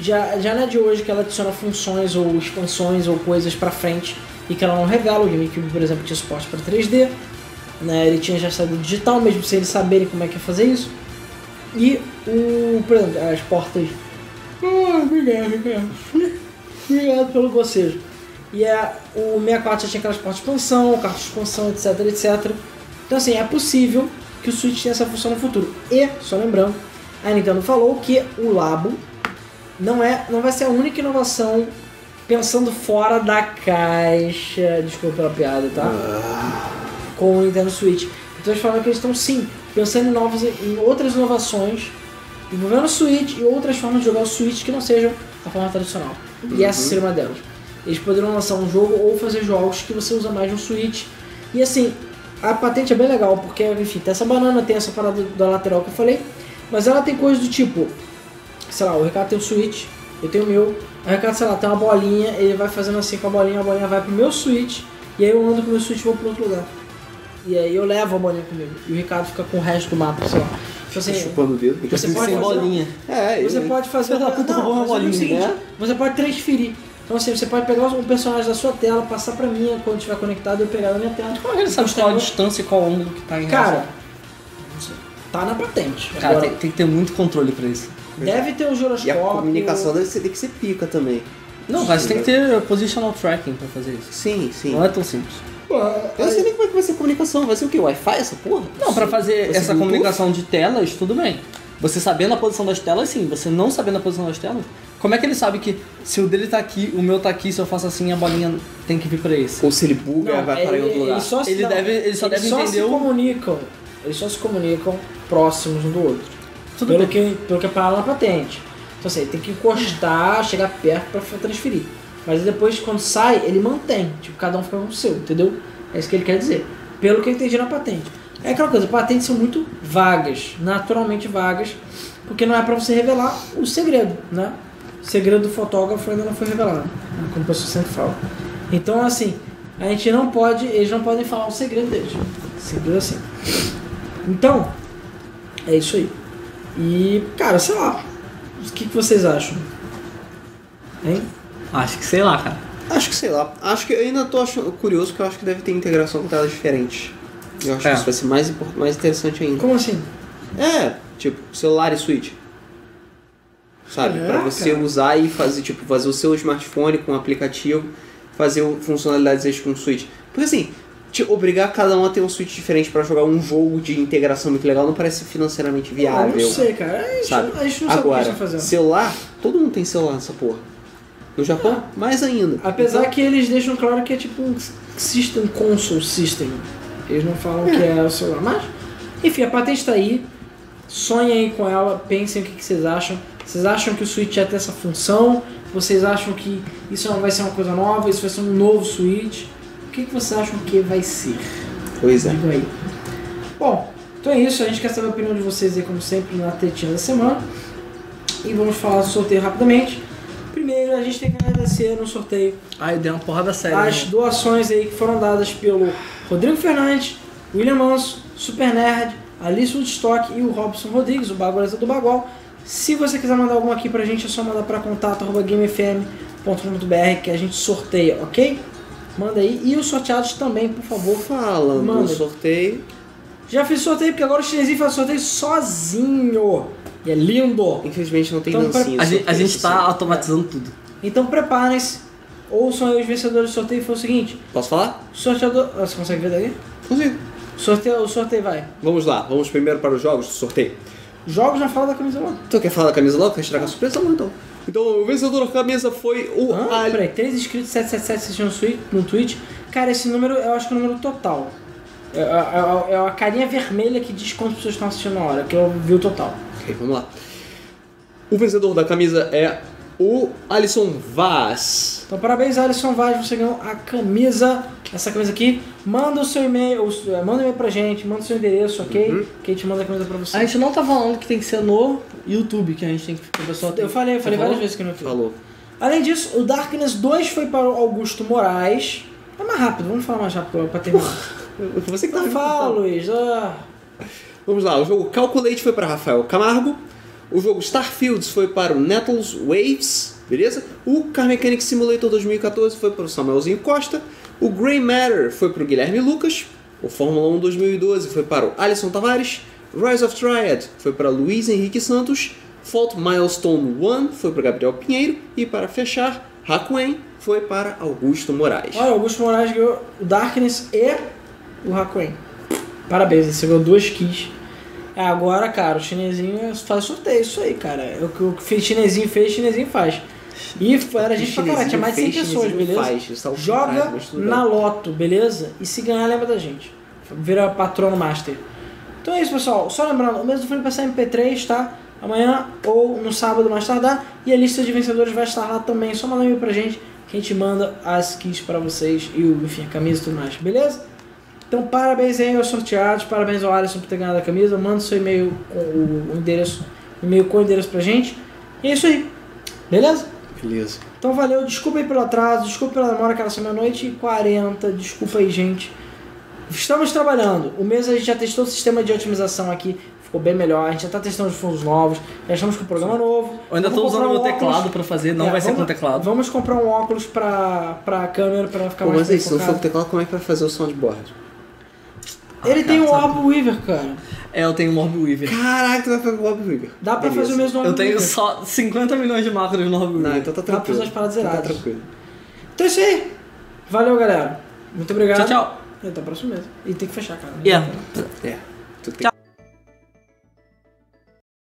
A: já, já não é de hoje que ela adiciona funções ou expansões ou coisas pra frente e que ela não revela. O GameCube, por exemplo, tinha suporte pra 3D, né? ele tinha já saído digital, mesmo sem eles saberem como é que ia fazer isso. E o, por exemplo, as portas. Ah, obrigado, obrigado. obrigado pelo bocejo. E é, o 64 já tinha aquelas portas de expansão, o cartucho de expansão, etc, etc. Então, assim, é possível que o Switch tenha essa função no futuro. E, só lembrando, a Nintendo falou que o Labo não, é, não vai ser a única inovação pensando fora da caixa. Desculpa pela piada, tá?
C: Ah,
A: Com o Nintendo Switch. Então, eles falaram que eles estão, sim, pensando em, novas, em outras inovações envolvendo o Switch e outras formas de jogar o Switch que não sejam a forma tradicional. E essa seria uma delas. Eles poderiam lançar um jogo ou fazer jogos que você usa mais no Switch. E assim, a patente é bem legal, porque, enfim, tem essa banana, tem essa parada da lateral que eu falei, mas ela tem coisas do tipo, sei lá, o Ricardo tem o Switch, eu tenho o meu, o Ricardo, sei lá, tem uma bolinha, ele vai fazendo assim com a bolinha, a bolinha vai pro meu Switch, e aí eu ando com o meu Switch e vou pro outro lugar. E aí eu levo a bolinha comigo, e o Ricardo fica com o resto do mapa, sei lá. Então, assim,
C: Chupando o dedo.
A: Você pode
B: Sem
A: fazer- um-
B: bolinha.
C: É,
A: você
C: ele-
A: pode fazer
B: Filha da puta, roubou uma
A: mas olha o
B: bolinha,
A: seguinte,
B: né?
A: Você pode transferir. Então assim, você pode pegar um personagem da sua tela, passar pra minha quando estiver conectado, eu pegar na minha tela.
B: Como é que ele sabe qual a distância e qual ângulo que tá em
A: Cara,
B: relação?
A: não sei, tá na patente.
B: Cara,
A: Agora,
B: tem, tem que ter muito controle pra isso.
A: deve ter um
C: E
A: giroscópio.
C: a comunicação deve ser, tem que ser pica também.
B: Não, mas tem que ter positional tracking pra fazer isso.
C: Sim, sim.
B: Não é tão simples.
A: Pô,
C: Eu não sei nem como é que vai ser a comunicação. Vai ser o quê? Wi-Fi essa porra?
B: Não, pra fazer
C: Vai ser
B: essa
C: Bluetooth?
B: comunicação de telas, tudo bem. Você sabendo a posição das telas, sim. Você não sabendo a posição das telas, como é que ele sabe que se o dele tá aqui, o meu tá aqui, se eu faço assim, a bolinha tem que vir pra esse?
C: Ou se ele buga,
A: Não, é
C: vai parar em outro
A: ele-
C: lugar.
A: ele só se-
B: Ele
A: não,
B: deve- ele só
A: eles
B: deve entender
A: se
B: o-
A: comunicam. Eles só se comunicam próximos um do outro.
B: Tudo
A: pelo que
B: bem.
A: Pelo que é parado na patente. Então assim, tem que encostar, chegar perto pra transferir. Mas depois, quando sai, ele mantém. Tipo, cada um fica com o seu, entendeu? É isso que ele quer dizer. Pelo que eu entendi na patente. É aquela coisa, patentes são muito vagas, naturalmente vagas, porque não é pra você revelar o segredo, né? O segredo do fotógrafo ainda não foi revelado, né? como o pessoal sempre fala. Então, assim, a gente não pode, eles não podem falar o segredo deles. Simples assim. Então, é isso aí. E, cara, sei lá. O que, que vocês acham? Hein?
B: Acho que sei lá, cara.
C: Acho que sei lá. Acho que eu ainda tô achando, curioso porque eu acho que deve ter integração com telas diferentes. Eu acho
B: É.
C: que isso vai ser mais, impor- mais interessante ainda.
A: Como assim?
C: É, Tipo, celular e Switch. Sabe?
A: É,
C: pra você
A: cara.
C: usar e fazer, tipo, fazer o seu smartphone com o aplicativo, fazer o- funcionalidades extras com o Switch. Porque assim, te obrigar cada um a ter um Switch diferente pra jogar um jogo de integração muito legal não parece financeiramente viável.
A: Ah, não sei, cara. A gente,
C: Sabe?
A: a gente não sabe o que a
C: Agora,
A: gente tá fazendo.
C: celular, todo mundo tem celular nessa porra. No Japão, mais ainda.
A: Apesar
C: Então,
A: que eles deixam claro que é tipo um system console system. Eles não falam que é o celular. Mas, enfim, a patente tá aí. Sonhem com ela, pensem o que, que vocês acham. Vocês acham que o Switch ia ter essa função? Vocês acham que isso não vai ser uma coisa nova? Isso vai ser um novo Switch? O que, que vocês acham que vai ser?
C: Pois é.
A: Digam aí. Bom, então é isso. A gente quer saber a opinião de vocês aí, como sempre, na tretinha da semana. E vamos falar do sorteio rapidamente. Primeiro, a gente tem que agradecer no sorteio
B: Ai, eu dei uma porrada séria.
A: as
B: né?
A: doações aí que foram dadas pelo Rodrigo Fernandes, William Manso, Super Nerd, Alice Woodstock e o Robson Rodrigues, o bagulho do Bagol. Se você quiser mandar alguma aqui pra gente, é só mandar pra contato.gamefm.com.br que a gente sorteia, ok? Manda aí. E os sorteados também, por favor.
C: Falando
A: Manda.
C: no sorteio,
A: Já fiz sorteio porque agora o chinesinho faz sorteio sozinho. E é lindo.
C: infelizmente não tem
A: Então,
C: dancinha.
B: A gente, a
C: sorteio,
B: gente tá
C: assim.
B: automatizando tudo.
A: Então preparem-se. Ouçam aí os vencedores do sorteio. Foi o seguinte:
C: assim. Posso falar?
A: o sorteador. Ah, Você consegue ver daí?
C: Consigo.
A: Sorteio, o sorteio vai.
C: Vamos lá, vamos primeiro para os jogos do sorteio.
A: Jogos na fala da camisa um. lá.
C: Tu quer falar da camisa logo? Quer estragar a surpresa? Vamos então. Então, o vencedor da camisa foi o
A: Ah,
C: Ali.
A: peraí, 3 inscritos, 777 assistindo no Twi- no Twitch. Cara, esse número eu acho que é o número total. É, é, é- é a carinha vermelha que diz quantas pessoas estão assistindo na hora, que eu vi o total.
C: Ok, vamos lá. O vencedor da camisa é o Alisson Vaz.
A: Então parabéns, Alisson Vaz, você ganhou a camisa, essa camisa aqui. Manda o seu e-mail, o seu- manda um e-mail pra gente, manda o seu endereço, ok? Que a gente manda a camisa pra você.
B: A gente não tá falando que tem que ser no YouTube, que a gente tem que. que o pessoal tem-
A: eu falei, eu falei
B: Você
A: várias
B: falou?
A: vezes que não fiz.
C: Falou.
A: Além disso, o Darkness 2 foi para o Augusto Moraes. É mais rápido, vamos falar mais rápido pra terminar.
C: Você que tá
A: Não fala, Luiz. ah.
C: Vamos lá, o jogo Calculate foi para Rafael Camargo. O jogo Starfields foi para o Nettles Waves, beleza? O Car Mechanic Simulator 2014 foi para o Samuelzinho Costa. O Grey Matter foi para o Guilherme Lucas. O Fórmula 1 2012 foi para o Alisson Tavares. Rise of Triad foi para Luiz Henrique Santos. Fault Milestone 1 foi para Gabriel Pinheiro. E para fechar, Hakuen foi para Augusto Moraes.
A: Olha, o Augusto Moraes ganhou o Darkness e o Hakuen. Parabéns, você ganhou duas keys. É, Agora, cara, o chinesinho faz sorteio, isso aí, cara. É O que o que o chinesinho fez, o chinesinho faz. E era gente pra caralho, tinha mais de 100
C: Chinesinho
A: pessoas,
C: fez,
A: beleza?
C: chinesinho faz, isso é o
A: Joga
C: contrário, mas tudo
A: na
C: bem.
A: loto, beleza? E se ganhar, lembra da gente. Vira patrono master. Então é isso, pessoal. Só lembrando, o mesmo filme passar MP3, tá? Amanhã ou no sábado mais tardar. E a lista de vencedores vai estar lá também. Só mandar um e-mail pra gente que a gente manda as keys pra vocês e o, enfim, a camisa e tudo mais, beleza? Então parabéns aí aos sorteados, parabéns ao Alisson por ter ganhado a camisa. Manda seu e-mail com o, o endereço, e-mail com o endereço pra gente. E é isso aí, beleza?
C: Beleza.
A: Então valeu, desculpa aí pelo atraso, desculpa pela demora, cara, é são meia-noite e 40, desculpa aí, gente. Estamos trabalhando. O mês a gente já testou o sistema de otimização aqui, ficou bem melhor. A gente já está testando os fundos novos, já estamos com o programa novo.
B: Eu ainda tô
A: Vamos
B: usando
A: comprar
B: meu
A: um
B: teclado
A: óculos-
B: pra fazer, não
A: É,
B: vai ser com
A: vamos-
B: teclado.
A: Vamos comprar um óculos pra, pra câmera pra ficar
C: Pô,
A: mais
C: mas é
A: bem
C: isso, se não for
A: focado.
C: com teclado, como é que vai fazer o soundboard?
A: Ele tem
B: Ah,
A: um
C: Tá,
B: sabe.
A: Orb Weaver, cara.
B: É, eu tenho um Orb Weaver.
C: Caraca, tu vai fazer o Bob Rigger.
A: Dá pra fazer o mesmo Orb
B: Eu tenho
A: Weaver.
B: só 50 milhões de macros no Orb
C: Não,
B: Weaver.
C: então tá
A: Dá pra
C: tranquilo.
A: fazer as paradas
C: Então Tá
A: zeradas.
C: tranquilo.
A: Então é isso aí. Valeu, galera. Muito obrigado.
B: Tchau, tchau.
A: E até o próximo mês. E tem que fechar, cara.
B: Yeah.
C: É.